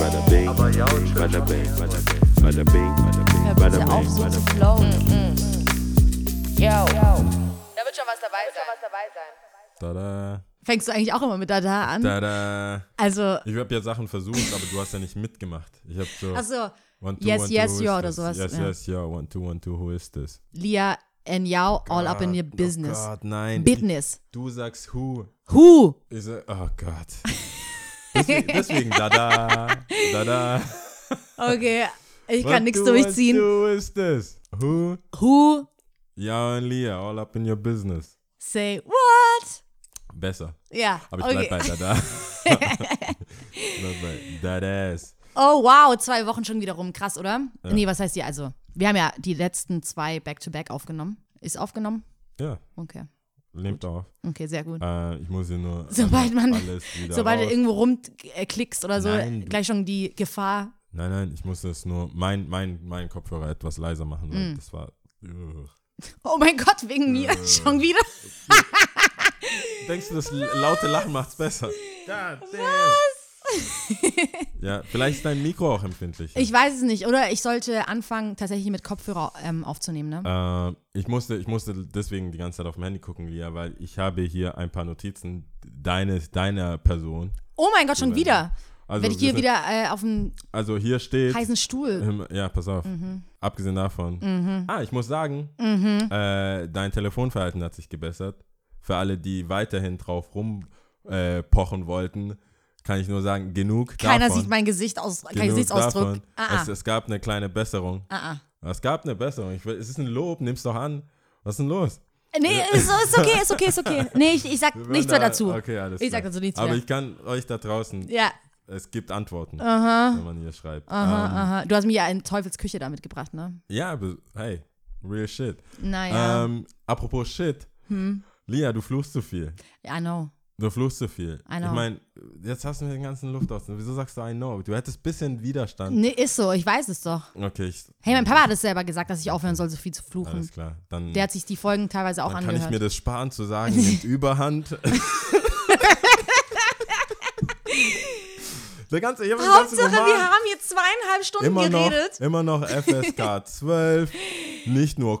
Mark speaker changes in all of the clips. Speaker 1: Aber ja, und schön.
Speaker 2: Bada bing, bada bing, bada bing, bada bing,
Speaker 3: Hör
Speaker 2: bada
Speaker 3: bitte auf,
Speaker 2: bing,
Speaker 3: so
Speaker 2: bada
Speaker 3: zu
Speaker 2: bing.
Speaker 3: flowen.
Speaker 4: Da wird schon was dabei sein.
Speaker 5: Tada,
Speaker 3: Fängst du eigentlich auch immer mit Dada an?
Speaker 5: tada.
Speaker 3: Also,
Speaker 5: Ich habe ja Sachen versucht, aber du hast ja nicht mitgemacht. Ich habe so
Speaker 3: achso,
Speaker 5: one,
Speaker 3: Also, yes,
Speaker 5: one,
Speaker 3: yes,
Speaker 5: who is
Speaker 3: ja,
Speaker 5: this?
Speaker 3: oder sowas,
Speaker 5: Yes,
Speaker 3: ja.
Speaker 5: yes, ja, one, two, one, two, who is this?
Speaker 3: Lia and Yao, all up in your
Speaker 5: Gott,
Speaker 3: business.
Speaker 5: Oh Gott, nein.
Speaker 3: Business.
Speaker 5: Du sagst who.
Speaker 3: Who?
Speaker 5: Ich sag, oh Gott. Deswegen, deswegen dada, dada.
Speaker 3: Okay, ich
Speaker 5: One,
Speaker 3: kann nichts
Speaker 5: two,
Speaker 3: durchziehen.
Speaker 5: One, two, is this? Who?
Speaker 3: Who?
Speaker 5: Ja und Lia, all up in your business.
Speaker 3: Say what?
Speaker 5: Besser.
Speaker 3: Ja,
Speaker 5: Aber ich bleib
Speaker 3: okay.
Speaker 5: bei Dada. ich bleib bei Dadas.
Speaker 3: Oh wow, zwei Wochen schon wieder rum. Krass, oder? Nee, was heißt die? Also, wir haben ja die letzten zwei Back-to-Back aufgenommen. Ist aufgenommen?
Speaker 5: Ja,
Speaker 3: Okay.
Speaker 5: lebt auf.
Speaker 3: Okay, sehr gut.
Speaker 5: Äh, ich muss hier nur
Speaker 3: Sobald man-
Speaker 5: alles wieder
Speaker 3: Sobald
Speaker 5: raus.
Speaker 3: du irgendwo rumklickst oder so,
Speaker 5: Nein, du-
Speaker 3: gleich schon die Gefahr.
Speaker 5: Nein, nein, ich muss das nur, mein, mein, mein Kopfhörer etwas leiser machen,
Speaker 3: Mm.
Speaker 5: weil das war, ugh.
Speaker 3: Oh mein Gott, wegen mir schon wieder.
Speaker 5: Denkst du, das laute Lachen macht's besser? Was? ja, vielleicht ist dein Mikro auch empfindlich.
Speaker 3: Ich weiß es nicht, oder? Ich sollte anfangen, tatsächlich mit Kopfhörer ähm, aufzunehmen, ne?
Speaker 5: Ähm, ich, musste, ich musste deswegen die ganze Zeit auf mein Handy gucken, Lia, weil ich habe hier ein paar Notizen deines, deiner Person.
Speaker 3: Oh mein Gott, schon wieder.
Speaker 5: Also,
Speaker 3: Wenn ich
Speaker 5: wir
Speaker 3: hier
Speaker 5: sind-
Speaker 3: wieder äh, auf dem
Speaker 5: Also hier steht.
Speaker 3: heißen Stuhl.
Speaker 5: Ähm, Ja, pass auf.
Speaker 3: Mhm.
Speaker 5: Abgesehen davon. Ah, ich muss sagen, äh, dein Telefonverhalten hat sich gebessert. Für alle, die weiterhin drauf rumpochen äh, pochen wollten, kann ich nur sagen, genug
Speaker 3: Keiner
Speaker 5: Äh, davon.
Speaker 3: sieht mein Gesicht aus, kein
Speaker 5: Genug
Speaker 3: Gesichtsausdruck.
Speaker 5: davon.
Speaker 3: Ah,
Speaker 5: Es, es gab eine kleine Besserung.
Speaker 3: ah, ah.
Speaker 5: Es gab eine Besserung. Ich, will- es ist ein Lob, nimm's doch an. Was ist denn los?
Speaker 3: Nee, ist, ist okay, ist okay, ist okay. Nee, ich, ich sag
Speaker 5: Wir
Speaker 3: nichts mehr
Speaker 5: werden da-
Speaker 3: dazu.
Speaker 5: Okay, alles
Speaker 3: Ich sag
Speaker 5: klar.
Speaker 3: dazu nichts
Speaker 5: Aber
Speaker 3: mehr.
Speaker 5: ich kann euch da draußen,
Speaker 3: Ja,
Speaker 5: es gibt Antworten, wenn man hier schreibt.
Speaker 3: aha,
Speaker 5: Ähm,
Speaker 3: aha. Du hast mich ja in Teufelsküche damit gebracht, ne?
Speaker 5: Ja, aber hey, real shit.
Speaker 3: Naja,
Speaker 5: Ähm, apropos Shit.
Speaker 3: Hm.
Speaker 5: Lia, du fluchst zu viel.
Speaker 3: I know.
Speaker 5: Du fluchst zu viel.
Speaker 3: I know.
Speaker 5: Ich meine, jetzt hast du mir den ganzen Luft aus. Wieso sagst du I know? Du hättest ein bisschen Widerstand.
Speaker 3: Nee, ist so, ich weiß es doch.
Speaker 5: Okay, ich,
Speaker 3: Hey, mein Papa hat es selber gesagt, dass ich aufhören soll, so viel zu fluchen.
Speaker 5: alles klar. Dann,
Speaker 3: Hm. Der hat sich die Folgen teilweise auch
Speaker 5: dann kann
Speaker 3: angehört.
Speaker 5: ich mir das sparen zu sagen, nimmt Überhand. Der ganze, ich hab den ganzen
Speaker 3: Hauptsache,
Speaker 5: Roman-
Speaker 3: wir haben hier zweieinhalb Stunden
Speaker 5: immer noch,
Speaker 3: geredet.
Speaker 5: immer noch FSK 12. Nicht nur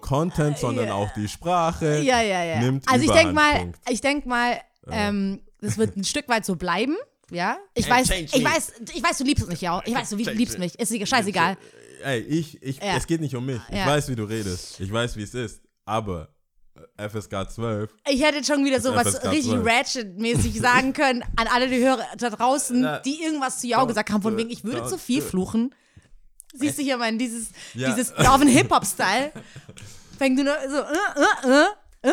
Speaker 5: Content, sondern auch die Sprache.
Speaker 3: Ja, ja, ja.
Speaker 5: Nimmt
Speaker 3: also ich
Speaker 5: Überhand.
Speaker 3: denke mal,
Speaker 5: Punkt.
Speaker 3: ich denk mal, ähm, das wird ein Stück weit so bleiben. Ja, ich weiß, ich weiß, ich weiß, du liebst mich ja auch. Ich weiß, du liebst mich. Ist egal, scheißegal.
Speaker 5: Ey, ich, ich,
Speaker 3: Ja.
Speaker 5: es geht nicht um mich. Ich
Speaker 3: Ja.
Speaker 5: weiß, wie du redest. Ich weiß, wie es ist. Aber äh, FSK 12.
Speaker 3: Ich hätte schon wieder sowas
Speaker 5: FSK
Speaker 3: richtig
Speaker 5: 12.
Speaker 3: ratchet-mäßig sagen können an alle die Hörer da draußen,
Speaker 5: Na,
Speaker 3: die irgendwas zu Jau gesagt haben, von wegen, ich würde
Speaker 5: don't
Speaker 3: zu viel
Speaker 5: do it.
Speaker 3: fluchen. Siehst du hier mein dieses,
Speaker 5: Ja.
Speaker 3: dieses auf den Hip-Hop-Style. Fängt du nur so, äh, äh, äh,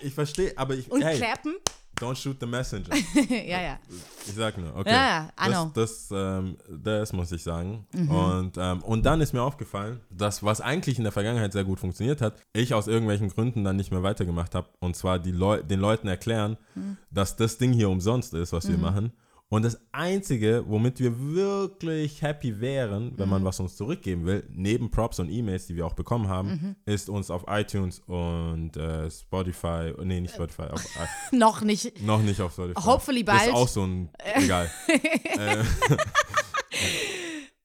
Speaker 5: Ich verstehe, aber ich.
Speaker 3: und
Speaker 5: hey,
Speaker 3: klappen.
Speaker 5: don't shoot the messenger.
Speaker 3: ja, ja.
Speaker 5: Ich sag nur, okay.
Speaker 3: Ja, I know. Mhm.
Speaker 5: das, das, ähm, das muss ich sagen. Und, ähm, und dann ist mir aufgefallen, dass was eigentlich in der Vergangenheit sehr gut funktioniert hat, ich aus irgendwelchen Gründen dann nicht mehr weitergemacht habe. Und zwar die Leu den Leuten erklären,
Speaker 3: Mhm.
Speaker 5: dass das Ding hier umsonst ist, was wir machen. Und das Einzige, womit wir wirklich happy wären, wenn
Speaker 3: Mhm.
Speaker 5: man was uns zurückgeben will, neben Props und E-Mails, die wir auch bekommen haben,
Speaker 3: Mhm.
Speaker 5: ist uns auf iTunes und äh, Spotify, nee,
Speaker 3: Äh.
Speaker 5: nicht Spotify, auf, äh,
Speaker 3: Noch nicht.
Speaker 5: noch nicht auf Spotify.
Speaker 3: Hopefully bald.
Speaker 5: Ist auch so ein. Egal. Äh,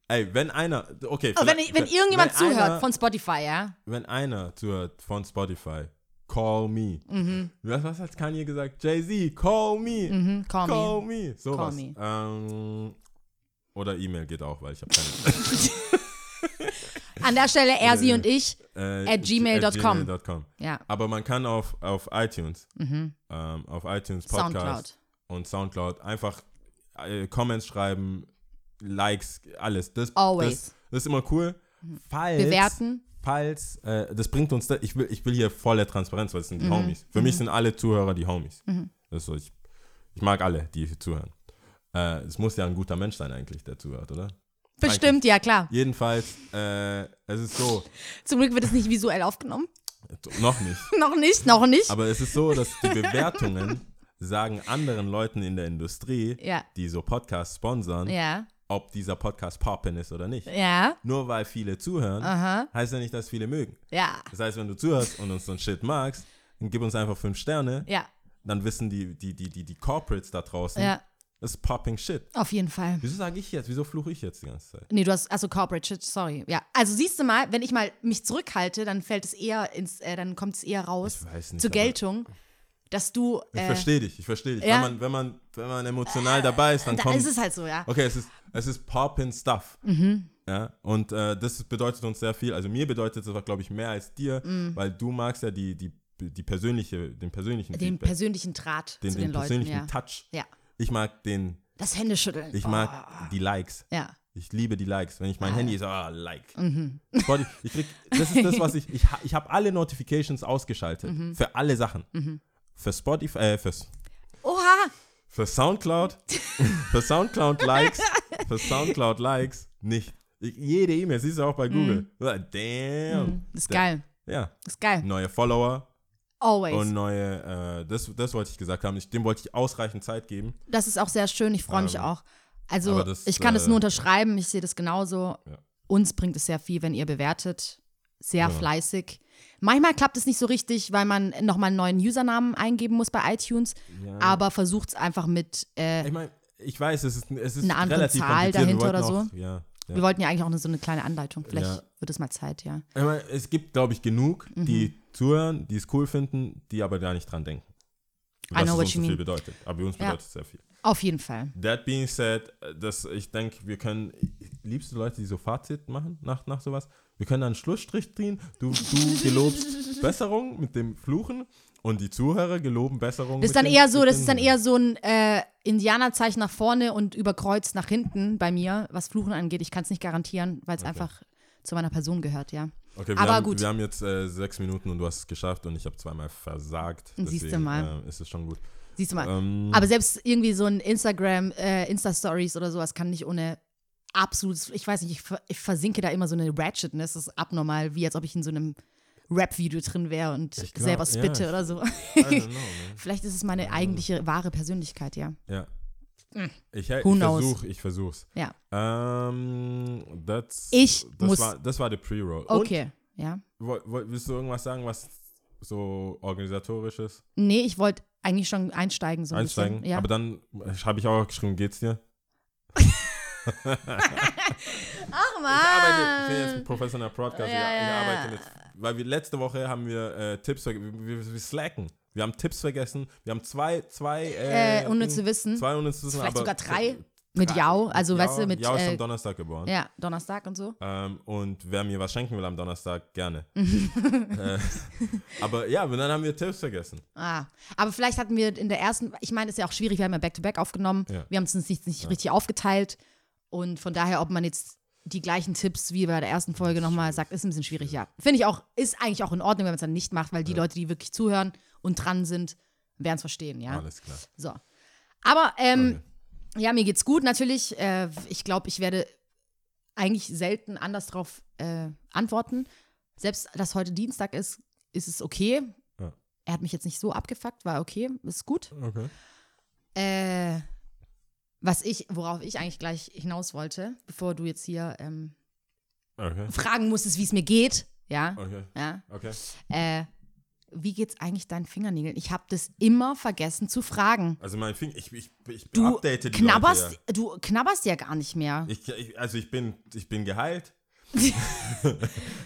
Speaker 5: Ey, wenn einer. Okay.
Speaker 3: Aber Oh, wenn,
Speaker 5: vielleicht-
Speaker 3: wenn irgendjemand
Speaker 5: wenn
Speaker 3: zuhört
Speaker 5: einer,
Speaker 3: von Spotify, ja?
Speaker 5: Wenn einer zuhört von Spotify, call me. Was, was hat Kanye gesagt? Jay-Z, call me.
Speaker 3: Mhm, call,
Speaker 5: Call
Speaker 3: me.
Speaker 5: me. So
Speaker 3: Call
Speaker 5: was.
Speaker 3: me.
Speaker 5: Ähm, oder E-Mail geht auch, weil ich habe keine.
Speaker 3: An der Stelle er, sie und ich.
Speaker 5: Äh,
Speaker 3: At gmail.com.
Speaker 5: gmail.com.
Speaker 3: Ja.
Speaker 5: Aber man kann auf, auf iTunes,
Speaker 3: Mhm.
Speaker 5: ähm, auf iTunes Podcast,
Speaker 3: Soundcloud.
Speaker 5: und Soundcloud einfach äh, Comments schreiben, Likes, alles. Das,
Speaker 3: Always. Mhm.
Speaker 5: das, das ist immer cool. Falls,
Speaker 3: Bewerten.
Speaker 5: Falls, äh, das bringt uns, da, ich, will, ich will hier volle Transparenz, weil es
Speaker 3: Mhm.
Speaker 5: sind die Homies. Für mich sind alle Zuhörer die Homies. Das ist so, ich, ich mag alle, die hier zuhören. Äh, es muss ja ein guter Mensch sein eigentlich, der zuhört, oder?
Speaker 3: Bestimmt, ja klar.
Speaker 5: Jedenfalls, äh, es ist so,
Speaker 3: Zum Glück wird es nicht visuell aufgenommen.
Speaker 5: noch nicht.
Speaker 3: noch nicht, noch nicht.
Speaker 5: Aber es ist so, dass die Bewertungen sagen anderen Leuten in der Industrie,
Speaker 3: Ja.
Speaker 5: die so Podcasts sponsern,
Speaker 3: ja,
Speaker 5: ob dieser Podcast poppin ist oder nicht.
Speaker 3: ja,
Speaker 5: Nur weil viele zuhören,
Speaker 3: Aha.
Speaker 5: heißt ja nicht, dass viele mögen.
Speaker 3: ja,
Speaker 5: Das heißt, wenn du zuhörst und uns so ein Shit magst, dann gib uns einfach fünf Sterne,
Speaker 3: ja,
Speaker 5: dann wissen die, die, die, die, die Corporates da draußen,
Speaker 3: ja.
Speaker 5: Das ist popping shit.
Speaker 3: Auf jeden Fall.
Speaker 5: Wieso sage ich jetzt? Wieso fluche ich jetzt die ganze Zeit?
Speaker 3: Nee, du hast, also Corporate Shit, sorry. Ja. Also siehst du mal, wenn ich mal mich zurückhalte, dann fällt es eher ins, äh, dann kommt es eher raus.
Speaker 5: Ich weiß nicht,
Speaker 3: zur
Speaker 5: aber-
Speaker 3: Geltung, dass du.
Speaker 5: Ich
Speaker 3: Äh,
Speaker 5: verstehe dich, ich verstehe dich.
Speaker 3: ja.
Speaker 5: Wenn, man, wenn, man, wenn man emotional dabei ist, dann
Speaker 3: da
Speaker 5: kommt.
Speaker 3: ist es Mhm. halt so, ja.
Speaker 5: okay, es ist, es ist popping stuff. Ja, und äh, das bedeutet uns sehr viel. Also mir bedeutet es, glaube ich, mehr als dir,
Speaker 3: Mhm.
Speaker 5: weil du magst ja die, die, die persönliche, den persönlichen
Speaker 3: Den
Speaker 5: Feedback,
Speaker 3: persönlichen Draht
Speaker 5: den,
Speaker 3: zu
Speaker 5: den
Speaker 3: den, Leuten,
Speaker 5: persönlichen
Speaker 3: ja.
Speaker 5: Touch.
Speaker 3: Ja.
Speaker 5: Ich mag den,
Speaker 3: Das Händeschütteln.
Speaker 5: ich mag die Likes.
Speaker 3: Ja.
Speaker 5: Ich liebe die Likes. Wenn ich mein Handy ist, ah, Like.
Speaker 3: Mhm.
Speaker 5: Spotify- Ich krieg, das ist das, was ich, ich, ha- ich habe alle Notifications ausgeschaltet.
Speaker 3: Mhm.
Speaker 5: Für alle Sachen. Für Spotify, äh, für,
Speaker 3: Oha!
Speaker 5: für Soundcloud, für Soundcloud Likes, für Soundcloud Likes nicht. Ich, jede E-Mail, siehst du auch bei
Speaker 3: Mhm.
Speaker 5: Google. Ah, Damn.
Speaker 3: Ist geil.
Speaker 5: Ja,
Speaker 3: Ist geil.
Speaker 5: neue Follower
Speaker 3: Always.
Speaker 5: und neue, äh, das, das wollte ich gesagt haben. Ich, dem wollte ich ausreichend Zeit geben.
Speaker 3: das ist auch sehr schön. Ich freue mich
Speaker 5: Ähm,
Speaker 3: auch. Also,
Speaker 5: aber das,
Speaker 3: ich kann es
Speaker 5: äh,
Speaker 3: nur unterschreiben. Ich sehe das genauso.
Speaker 5: Ja.
Speaker 3: Uns bringt es sehr viel, wenn ihr bewertet. Sehr
Speaker 5: Ja.
Speaker 3: fleißig. Manchmal klappt es nicht so richtig, weil man nochmal einen neuen Usernamen eingeben muss bei iTunes. Aber versucht es einfach mit. Äh,
Speaker 5: Ich meine, ich weiß, es ist, es ist
Speaker 3: Eine andere
Speaker 5: relativ
Speaker 3: Zahl
Speaker 5: kompliziert. Wir
Speaker 3: dahinter oder
Speaker 5: wollten auch- Ja, ja.
Speaker 3: Wir wollten ja eigentlich auch eine, so eine kleine Anleitung. Vielleicht
Speaker 5: Ja.
Speaker 3: wird es mal Zeit, ja.
Speaker 5: Ich meine, es gibt, glaube ich, genug,
Speaker 3: Mhm.
Speaker 5: die zuhören, die es cool finden, die aber gar nicht dran denken. Was
Speaker 3: know
Speaker 5: es
Speaker 3: what
Speaker 5: uns
Speaker 3: you
Speaker 5: so viel
Speaker 3: mean.
Speaker 5: bedeutet. Aber uns
Speaker 3: Ja.
Speaker 5: bedeutet es sehr viel.
Speaker 3: Auf jeden Fall.
Speaker 5: That being said, äh, das, ich denke, wir können, liebst du Leute, die so Fazit machen nach, nach sowas? Wir können da einen Schlussstrich ziehen. Du, du gelobst Besserung mit dem Fluchen und die Zuhörer geloben Besserung.
Speaker 3: Das
Speaker 5: mit
Speaker 3: ist dann
Speaker 5: dem-
Speaker 3: eher so,
Speaker 5: mit
Speaker 3: das
Speaker 5: dem-
Speaker 3: ist dann eher so ein äh, Indianerzeichen nach vorne und überkreuzt nach hinten bei mir, was Fluchen angeht. Ich kann es nicht garantieren, weil es einfach zu meiner Person gehört, ja.
Speaker 5: Okay, wir,
Speaker 3: aber
Speaker 5: haben,
Speaker 3: gut.
Speaker 5: wir haben jetzt äh, sechs Minuten und du hast es geschafft und ich habe zweimal versagt.
Speaker 3: Siehst du
Speaker 5: Deswegen,
Speaker 3: mal.
Speaker 5: äh, ist es schon gut.
Speaker 3: Siehst du mal.
Speaker 5: Ähm,
Speaker 3: Aber selbst irgendwie so ein Instagram, äh, Insta-Stories oder sowas kann nicht ohne absolutes, ich weiß nicht, ich, ver ich versinke da immer so eine Ratchetness, das ist abnormal, wie als ob ich in so einem Rap-Video drin wäre und
Speaker 5: Ich glaub,
Speaker 3: selber
Speaker 5: ja,
Speaker 3: spitte
Speaker 5: ich-
Speaker 3: oder so.
Speaker 5: I don't know, man.
Speaker 3: Vielleicht ist es meine eigentliche wahre Persönlichkeit, ja.
Speaker 5: Ja. Ich, ich
Speaker 3: Hm. Who knows?
Speaker 5: versuche, ich versuch's.
Speaker 3: Ja.
Speaker 5: Ähm, that's,
Speaker 3: Ich
Speaker 5: das
Speaker 3: muss-
Speaker 5: War, das war der Pre-Roll.
Speaker 3: Okay, ja.
Speaker 5: Und, woll- woll- willst du irgendwas sagen, was so organisatorisches?
Speaker 3: Nee, ich wollte eigentlich schon einsteigen so ein
Speaker 5: Einsteigen?
Speaker 3: bisschen. Ja.
Speaker 5: Aber dann habe ich auch geschrieben, geht's dir?
Speaker 3: Ach
Speaker 5: Ich arbeite, ich bin jetzt ein professioneller Podcast. ich-
Speaker 3: Ah. Ja, ja,
Speaker 5: ich
Speaker 3: ja.
Speaker 5: arbeite mit, weil wir letzte Woche haben wir äh, Tipps vergessen. Wir, wir, wir slacken. Wir haben Tipps vergessen. Wir haben zwei, zwei. Äh,
Speaker 3: Äh, ohne zu wissen.
Speaker 5: Zwei ohne zu wissen.
Speaker 3: Vielleicht
Speaker 5: aber
Speaker 3: sogar drei. Mit Jau, also
Speaker 5: Jau,
Speaker 3: weißt du, mit
Speaker 5: Jau ist am
Speaker 3: äh,
Speaker 5: Donnerstag geboren.
Speaker 3: ja, Donnerstag und so.
Speaker 5: Ähm, und wer mir was schenken will am Donnerstag, gerne. äh, aber ja, und dann haben wir Tipps vergessen.
Speaker 3: Ah, aber vielleicht hatten wir in der ersten, ich meine, es ist ja auch schwierig, wir haben ja Back-to-Back aufgenommen,
Speaker 5: Ja.
Speaker 3: wir haben es uns nicht, nicht richtig aufgeteilt und von daher, ob man jetzt die gleichen Tipps wie bei der ersten Folge nochmal sagt, ist ein bisschen schwierig, ja. Finde ich auch, ist eigentlich auch in Ordnung, wenn man es dann nicht macht, weil die Leute, die wirklich zuhören und dran sind, werden es verstehen, ja.
Speaker 5: Alles klar.
Speaker 3: So. Aber ähm, ja, mir geht's gut natürlich. Äh, ich glaube, ich werde eigentlich selten anders drauf äh, antworten. Selbst, dass heute Dienstag ist, ist es okay.
Speaker 5: Ja.
Speaker 3: Er hat mich jetzt nicht so abgefuckt, war okay, ist gut.
Speaker 5: Okay.
Speaker 3: Äh, was ich, worauf ich eigentlich gleich hinaus wollte, bevor du jetzt hier ähm,
Speaker 5: Okay.
Speaker 3: fragen musstest, wie es mir geht, ja,
Speaker 5: Okay.
Speaker 3: ja,
Speaker 5: Okay.
Speaker 3: äh, wie geht's eigentlich deinen Fingernägeln? Ich habe das immer vergessen zu fragen.
Speaker 5: Also mein Finger, ich, ich, ich
Speaker 3: Du
Speaker 5: update die
Speaker 3: knabberst,
Speaker 5: Leute,
Speaker 3: du knabberst ja gar nicht mehr.
Speaker 5: ja. ich, ich, Also ich bin, ich bin geheilt.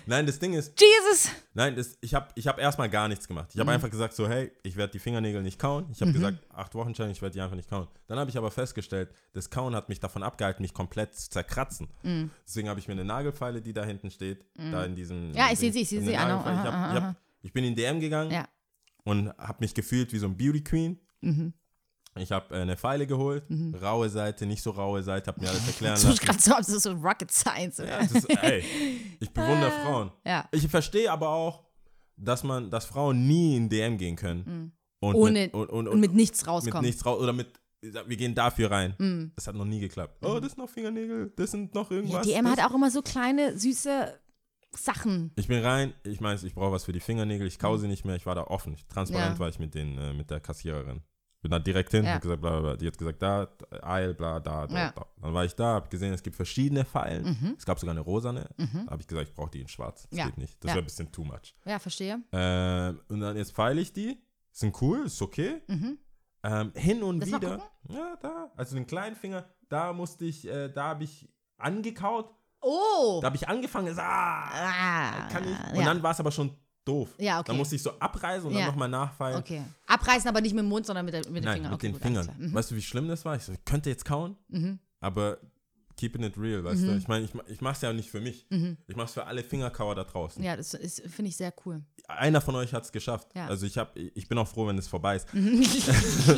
Speaker 5: nein, das Ding ist,
Speaker 3: Jesus!
Speaker 5: nein, das, ich habe ich hab erstmal gar nichts gemacht. Ich habe
Speaker 3: Mhm.
Speaker 5: einfach gesagt so, hey, ich werde die Fingernägel nicht kauen. Ich habe gesagt, acht Wochen Challenge, ich werde die einfach nicht kauen. Dann habe ich aber festgestellt, das Kauen hat mich davon abgehalten, mich komplett zu zerkratzen.
Speaker 3: Mhm.
Speaker 5: Deswegen habe ich mir eine Nagelfeile, die da hinten steht, da in diesem.
Speaker 3: Ja, ich seh
Speaker 5: Ding,
Speaker 3: sie, ich seh
Speaker 5: eine
Speaker 3: sie, I know.
Speaker 5: Nagelfeile. Ich,
Speaker 3: Aha,
Speaker 5: hab, ich, hab, ich bin in DM gegangen
Speaker 3: Ja.
Speaker 5: und habe mich gefühlt wie so ein Beauty Queen.
Speaker 3: Mhm.
Speaker 5: Ich habe äh, eine Feile geholt, raue Seite, nicht so raue Seite, habe mir alles erklären
Speaker 3: Du
Speaker 5: lassen.
Speaker 3: gerade Mhm. so, als ist so Rocket Science.
Speaker 5: Also Ja,
Speaker 3: Oder?
Speaker 5: das ist, ey, ich bewundere
Speaker 3: Ah.
Speaker 5: Frauen.
Speaker 3: Ja.
Speaker 5: Ich verstehe aber auch, dass man, dass Frauen nie in DM gehen können. Und
Speaker 3: Mhm. Ohne-
Speaker 5: mit, und, und,
Speaker 3: Und
Speaker 5: und
Speaker 3: mit nichts
Speaker 5: mit
Speaker 3: rauskommen. Mhm.
Speaker 5: nichts raus oder mit wir gehen dafür rein. Das hat noch nie geklappt. Oh, das sind noch Fingernägel, das sind noch
Speaker 3: ja,
Speaker 5: irgendwas.
Speaker 3: DM
Speaker 5: das-
Speaker 3: hat auch immer so kleine, süße Sachen.
Speaker 5: ich bin rein, ich meine, ich brauche was für die Fingernägel, ich kau sie nicht mehr, ich war da offen. Ich- Transparent
Speaker 3: Mhm. Ja.
Speaker 5: war ich mit, den, äh, mit der Kassiererin. Bin da direkt hin,
Speaker 3: Ja.
Speaker 5: hab gesagt, bla, bla, bla. Die hat gesagt, da, Eil, bla, da, da,
Speaker 3: Ja. Mhm.
Speaker 5: da. Dann war ich da, hab gesehen, es gibt verschiedene Fallen. Es gab sogar eine rosane. Da habe ich gesagt, ich brauche die in schwarz. Das
Speaker 3: Ja.
Speaker 5: geht nicht. Das
Speaker 3: Ja.
Speaker 5: wäre ein bisschen too much.
Speaker 3: Ja, verstehe. Mhm.
Speaker 5: Ähm, und dann jetzt feile ich die. Sind cool, ist okay. Ähm, hin und
Speaker 3: Das mal
Speaker 5: wieder. Ja, da. Also den kleinen Finger, da musste ich, äh, da habe ich angekaut,
Speaker 3: Oh!
Speaker 5: da habe ich angefangen, ist, ah,
Speaker 3: ah,
Speaker 5: kann ich. Und
Speaker 3: ja.
Speaker 5: dann war es aber schon doof.
Speaker 3: Ja, okay.
Speaker 5: Dann musste ich so abreißen und
Speaker 3: Ja.
Speaker 5: dann nochmal nachfeilen.
Speaker 3: okay. Abreißen aber nicht mit dem Mund, sondern mit, der, mit den
Speaker 5: Nein,
Speaker 3: Fingern.
Speaker 5: mit
Speaker 3: okay,
Speaker 5: den
Speaker 3: gut, alles
Speaker 5: Fingern.
Speaker 3: klar. Mhm.
Speaker 5: Weißt du, wie schlimm das war? Ich, so, ich könnte jetzt kauen, aber keeping it real, weißt
Speaker 3: Mhm.
Speaker 5: du? Ich meine, ich, ma- ich mach's ja nicht für mich. Ich mach's für alle Fingerkauer da draußen.
Speaker 3: Ja, das ist- finde ich sehr cool.
Speaker 5: Einer von euch hat's geschafft.
Speaker 3: Ja.
Speaker 5: Also ich, hab, ich bin auch froh, wenn es vorbei ist. Nee,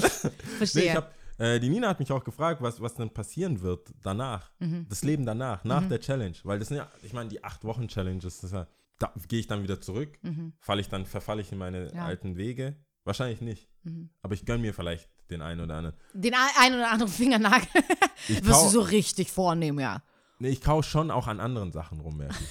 Speaker 3: Verstehe.
Speaker 5: ich hab, äh, die Nina hat mich auch gefragt, was, was denn passieren wird danach.
Speaker 3: Mhm.
Speaker 5: Das Leben danach, nach der Challenge. Weil das sind ja, ich meine, die acht Wochen Challenges, das ist ja, da gehe ich dann wieder zurück, falle ich dann, verfalle ich in meine
Speaker 3: Mhm. Ja. Mhm.
Speaker 5: alten Wege. Wahrscheinlich nicht. Aber ich gönn mir vielleicht den einen oder anderen.
Speaker 3: den ein- einen oder anderen Fingernagel wirst
Speaker 5: kau-
Speaker 3: du so richtig vornehmen, ja.
Speaker 5: Nee, ich kau schon auch an anderen Sachen rum, merke ich.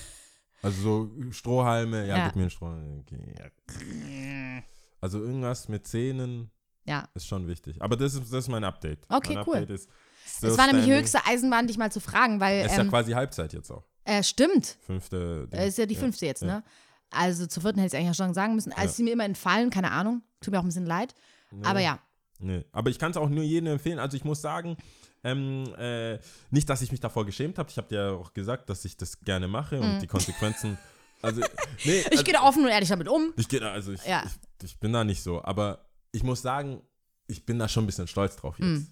Speaker 5: Also so Strohhalme, ja,
Speaker 3: Ja.
Speaker 5: gib mir einen Strohhalm. Okay, ja. Also irgendwas mit Zähnen
Speaker 3: Ja.
Speaker 5: ist schon wichtig. Aber das ist, das ist mein Update.
Speaker 3: Okay,
Speaker 5: mein
Speaker 3: cool.
Speaker 5: Update ist still
Speaker 3: Es war nämlich
Speaker 5: standing.
Speaker 3: höchste Eisenbahn, dich mal zu fragen, weil
Speaker 5: Es ist ja
Speaker 3: ähm,
Speaker 5: quasi Halbzeit jetzt auch.
Speaker 3: äh, stimmt,
Speaker 5: Fünfte. Ding.
Speaker 3: äh, ist ja die fünfte jetzt, ne? Also zur vierten hätte ich eigentlich auch schon sagen müssen. Also ist sie mir immer entfallen, keine Ahnung, tut mir auch ein bisschen leid. Aber ja,
Speaker 5: Nee. Aber ich kann es auch nur jedem empfehlen. Also ich muss sagen, ähm, äh, nicht, dass ich mich davor geschämt habe. Ich habe dir ja auch gesagt, dass ich das gerne mache und die Konsequenzen. Also, nee,
Speaker 3: Mhm. ich
Speaker 5: also,
Speaker 3: gehe da offen und ehrlich damit um.
Speaker 5: Ich gehe da, also ich,
Speaker 3: Ja.
Speaker 5: ich, ich bin da nicht so. Aber ich muss sagen, ich bin da schon ein bisschen stolz drauf jetzt.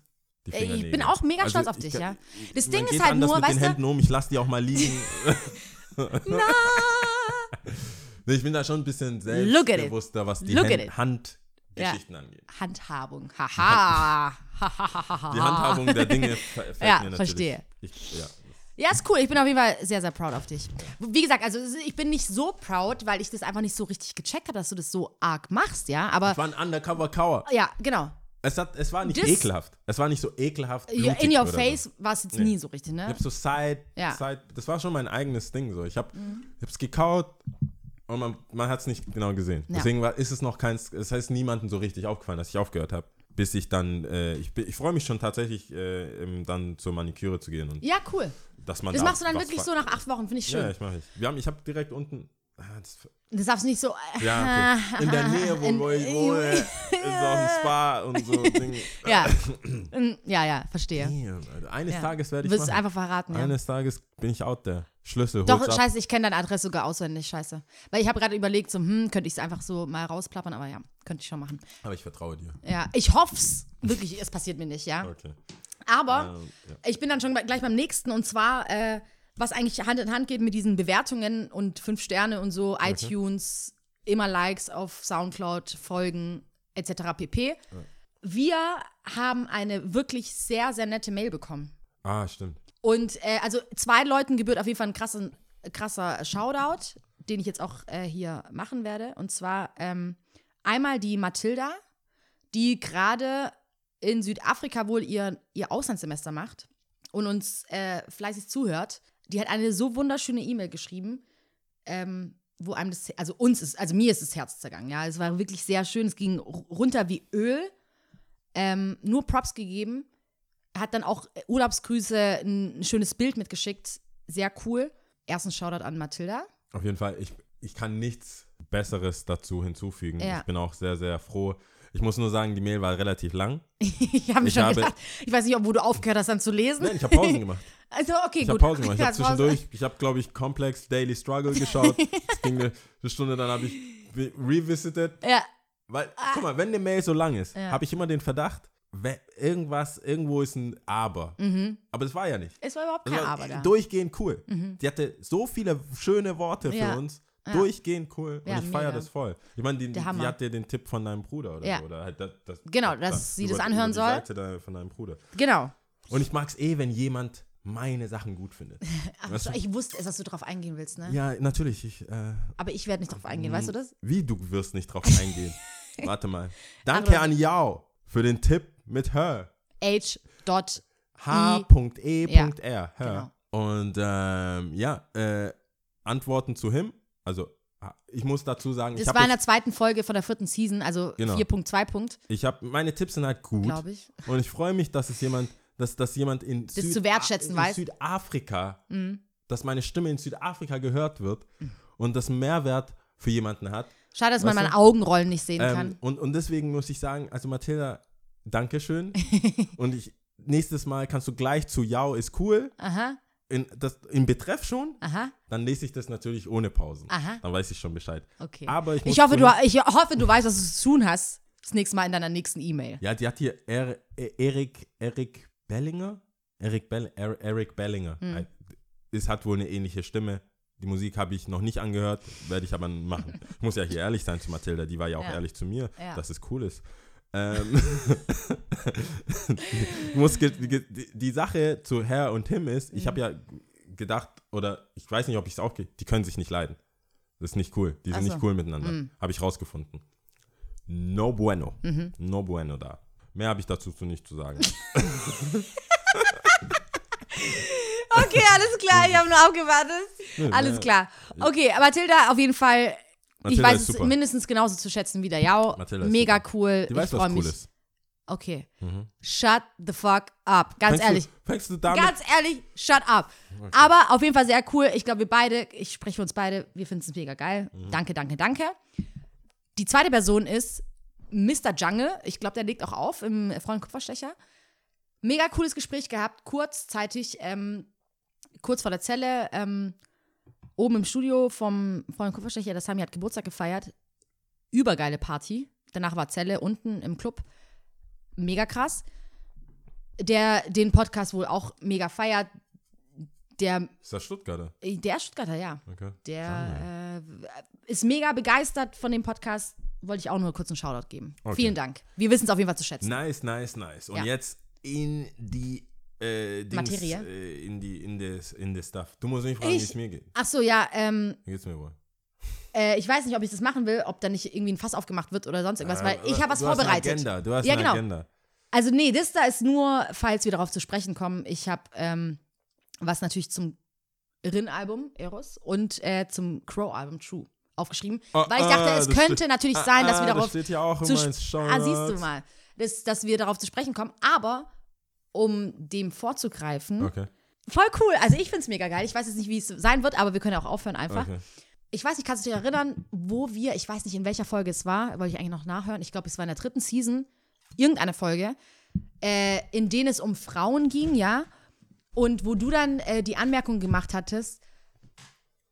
Speaker 5: Die
Speaker 3: Äh, ich
Speaker 5: Fingernägel. Also
Speaker 3: bin auch mega stolz auf dich,
Speaker 5: kann-
Speaker 3: ja. Das
Speaker 5: man
Speaker 3: Ding ist
Speaker 5: geht
Speaker 3: halt
Speaker 5: anders
Speaker 3: nur,
Speaker 5: mit den
Speaker 3: weißt du-
Speaker 5: Händen um, ich lasse die auch mal liegen. Nee, ich bin da schon ein bisschen selbstbewusster, was die
Speaker 3: Look at
Speaker 5: Hand-
Speaker 3: it.
Speaker 5: Handgeschichten angeht.
Speaker 3: Handhabung, haha. Hahaha.
Speaker 5: Die Handhabung der Dinge ver- fällt
Speaker 3: Ah. Ja,
Speaker 5: mir natürlich.
Speaker 3: verstehe.
Speaker 5: Ich, ja.
Speaker 3: Ja, ist cool. Ich bin auf jeden Fall sehr, sehr proud auf dich. Wie gesagt, also es ist- ich bin nicht so proud, weil ich das einfach nicht so richtig gecheckt habe, dass du das so arg machst, ja. Aber
Speaker 5: Es war ein Undercover-Kauer.
Speaker 3: ja, genau.
Speaker 5: Es, hat, es war nicht
Speaker 3: Das-
Speaker 5: ekelhaft. Es war nicht so ekelhaft.
Speaker 3: Ja, In
Speaker 5: blutig
Speaker 3: your
Speaker 5: oder
Speaker 3: face war es jetzt nie so richtig,
Speaker 5: Ich
Speaker 3: ne?
Speaker 5: hab so Side,
Speaker 3: Ja. Mhm.
Speaker 5: Side, das war schon mein eigenes Ding so. Ich hab, ich hab's gekaut und man, man hat's nicht genau gesehen.
Speaker 3: Ja.
Speaker 5: Deswegen war, ist es noch keins, es heißt niemandem so richtig aufgefallen, dass ich aufgehört habe, bis ich dann, äh, ich, bin- ich freue mich schon tatsächlich, äh, eben dann zur Maniküre zu gehen und
Speaker 3: Ja, cool.
Speaker 5: dass man
Speaker 3: Das
Speaker 5: da
Speaker 3: machst du dann
Speaker 5: was
Speaker 3: wirklich
Speaker 5: ver-
Speaker 3: so nach acht Wochen, finde ich
Speaker 5: Ja,
Speaker 3: schön.
Speaker 5: ich mache ich. Wir haben, ich habe direkt unten, ah, das,
Speaker 3: Das darfst du nicht so. äh,
Speaker 5: ja, okay. in der Nähe, wo,
Speaker 3: In-
Speaker 5: wo ich wohne, ist auch ein Spa und so Ding.
Speaker 3: Ja. Mm, ja, ja, verstehe.
Speaker 5: Damn, Alter. Eines
Speaker 3: Ja.
Speaker 5: Tages werde
Speaker 3: Du
Speaker 5: ich
Speaker 3: wirst es
Speaker 5: machen.
Speaker 3: einfach verraten, ja.
Speaker 5: Eines Tages bin ich out there. Schlüssel,
Speaker 3: Doch,
Speaker 5: hol's ab.
Speaker 3: scheiße, ich kenne deine Adresse sogar auswendig, scheiße. Weil ich habe gerade überlegt, so, hm, könnte ich es einfach so mal rausplappern, aber ja, könnte ich schon machen.
Speaker 5: Aber ich vertraue dir.
Speaker 3: Ja, ich hoff's. Wirklich, es passiert mir nicht, ja.
Speaker 5: Okay.
Speaker 3: Aber
Speaker 5: Ähm, ja.
Speaker 3: ich bin dann schon gleich beim nächsten und zwar, äh, was eigentlich Hand in Hand geht mit diesen Bewertungen und fünf Sterne und so, iTunes, immer Likes auf Soundcloud, Folgen etc. pp. Wir haben eine wirklich sehr, sehr nette Mail bekommen.
Speaker 5: Ah, stimmt.
Speaker 3: Und äh, also zwei Leuten gebührt auf jeden Fall ein krasser, krasser Shoutout, den ich jetzt auch äh, hier machen werde. Und zwar ähm, einmal die Mathilda, die gerade in Südafrika wohl ihr, ihr Auslandssemester macht und uns äh, fleißig zuhört. Die hat eine so wunderschöne E-Mail geschrieben, ähm, wo einem das, also uns ist, also mir ist das Herz zergangen. Ja, es war wirklich sehr schön. Es ging ru- runter wie Öl. Ähm, nur Props gegeben hat dann auch äh, Urlaubsgrüße, ein ein schönes Bild mitgeschickt. Sehr cool. Erstens Shoutout an Mathilda.
Speaker 5: Auf jeden Fall, ich, ich kann nichts Besseres dazu hinzufügen.
Speaker 3: Ja.
Speaker 5: Ich bin auch sehr, sehr froh. Ich muss nur sagen, die Mail war relativ lang.
Speaker 3: Ich habe mir
Speaker 5: Ich
Speaker 3: schon
Speaker 5: habe-
Speaker 3: gedacht, ich weiß nicht, ob wo du aufgehört hast, dann zu lesen.
Speaker 5: Nein, ich habe Pausen gemacht.
Speaker 3: Also, okay,
Speaker 5: Ich
Speaker 3: gut.
Speaker 5: habe Pausen gemacht. Ich habe
Speaker 3: Hast Pause.
Speaker 5: zwischendurch, ich habe, glaube ich, Complex Daily Struggle geschaut. Es ging eine eine Stunde, dann habe ich re- revisited.
Speaker 3: Ja,
Speaker 5: Weil, guck mal, wenn eine Mail so lang ist,
Speaker 3: Ah. Ja.
Speaker 5: habe ich immer den Verdacht, we- irgendwas, irgendwo ist ein Aber.
Speaker 3: Mhm.
Speaker 5: Aber das war ja nicht.
Speaker 3: es war überhaupt
Speaker 5: Das
Speaker 3: keine
Speaker 5: war
Speaker 3: Arbeit da.
Speaker 5: Also, Durchgehend cool. Die hatte so viele schöne Worte für
Speaker 3: Mhm. Ja.
Speaker 5: uns. Durchgehend cool.
Speaker 3: Ja,
Speaker 5: und ich feiere
Speaker 3: mega.
Speaker 5: das voll. Ich meine, die, die
Speaker 3: Der Hammer.
Speaker 5: hat dir den Tipp von deinem Bruder oder
Speaker 3: Ja.
Speaker 5: so. Oder halt das, das,
Speaker 3: Genau, dass sie das anhören
Speaker 5: über die
Speaker 3: soll.
Speaker 5: Seite da von deinem Bruder.
Speaker 3: Genau.
Speaker 5: Und ich mag es eh, wenn jemand meine Sachen gut findet.
Speaker 3: Ach,
Speaker 5: Weißt
Speaker 3: so,
Speaker 5: du?
Speaker 3: ich wusste es, dass du drauf eingehen willst, ne?
Speaker 5: Ja, Mhm. natürlich. Ich, äh,
Speaker 3: Aber ich werde nicht drauf eingehen, weißt du das?
Speaker 5: wie, du wirst nicht drauf eingehen. Warte mal.
Speaker 3: Also,
Speaker 5: Danke an Yao für den Tipp mit her.
Speaker 3: H. Dot.
Speaker 5: H.E.R.
Speaker 3: genau.
Speaker 5: Her. Und ähm, ja, äh, Antworten zu him. Also, ah, ich muss dazu sagen, ich
Speaker 3: Das war in
Speaker 5: habe
Speaker 3: der zweiten Folge von der vierten Season, also
Speaker 5: Genau.
Speaker 3: 4.2 Punkt,
Speaker 5: hab, meine Tipps sind halt gut.
Speaker 3: glaube ich.
Speaker 5: Und ich freue mich, dass es jemand, dass, dass jemand in,
Speaker 3: Das zu wertschätzen
Speaker 5: in
Speaker 3: weiß. Mhm.
Speaker 5: Südafrika, dass meine Stimme in Südafrika gehört wird und das einen Mehrwert für jemanden hat.
Speaker 3: Schade, dass man
Speaker 5: Weißt
Speaker 3: meine
Speaker 5: du?
Speaker 3: Augenrollen nicht sehen
Speaker 5: Ähm,
Speaker 3: kann.
Speaker 5: und, und deswegen muss ich sagen, also Mathilda, Dankeschön. und ich, nächstes Mal kannst du gleich zu Ja ist cool.
Speaker 3: Aha,
Speaker 5: In, das, Im Betreff schon.
Speaker 3: aha,
Speaker 5: Dann lese ich das natürlich ohne Pausen.
Speaker 3: Aha.
Speaker 5: Dann weiß ich schon Bescheid.
Speaker 3: Ah. okay.
Speaker 5: Aber ich, muss
Speaker 3: ich, hoffe, du,
Speaker 5: zugeben-
Speaker 3: ich hoffe, du weißt, was du zu tun hast das nächste Mal in deiner nächsten E-Mail.
Speaker 5: Ja, die hat hier er, er, Erik, Erik Bellinger? Erik, Bell, er, Erik Bellinger.
Speaker 3: Hm.
Speaker 5: Ein- Es hat wohl eine ähnliche Stimme. Die Musik habe ich noch nicht angehört, werde ich aber machen. Ich muss ja hier ehrlich sein zu Mathilda, die war ja auch
Speaker 3: Ja.
Speaker 5: ehrlich zu mir,
Speaker 3: Ja.
Speaker 5: dass es cool ist. Ähm, ich muss ge- ge- die, die Sache zu Herr und Tim ist,
Speaker 3: Mhm.
Speaker 5: ich habe ja gedacht, oder ich weiß nicht, ob ich es auch, ge- die können sich nicht leiden. Das ist nicht cool. Die sind
Speaker 3: Ach so. Mhm.
Speaker 5: nicht cool miteinander. Habe ich rausgefunden. No bueno.
Speaker 3: Mhm.
Speaker 5: No bueno da. Mehr habe ich dazu zu nicht zu sagen.
Speaker 3: Okay, alles klar, ich habe nur abgewartet. Alles klar. Okay, Mathilda, auf jeden Fall, ich
Speaker 5: Mathilda
Speaker 3: weiß
Speaker 5: ist
Speaker 3: es
Speaker 5: super.
Speaker 3: mindestens genauso zu schätzen wie der Jao.
Speaker 5: Mathilda ist
Speaker 3: Mega
Speaker 5: super.
Speaker 3: cool.
Speaker 5: Die
Speaker 3: ich
Speaker 5: weiß, was
Speaker 3: freu
Speaker 5: cool
Speaker 3: mich.
Speaker 5: ist. Mhm.
Speaker 3: Okay. Shut the fuck up. Ganz
Speaker 5: Fängst
Speaker 3: ehrlich.
Speaker 5: Du, fängst du damit?
Speaker 3: Ganz ehrlich, shut up. Aber auf jeden Fall sehr cool. Ich glaube, wir beide, ich spreche für uns beide, wir finden es mega geil. Danke, danke, danke. Die zweite Person ist Mr. Jungle. Ich glaube, der legt auch auf im Freundkupferstecher. Mega cooles Gespräch gehabt, kurzzeitig, ähm, kurz vor der Zelle, ähm, oben im Studio vom Freundkupferstecher. Das Sami hat Geburtstag gefeiert. Übergeile Party. Danach war Zelle unten im Club. Mega krass der den Podcast wohl auch mega feiert. Der, äh,
Speaker 5: ist das Stuttgarter?
Speaker 3: der Stuttgarter, ja.
Speaker 5: Okay.
Speaker 3: Der äh, ist mega begeistert von dem Podcast. Wollte ich auch nur kurz einen Shoutout geben.
Speaker 5: Okay.
Speaker 3: Vielen Dank. Wir wissen es auf jeden Fall zu schätzen.
Speaker 5: Nice, nice, nice. Und
Speaker 3: Ja.
Speaker 5: jetzt in die äh, Dings,
Speaker 3: Materie.
Speaker 5: Äh, in die, in das, in das Stuff. Du musst mich fragen, wie
Speaker 3: Ich-
Speaker 5: es mir geht.
Speaker 3: Ach so, ja, ähm,
Speaker 5: Wie geht's mir wohl?
Speaker 3: äh, ich weiß nicht, ob ich das machen will, ob da nicht irgendwie ein Fass aufgemacht wird oder sonst irgendwas, weil
Speaker 5: Äh,
Speaker 3: ich habe was
Speaker 5: du Hast eine
Speaker 3: vorbereitet.
Speaker 5: Agenda. Du hast
Speaker 3: Ja,
Speaker 5: eine
Speaker 3: genau.
Speaker 5: Agenda.
Speaker 3: Also nee, das da ist nur, falls wir darauf zu sprechen kommen, ich habe ähm, was natürlich zum Rin-Album Eros und äh, zum Crow-Album True aufgeschrieben,
Speaker 5: Ah,
Speaker 3: weil ich dachte,
Speaker 5: ah,
Speaker 3: es
Speaker 5: das
Speaker 3: könnte
Speaker 5: steht-
Speaker 3: natürlich
Speaker 5: ah,
Speaker 3: sein, dass
Speaker 5: ah,
Speaker 3: wir darauf
Speaker 5: Das steht ja auch
Speaker 3: zu
Speaker 5: immer
Speaker 3: sp-
Speaker 5: ins Shownotes.
Speaker 3: Ah, siehst du mal, dass, dass wir darauf zu sprechen kommen. Aber um dem vorzugreifen,
Speaker 5: Okay,
Speaker 3: voll cool. Also ich find's mega geil. Ich weiß jetzt nicht, wie es sein wird, aber wir können ja auch aufhören einfach.
Speaker 5: okay.
Speaker 3: Ich weiß nicht, kannst du dich erinnern, wo wir, ich weiß nicht, in welcher Folge es war, wollte ich eigentlich noch nachhören. Ich glaube, es war in der dritten Season, irgendeine Folge, äh, in denen es um Frauen ging, ja. Und wo du dann äh, die Anmerkung gemacht hattest,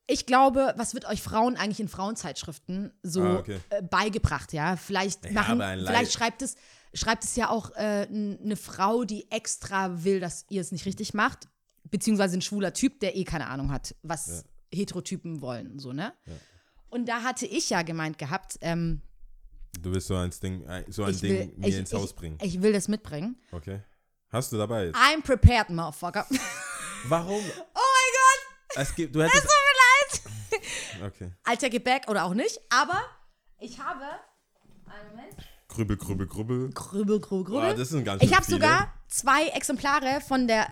Speaker 3: ich glaube, was wird euch Frauen eigentlich in Frauenzeitschriften so
Speaker 5: Ah, okay.
Speaker 3: äh, beigebracht, ja? Vielleicht
Speaker 5: Ja,
Speaker 3: machen,
Speaker 5: aber ein Leid-
Speaker 3: vielleicht schreibt es, schreibt es ja auch äh, n- eine Frau, die extra will, dass ihr es nicht richtig macht, beziehungsweise ein schwuler Typ, der eh keine Ahnung hat, was Heterotypen wollen, so ne? Und da hatte ich ja gemeint gehabt, ähm,
Speaker 5: Du willst so ein Ding, ein- so ein
Speaker 3: ich,
Speaker 5: Ding
Speaker 3: will,
Speaker 5: mir
Speaker 3: ich,
Speaker 5: ins
Speaker 3: ich,
Speaker 5: Haus bringen.
Speaker 3: ich Ah. will das mitbringen.
Speaker 5: Okay. Hast du dabei jetzt?
Speaker 3: I'm prepared, motherfucker. oh mein
Speaker 5: Warum?
Speaker 3: Gott,
Speaker 5: Es gibt, du hättest.
Speaker 3: tut mir leid.
Speaker 5: Okay.
Speaker 3: Alter Gebäck oder auch nicht, aber ich habe. Einen Moment.
Speaker 5: Krübbel, krübbel, krübbel.
Speaker 3: Grübel, grübel, grübel.
Speaker 5: Boah, das sind ganz
Speaker 3: ich
Speaker 5: schön
Speaker 3: habe
Speaker 5: Also viele.
Speaker 3: sogar zwei Exemplare von der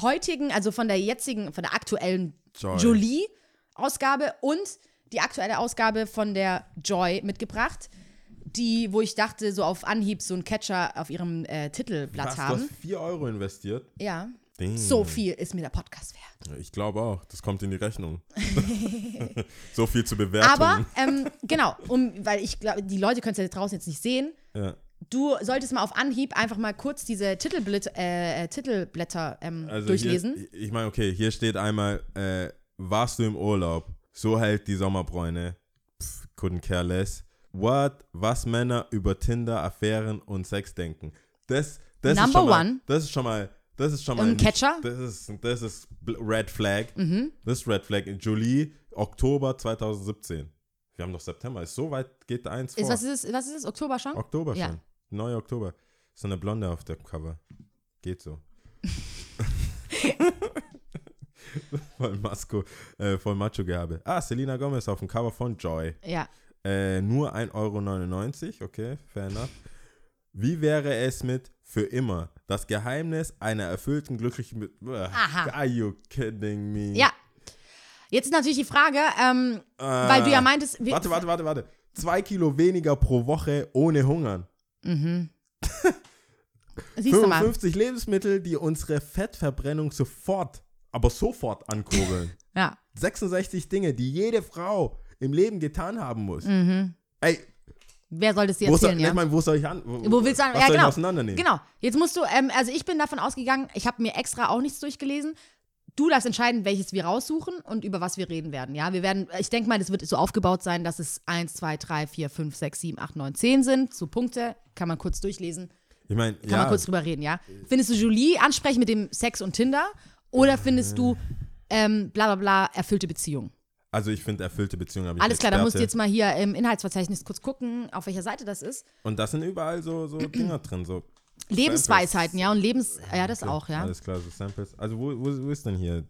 Speaker 3: heutigen, also von der jetzigen, von der aktuellen
Speaker 5: Joy.
Speaker 3: Jolie-Ausgabe und die aktuelle Ausgabe von der Joy mitgebracht. Die, wo ich dachte, so auf Anhieb so einen Catcher auf ihrem äh, Titelblatt
Speaker 5: Was, du
Speaker 3: haben.
Speaker 5: hast 4 Euro investiert.
Speaker 3: Ja.
Speaker 5: Ding.
Speaker 3: So viel ist mir der Podcast wert.
Speaker 5: Ich glaube auch, das kommt in die Rechnung. so viel zu bewerten.
Speaker 3: Aber ähm, genau, um, weil ich glaube, die Leute können es ja draußen jetzt nicht sehen.
Speaker 5: ja.
Speaker 3: Du solltest mal auf Anhieb einfach mal kurz diese Titelblätter, äh, äh, Titelblätter ähm, durchlesen.
Speaker 5: Also Hier, ich meine, okay, hier steht einmal, äh, warst du im Urlaub? So hält die Sommerbräune. Pff, couldn't care less. What? Was Männer über Tinder, Affären und Sex denken. Das, das ist
Speaker 3: Number
Speaker 5: schon mal,
Speaker 3: one.
Speaker 5: Das ist schon mal, das ist schon mal.
Speaker 3: Ein
Speaker 5: nicht-
Speaker 3: Catcher? Mhm.
Speaker 5: Das ist, das ist bl- Red Flag. Das ist Red Flag. In Julie, Oktober 2017. Wir haben noch September. Ist so weit geht eins vor.
Speaker 3: Ist, was, ist es, was ist es? Oktober schon?
Speaker 5: Oktober
Speaker 3: Ja.
Speaker 5: schon. Neuer Oktober. So eine Blonde auf dem Cover. Geht so. voll Masko, äh, voll Macho-Gehabe. Ah, Selena Gomez auf dem Cover von Joy.
Speaker 3: Ja.
Speaker 5: Äh, nur 1,99 Euro, okay, fair enough. Wie wäre es mit für immer? Das Geheimnis einer erfüllten, glücklichen...
Speaker 3: Aha.
Speaker 5: Aha. Are you kidding me?
Speaker 3: Ja. Jetzt ist natürlich die Frage, ähm, weil du ja meintest. wir-
Speaker 5: Äh, Warte, warte, warte, warte. Zwei Kilo weniger pro Woche ohne Hungern.
Speaker 3: Siehst du mal.
Speaker 5: 55 Lebensmittel, die unsere Fettverbrennung sofort, aber sofort ankurbeln.
Speaker 3: Ja.
Speaker 5: 66 Dinge, die jede Frau im Leben getan haben muss. Ey,
Speaker 3: Wer soll das dir
Speaker 5: Wo, soll,
Speaker 3: Mhm. erzählen,
Speaker 5: ich
Speaker 3: ja?
Speaker 5: meine, wo soll ich an?
Speaker 3: Wo willst du an?
Speaker 5: was
Speaker 3: ja,
Speaker 5: soll
Speaker 3: genau.
Speaker 5: ich auseinandernehmen?
Speaker 3: Genau. Jetzt musst du, ähm, also ich bin davon ausgegangen, ich habe mir extra auch nichts durchgelesen. Du darfst entscheiden, welches wir raussuchen und über was wir reden werden. Ja, wir werden, ich denke mal, das wird so aufgebaut sein, dass es 1, 2, 3, 4, 5, 6, 7, 8, 9, 10 sind. So Punkte, kann man kurz durchlesen,
Speaker 5: Ich meine,
Speaker 3: kann
Speaker 5: ja,
Speaker 3: man kurz drüber reden, ja. Findest du Julie ansprechen mit dem Sex und Tinder oder findest du ähm, bla bla bla erfüllte Beziehung?
Speaker 5: also ich finde erfüllte Beziehungen habe ich
Speaker 3: Alles klar, da musst du
Speaker 5: Experte.
Speaker 3: jetzt mal hier im Inhaltsverzeichnis kurz gucken, auf welcher Seite das ist.
Speaker 5: Und das sind überall so, so Dinger drin, so.
Speaker 3: Lebensweisheiten, ja, und Lebens, ja, das auch, ja.
Speaker 5: Alles klar, so Samples. Also wo, wo, wo ist denn hier?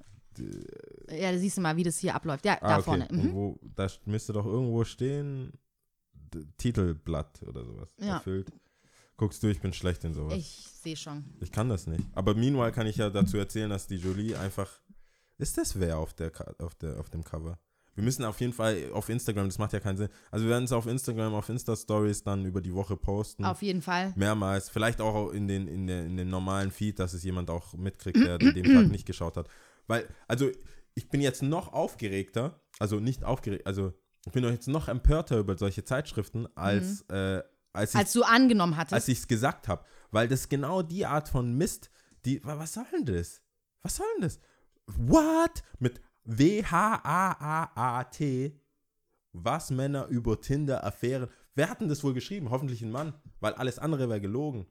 Speaker 3: Ja, da siehst du mal, wie das hier abläuft. Ja,
Speaker 5: Ah,
Speaker 3: da
Speaker 5: okay.
Speaker 3: vorne.
Speaker 5: Und
Speaker 3: Mhm.
Speaker 5: wo, da st- müsste doch irgendwo stehen, D Titelblatt oder sowas.
Speaker 3: Ja.
Speaker 5: Erfüllt. Guckst du, ich bin schlecht in sowas. Ich,
Speaker 3: Ich sehe schon.
Speaker 5: kann das nicht. Aber meanwhile kann ich ja dazu erzählen, dass die Jolie einfach. Ist das wer auf, der, Ka- auf, der, auf dem Cover? Wir müssen auf jeden Fall auf Instagram, das macht ja keinen Sinn. Also wir werden es auf Instagram, auf Insta-Stories dann über die Woche posten.
Speaker 3: Auf jeden Fall.
Speaker 5: Mehrmals, vielleicht auch in den, in, den, in den normalen Feed, dass es jemand auch mitkriegt, der an dem Tag nicht geschaut hat. Weil, also, ich bin jetzt noch aufgeregter, also nicht aufgeregt, also ich bin doch jetzt noch empörter über solche Zeitschriften, als, äh, als ich
Speaker 3: Als du angenommen hattest.
Speaker 5: als ich es gesagt habe. Weil das genau die Art von Mist, die. wa- Was soll denn das? Was soll denn das? What? Mit W-H-A-A-A-T. Was Männer über Tinder-Affären. Wer hat denn das wohl geschrieben? Hoffentlich ein Mann, weil alles andere wäre gelogen.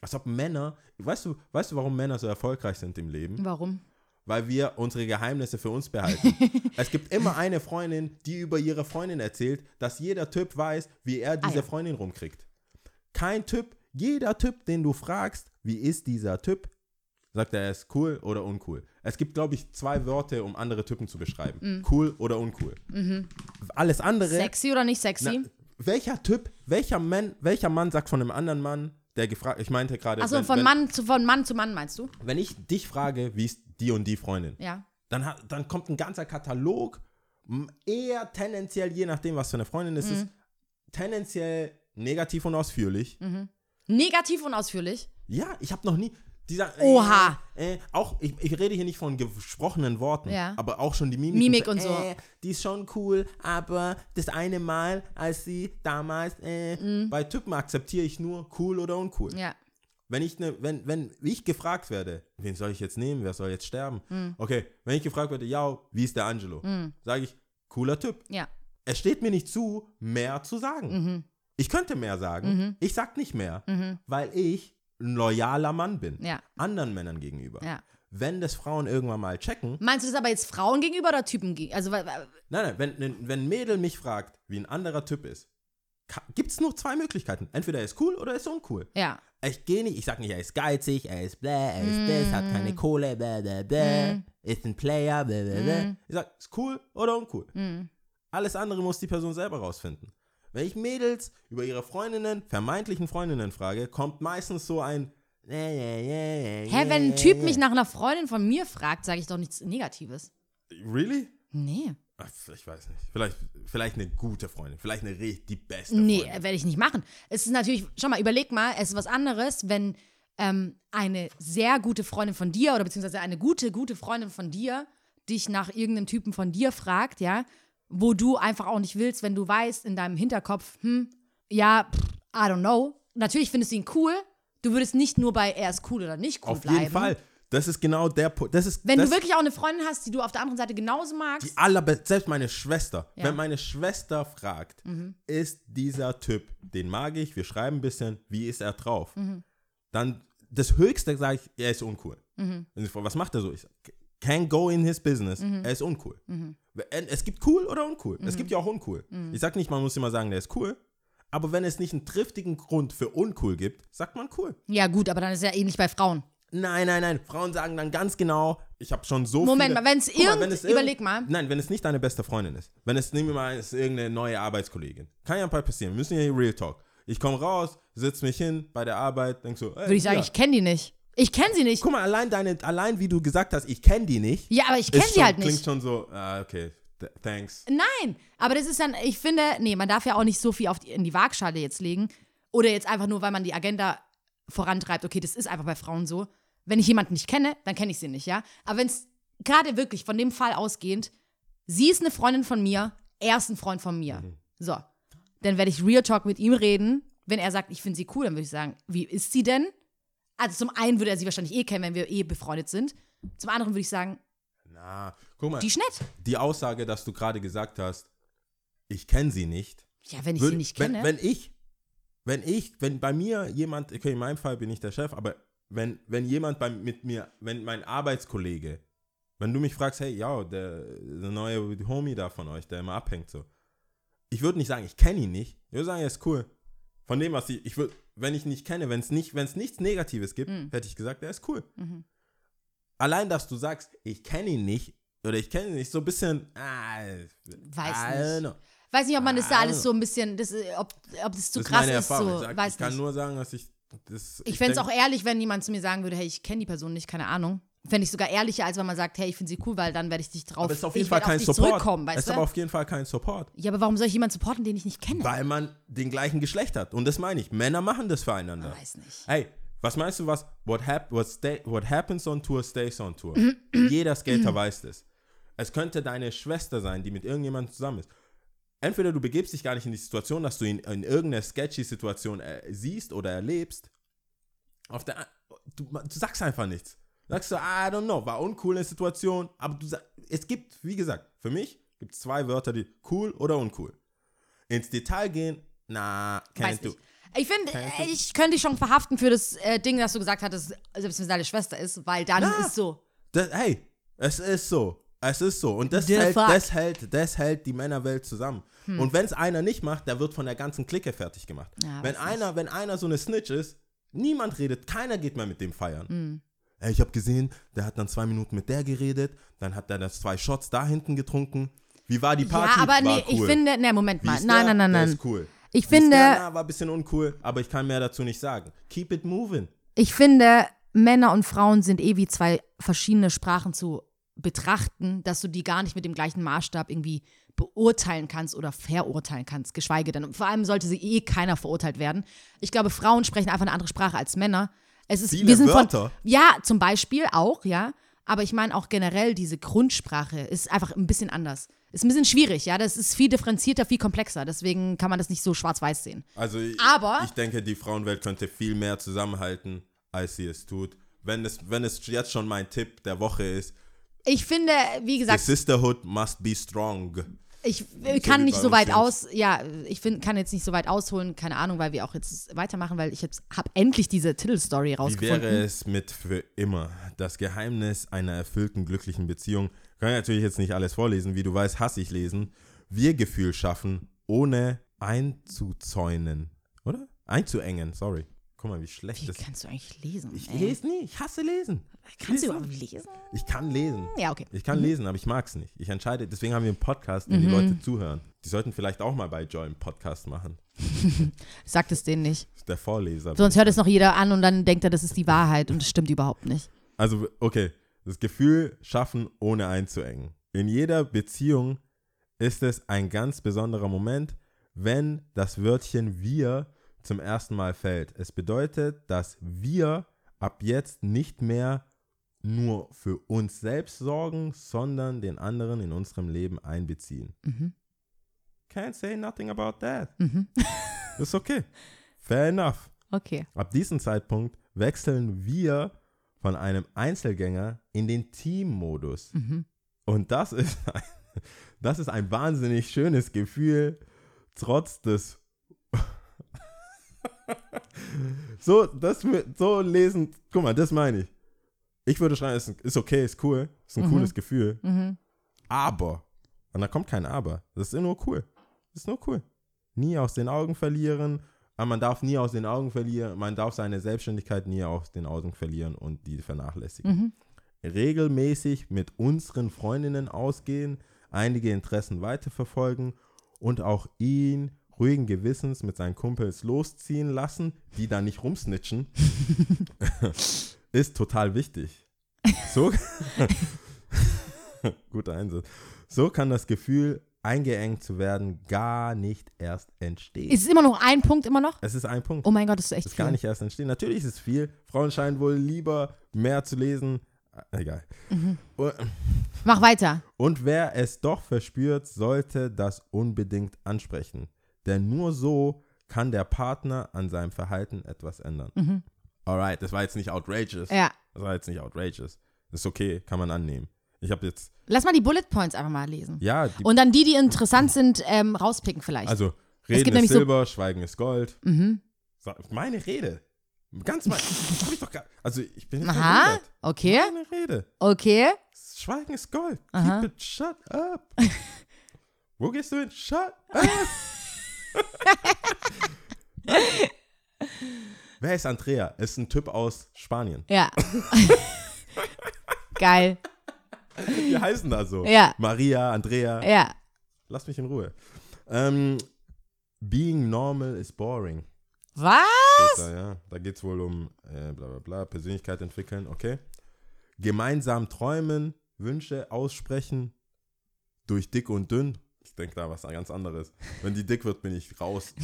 Speaker 5: Als ob Männer. Weißt du, weißt du, warum Männer so erfolgreich sind im Leben?
Speaker 3: Warum?
Speaker 5: weil wir unsere Geheimnisse für uns behalten. es gibt immer eine Freundin, die über ihre Freundin erzählt, dass jeder Typ weiß, wie er diese
Speaker 3: Ah, ja.
Speaker 5: Freundin rumkriegt. Kein Typ, jeder Typ, den du fragst, wie ist dieser Typ, sagt er, er ist cool oder uncool. Es gibt, glaube ich, zwei Wörter, um andere Typen zu beschreiben. Cool oder uncool. Alles andere
Speaker 3: Mhm. Sexy oder nicht sexy?
Speaker 5: Äh? na, welcher Typ, welcher Mann, welcher Mann sagt von einem anderen Mann, der gefragt, ich meinte gerade,
Speaker 3: Achso,
Speaker 5: wenn,
Speaker 3: von,
Speaker 5: wenn,
Speaker 3: Mann zu- von Mann zu Mann meinst du?
Speaker 5: wenn ich dich frage, wie ist die und die Freundin,
Speaker 3: Ja.
Speaker 5: dann, hat, dann kommt ein ganzer Katalog, m- eher tendenziell, je nachdem, was für eine Freundin es
Speaker 3: Mhm.
Speaker 5: ist, tendenziell negativ und ausführlich.
Speaker 3: Mhm. Negativ und ausführlich.
Speaker 5: Ja, ich habe noch nie. Dieser,
Speaker 3: Oha.
Speaker 5: Äh, äh, auch, ich, ich rede hier nicht von gesprochenen Worten,
Speaker 3: Ja.
Speaker 5: aber auch schon die Mimik.
Speaker 3: Mimik und so.
Speaker 5: Äh, die ist schon cool, aber das eine Mal, als sie damals, äh,
Speaker 3: Mhm.
Speaker 5: bei Typen akzeptiere ich nur cool oder uncool.
Speaker 3: Ja.
Speaker 5: Wenn ich, ne, wenn, wenn ich gefragt werde, wen soll ich jetzt nehmen, wer soll jetzt sterben?
Speaker 3: Mm.
Speaker 5: Okay, wenn ich gefragt werde, ja, wie ist der Angelo? Sage ich, cooler Typ.
Speaker 3: Ja.
Speaker 5: Es steht mir nicht zu, mehr zu sagen.
Speaker 3: Mhm.
Speaker 5: Ich könnte mehr sagen. Ich sag nicht mehr, weil ich ein loyaler Mann bin.
Speaker 3: Ja.
Speaker 5: Anderen Männern gegenüber.
Speaker 3: Ja.
Speaker 5: Wenn das Frauen irgendwann mal checken,
Speaker 3: Meinst du das aber jetzt Frauen gegenüber oder Typen gegenüber? Also, weil- weil-
Speaker 5: Nein, nein, wenn, wenn- wenn ein Mädel mich fragt, wie ein anderer Typ ist, gibt es nur zwei Möglichkeiten. Entweder er ist cool oder er ist uncool.
Speaker 3: ja.
Speaker 5: Ich gehe nicht, ich sag nicht, er ist geizig, er ist bläh, er ist das,
Speaker 3: Mm.
Speaker 5: hat keine Kohle, bläh, bläh, bläh, ist ein Player, bläh, bläh, bläh.
Speaker 3: Mm.
Speaker 5: Ich sag, ist cool oder uncool. Alles andere muss die Person selber rausfinden. Wenn ich Mädels über ihre Freundinnen, vermeintlichen Freundinnen frage, kommt meistens so ein
Speaker 3: Hä,
Speaker 5: Hä,
Speaker 3: wenn ein Typ
Speaker 5: Äh.
Speaker 3: mich nach einer Freundin von mir fragt, sage ich doch nichts Negatives.
Speaker 5: Really?
Speaker 3: Nee.
Speaker 5: Ach, Ich weiß nicht. Vielleicht, vielleicht eine gute Freundin. Vielleicht eine richtig die beste
Speaker 3: Nee, äh,
Speaker 5: Freundin.
Speaker 3: werde ich nicht machen. Es ist natürlich, schau mal, überleg mal, es ist was anderes, wenn ähm, eine sehr gute Freundin von dir oder beziehungsweise eine gute, gute Freundin von dir dich nach irgendeinem Typen von dir fragt, ja, wo du einfach auch nicht willst, wenn du weißt in deinem Hinterkopf, hm, ja, pff, I don't know. Natürlich findest du ihn cool. Du würdest nicht nur bei er ist cool oder nicht cool
Speaker 5: Auf
Speaker 3: bleiben.
Speaker 5: jeden Fall. Das ist genau der Punkt. Das ist
Speaker 3: Wenn
Speaker 5: das
Speaker 3: du wirklich auch eine Freundin hast, die du auf der anderen Seite genauso magst,
Speaker 5: die allerbe selbst meine Schwester.
Speaker 3: Ja.
Speaker 5: Wenn meine Schwester fragt, ist dieser Typ, den mag ich, wir schreiben ein bisschen, wie ist er drauf? Dann das Höchste sage ich, er ist uncool. Und sie fragt, was macht er so? Ich sag, can go in his business. Er ist uncool. Wenn- Es gibt cool oder uncool. Es gibt ja auch uncool. Ich sag nicht, man muss immer sagen, der ist cool. Aber wenn es nicht einen triftigen Grund für uncool gibt, sagt man cool.
Speaker 3: ja gut, aber dann ist ja ähnlich bei Frauen.
Speaker 5: Nein, nein, nein. Frauen sagen dann ganz genau, ich habe schon so
Speaker 3: Moment
Speaker 5: viele...
Speaker 3: mal, wenn's
Speaker 5: Guck
Speaker 3: irgend-
Speaker 5: irgend-
Speaker 3: überleg mal.
Speaker 5: Nein, wenn es nicht deine beste Freundin ist. Wenn es, nehmen wir mal, es ist irgendeine neue Arbeitskollegin. Kann ja mal passieren. Wir müssen ja hier Real Talk. Ich komme raus, setz mich hin bei der Arbeit, denk so...
Speaker 3: Würde ich sagen,
Speaker 5: ja.
Speaker 3: ich kenne die nicht. Ich kenne sie nicht.
Speaker 5: Guck mal, allein, deine, allein wie du gesagt hast, ich kenne die nicht.
Speaker 3: Ja, aber ich kenne
Speaker 5: ist
Speaker 3: sie
Speaker 5: schon,
Speaker 3: halt nicht.
Speaker 5: Klingt schon so, ah, okay, th- thanks.
Speaker 3: Nein, aber das ist dann, ich finde, nee, man darf ja auch nicht so viel auf die, in die Waagschale jetzt legen. Oder jetzt einfach nur, weil man die Agenda vorantreibt. Okay, das ist einfach bei Frauen so. Wenn ich jemanden nicht kenne, dann kenne ich sie nicht, ja. Aber wenn es gerade wirklich von
Speaker 5: Mhm.
Speaker 3: dem Fall ausgehend, sie ist eine Freundin von mir, er ist ein Freund von mir. So. Dann werde ich Real Talk mit ihm reden. Wenn er sagt, ich finde sie cool, dann würde ich sagen, wie ist sie denn? Also zum einen würde er sie wahrscheinlich eh kennen, wenn wir eh befreundet sind. Zum anderen würde ich sagen,
Speaker 5: Na, guck mal,
Speaker 3: die ist
Speaker 5: die,
Speaker 3: nett.
Speaker 5: Aussage, dass du gerade gesagt hast, ich kenne sie nicht,
Speaker 3: Ja, wenn ich
Speaker 5: Würd-
Speaker 3: sie nicht
Speaker 5: wenn,
Speaker 3: kenne.
Speaker 5: Wenn ich, wenn ich, wenn bei mir jemand, okay, in meinem Fall bin ich der Chef, aber wenn, wenn jemand bei, mit mir, wenn mein Arbeitskollege, wenn du mich fragst, hey, ja, der, der neue Homie da von euch, der immer abhängt, so. Ich würde nicht sagen, ich kenne ihn nicht. Ich würde sagen, er ist cool. Von dem, was ich, ich würde, wenn ich ihn nicht kenne, wenn es nicht, wenn es nichts Negatives gibt,
Speaker 3: Mhm.
Speaker 5: hätte ich gesagt, er ist cool. Allein, dass du sagst, ich kenne ihn nicht, oder ich kenne ihn nicht, so ein bisschen, ah, I
Speaker 3: nicht.
Speaker 5: don't know.
Speaker 3: Weiß nicht, ob man das da
Speaker 5: Ah.
Speaker 3: alles so ein bisschen, das, äh, ob, ob das zu
Speaker 5: Das
Speaker 3: krass
Speaker 5: meine
Speaker 3: ist. So,
Speaker 5: Erfahrung. ich, sag,
Speaker 3: weiß
Speaker 5: ich kann
Speaker 3: nicht.
Speaker 5: nur sagen, dass ich das.
Speaker 3: ich fände es
Speaker 5: denk-
Speaker 3: auch ehrlich, wenn jemand zu mir sagen würde, hey, ich kenne die Person nicht, keine Ahnung. Fände ich sogar ehrlicher, als wenn man sagt, hey, ich finde sie cool, weil dann werde ich dich drauf,
Speaker 5: Aber es ist auf jeden
Speaker 3: ich
Speaker 5: Fall
Speaker 3: werd
Speaker 5: kein
Speaker 3: auf dich
Speaker 5: Support.
Speaker 3: zurückkommen,
Speaker 5: es
Speaker 3: weißt
Speaker 5: ist aber
Speaker 3: du?
Speaker 5: auf jeden Fall kein Support,
Speaker 3: Ja, aber warum soll ich jemanden supporten, den ich nicht kenne?
Speaker 5: weil man den gleichen Geschlecht hat. Und das meine ich. Männer machen das füreinander.
Speaker 3: Weiß nicht.
Speaker 5: Hey, was meinst du, was what, hap what, stay, what happens on tour stays on tour? Jeder Skater
Speaker 3: Mhm.
Speaker 5: weiß das. Es könnte deine Schwester sein, die mit irgendjemandem zusammen ist. Entweder du begebst dich gar nicht in die Situation, dass du ihn in irgendeiner sketchy Situation äh, siehst oder erlebst. Auf der, a- du, du sagst einfach nichts. Sagst du, "Ah, I don't know, war uncool in der Situation. Aber du sag, es gibt, wie gesagt, für mich gibt es zwei Wörter, die cool oder uncool. Ins Detail gehen, na,
Speaker 3: Weiß
Speaker 5: kennst du.
Speaker 3: nicht. Ich finde, äh, ich könnte dich schon verhaften für das äh, Ding, dass du gesagt hattest, selbst wenn es deine Schwester ist, weil dann
Speaker 5: Na.
Speaker 3: ist so.
Speaker 5: Das, hey, es ist so. Es ist so. Und das
Speaker 3: The
Speaker 5: hält,
Speaker 3: fuck? Hm.
Speaker 5: das, hält, das hält die Männerwelt zusammen. Und wenn es einer nicht macht, der wird von der ganzen Clique fertig gemacht.
Speaker 3: Ja,
Speaker 5: wenn,
Speaker 3: weiß
Speaker 5: einer, wenn einer so eine Snitch ist, niemand redet, keiner geht mehr mit dem feiern.
Speaker 3: Hm.
Speaker 5: Ey, ich habe gesehen, der hat dann zwei Minuten mit der geredet, dann hat er das zwei Shots da hinten getrunken. Wie war die Party?
Speaker 3: Ja, aber
Speaker 5: war
Speaker 3: nee, ich
Speaker 5: cool.
Speaker 3: finde, nee, Moment
Speaker 5: Wie
Speaker 3: mal.
Speaker 5: ist
Speaker 3: Nein,
Speaker 5: der?
Speaker 3: nein, nein,
Speaker 5: Der
Speaker 3: nein.
Speaker 5: Ist cool.
Speaker 3: Ich
Speaker 5: Wie ist
Speaker 3: finde-
Speaker 5: der? Na, war ein bisschen uncool, aber ich kann mehr dazu nicht sagen. Keep it moving.
Speaker 3: Ich finde, Männer und Frauen sind eh wie zwei verschiedene Sprachen zu betrachten, dass du die gar nicht mit dem gleichen Maßstab irgendwie beurteilen kannst oder verurteilen kannst, geschweige denn. Und vor allem sollte sie eh keiner verurteilt werden. Ich glaube, Frauen sprechen einfach eine andere Sprache als Männer. Es ist,
Speaker 5: Viele
Speaker 3: wir sind Von,
Speaker 5: Wörter.
Speaker 3: ja, zum Beispiel auch, ja. Aber ich meine auch generell, diese Grundsprache ist einfach ein bisschen anders. Ist ein bisschen schwierig, ja. Das ist viel differenzierter, viel komplexer. Deswegen kann man das nicht so schwarz-weiß sehen.
Speaker 5: Also ich,
Speaker 3: Aber-
Speaker 5: ich denke, die Frauenwelt könnte viel mehr zusammenhalten, als sie es tut. Wenn es, wenn es jetzt schon mein Tipp der Woche ist,
Speaker 3: Ich finde, wie
Speaker 5: the
Speaker 3: gesagt,
Speaker 5: Sisterhood must be strong.
Speaker 3: Ich äh, kann
Speaker 5: wie
Speaker 3: nicht
Speaker 5: bei
Speaker 3: so
Speaker 5: uns
Speaker 3: weit
Speaker 5: jetzt.
Speaker 3: aus, ja, ich find, kann jetzt nicht so weit ausholen, keine Ahnung, weil wir auch jetzt weitermachen, weil ich jetzt habe endlich diese Titelstory
Speaker 5: Wie wäre
Speaker 3: rausgefunden.
Speaker 5: es mit für immer? Das Geheimnis einer erfüllten, glücklichen Beziehung. Kann ich natürlich jetzt nicht alles vorlesen. Wie du weißt, hasse ich lesen. Wir Gefühl schaffen, ohne einzuzäunen. Oder? Einzuengen, sorry. Guck mal, wie schlecht
Speaker 3: Wie
Speaker 5: das ist.
Speaker 3: kannst du eigentlich lesen?
Speaker 5: Ich
Speaker 3: ey?
Speaker 5: lese nie. Ich hasse lesen.
Speaker 3: Kannst du
Speaker 5: lese-
Speaker 3: überhaupt lesen?
Speaker 5: Ich kann lesen.
Speaker 3: Ja, okay.
Speaker 5: Ich kann lesen, aber ich mag es nicht. Ich entscheide, deswegen haben wir einen Podcast, wo die Leute zuhören. Die sollten vielleicht auch mal bei Joy einen Podcast machen.
Speaker 3: Sagt es denen nicht.
Speaker 5: Der Vorleser.
Speaker 3: Sonst hört es noch jeder an und dann denkt er, das ist die Wahrheit und das stimmt überhaupt nicht.
Speaker 5: Also, okay, das Gefühl schaffen, ohne einzuengen. In jeder Beziehung ist es ein ganz besonderer Moment, wenn das Wörtchen wir zum ersten Mal fällt. Es bedeutet, dass wir ab jetzt nicht mehr nur für uns selbst sorgen, sondern den anderen in unserem Leben einbeziehen. Can't say nothing about that. Ist okay. Fair enough.
Speaker 3: Okay.
Speaker 5: Ab diesem Zeitpunkt wechseln wir von einem Einzelgänger in den Teammodus. Und das ist, ein, das ist ein wahnsinnig schönes Gefühl, trotz des. so, das, wür- so lesen, guck mal, das meine ich. Ich würde schreiben, ist, ist okay, ist cool, ist ein cooles Gefühl. Aber, und da kommt kein Aber, das ist nur cool. Das ist nur cool nie aus den Augen verlieren. Aber man darf nie aus den Augen verlieren. Man darf seine Selbstständigkeit nie aus den Augen verlieren und die vernachlässigen. Regelmäßig mit unseren Freundinnen ausgehen, einige Interessen weiterverfolgen und auch ihn ruhigen Gewissens mit seinen Kumpels losziehen lassen, die da nicht rumsnitchen, ist total wichtig. So, guter Einsatz. So kann das Gefühl, eingeengt zu werden, gar nicht erst entstehen.
Speaker 3: Ist es immer noch ein Punkt immer noch?
Speaker 5: es ist ein Punkt.
Speaker 3: Oh mein Gott, das ist echt
Speaker 5: Es ist
Speaker 3: viel.
Speaker 5: gar nicht erst entstehen. Natürlich ist es viel. Frauen scheinen wohl lieber mehr zu lesen. Äh, Egal. Und,
Speaker 3: Mach weiter.
Speaker 5: und wer es doch verspürt, sollte das unbedingt ansprechen. Denn nur so kann der Partner an seinem Verhalten etwas ändern. Alright, das war jetzt nicht outrageous.
Speaker 3: Mhm. Ja.
Speaker 5: Das war jetzt nicht outrageous. Das ist okay, kann man annehmen. Ich habe jetzt,
Speaker 3: Lass mal die Bullet Points einfach mal lesen.
Speaker 5: ja, die,
Speaker 3: Und dann die, die interessant sind, ähm, rauspicken vielleicht.
Speaker 5: also
Speaker 3: gibt
Speaker 5: Reden ist
Speaker 3: nämlich so- Mhm.
Speaker 5: Silber, Schweigen ist Gold. Sa- Meine Rede. Ganz mal. ich hab mich doch gar, also ich bin jetzt
Speaker 3: Aha,
Speaker 5: verwundert.
Speaker 3: okay,
Speaker 5: Meine Rede.
Speaker 3: okay.
Speaker 5: Schweigen ist Gold.
Speaker 3: Aha.
Speaker 5: Keep it shut up. Wo gehst du hin? Shut up. Wer ist Andrea? Ist ein Typ aus Spanien.
Speaker 3: Ja. Geil.
Speaker 5: Die heißen da so.
Speaker 3: Ja.
Speaker 5: Maria, Andrea.
Speaker 3: Ja.
Speaker 5: Lass mich in Ruhe. Ähm, being normal is boring.
Speaker 3: Was?
Speaker 5: Steht Da, ja. da geht es wohl um äh, bla bla bla, Persönlichkeit entwickeln, okay. Gemeinsam träumen, Wünsche aussprechen, durch dick und dünn. Ich denke da was ganz anderes. Wenn die dick wird, bin ich raus.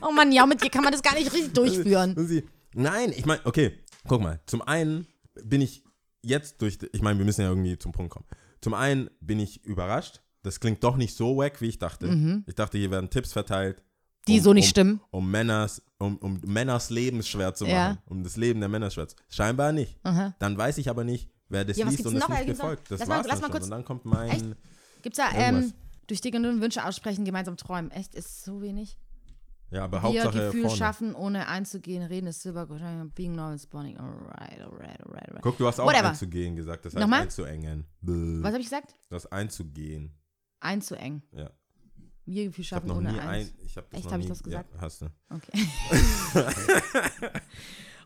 Speaker 3: Oh Mann, ja, mit dir kann man das gar nicht richtig durchführen.
Speaker 5: Und sie, nein, ich meine, okay, guck mal. Zum einen bin ich jetzt durch, ich meine, wir müssen ja irgendwie zum Punkt kommen. Zum einen bin ich überrascht. Das klingt doch nicht so wack, wie ich dachte. Ich dachte, hier werden Tipps verteilt.
Speaker 3: Mhm. Die so nicht
Speaker 5: um,
Speaker 3: stimmen.
Speaker 5: Um Männers, um, um Männers Leben schwer zu machen.
Speaker 3: Ja.
Speaker 5: Um das Leben der Männer schwer zu Scheinbar nicht.
Speaker 3: Aha.
Speaker 5: Dann weiß ich aber nicht, wer das
Speaker 3: Ja, was
Speaker 5: liest und
Speaker 3: gibt's
Speaker 5: das
Speaker 3: noch?
Speaker 5: nicht
Speaker 3: Gibt's noch-
Speaker 5: gefolgt. Das
Speaker 3: Lass mal-
Speaker 5: war's
Speaker 3: lass
Speaker 5: dann
Speaker 3: mal
Speaker 5: schon.
Speaker 3: kurz-
Speaker 5: Und dann kommt mein...
Speaker 3: Echt? Gibt's da ähm,
Speaker 5: Irgendwas.
Speaker 3: durch dicke und dünne Wünsche aussprechen, gemeinsam träumen? Echt, ist so wenig.
Speaker 5: Ja, aber
Speaker 3: Wir
Speaker 5: Hauptsache
Speaker 3: Gefühl
Speaker 5: vorne.
Speaker 3: schaffen, ohne einzugehen, reden ist Silber, Being Normal is Boring. Alright, alright, alright, alright.
Speaker 5: Guck, du hast auch
Speaker 3: Whatever.
Speaker 5: einzugehen gesagt. Das heißt
Speaker 3: Nochmal?
Speaker 5: einzuengen. Bäh.
Speaker 3: Was habe ich gesagt?
Speaker 5: Du hast einzugehen.
Speaker 3: Einzuengen.
Speaker 5: Ja.
Speaker 3: Wir Gefühl
Speaker 5: Ich habe
Speaker 3: schaffen,
Speaker 5: noch nie
Speaker 3: ohne
Speaker 5: ein.
Speaker 3: eins.
Speaker 5: Ich hab das
Speaker 3: Echt,
Speaker 5: noch
Speaker 3: hab ich
Speaker 5: nie-
Speaker 3: das gesagt?
Speaker 5: Ja, hast du.
Speaker 3: Okay.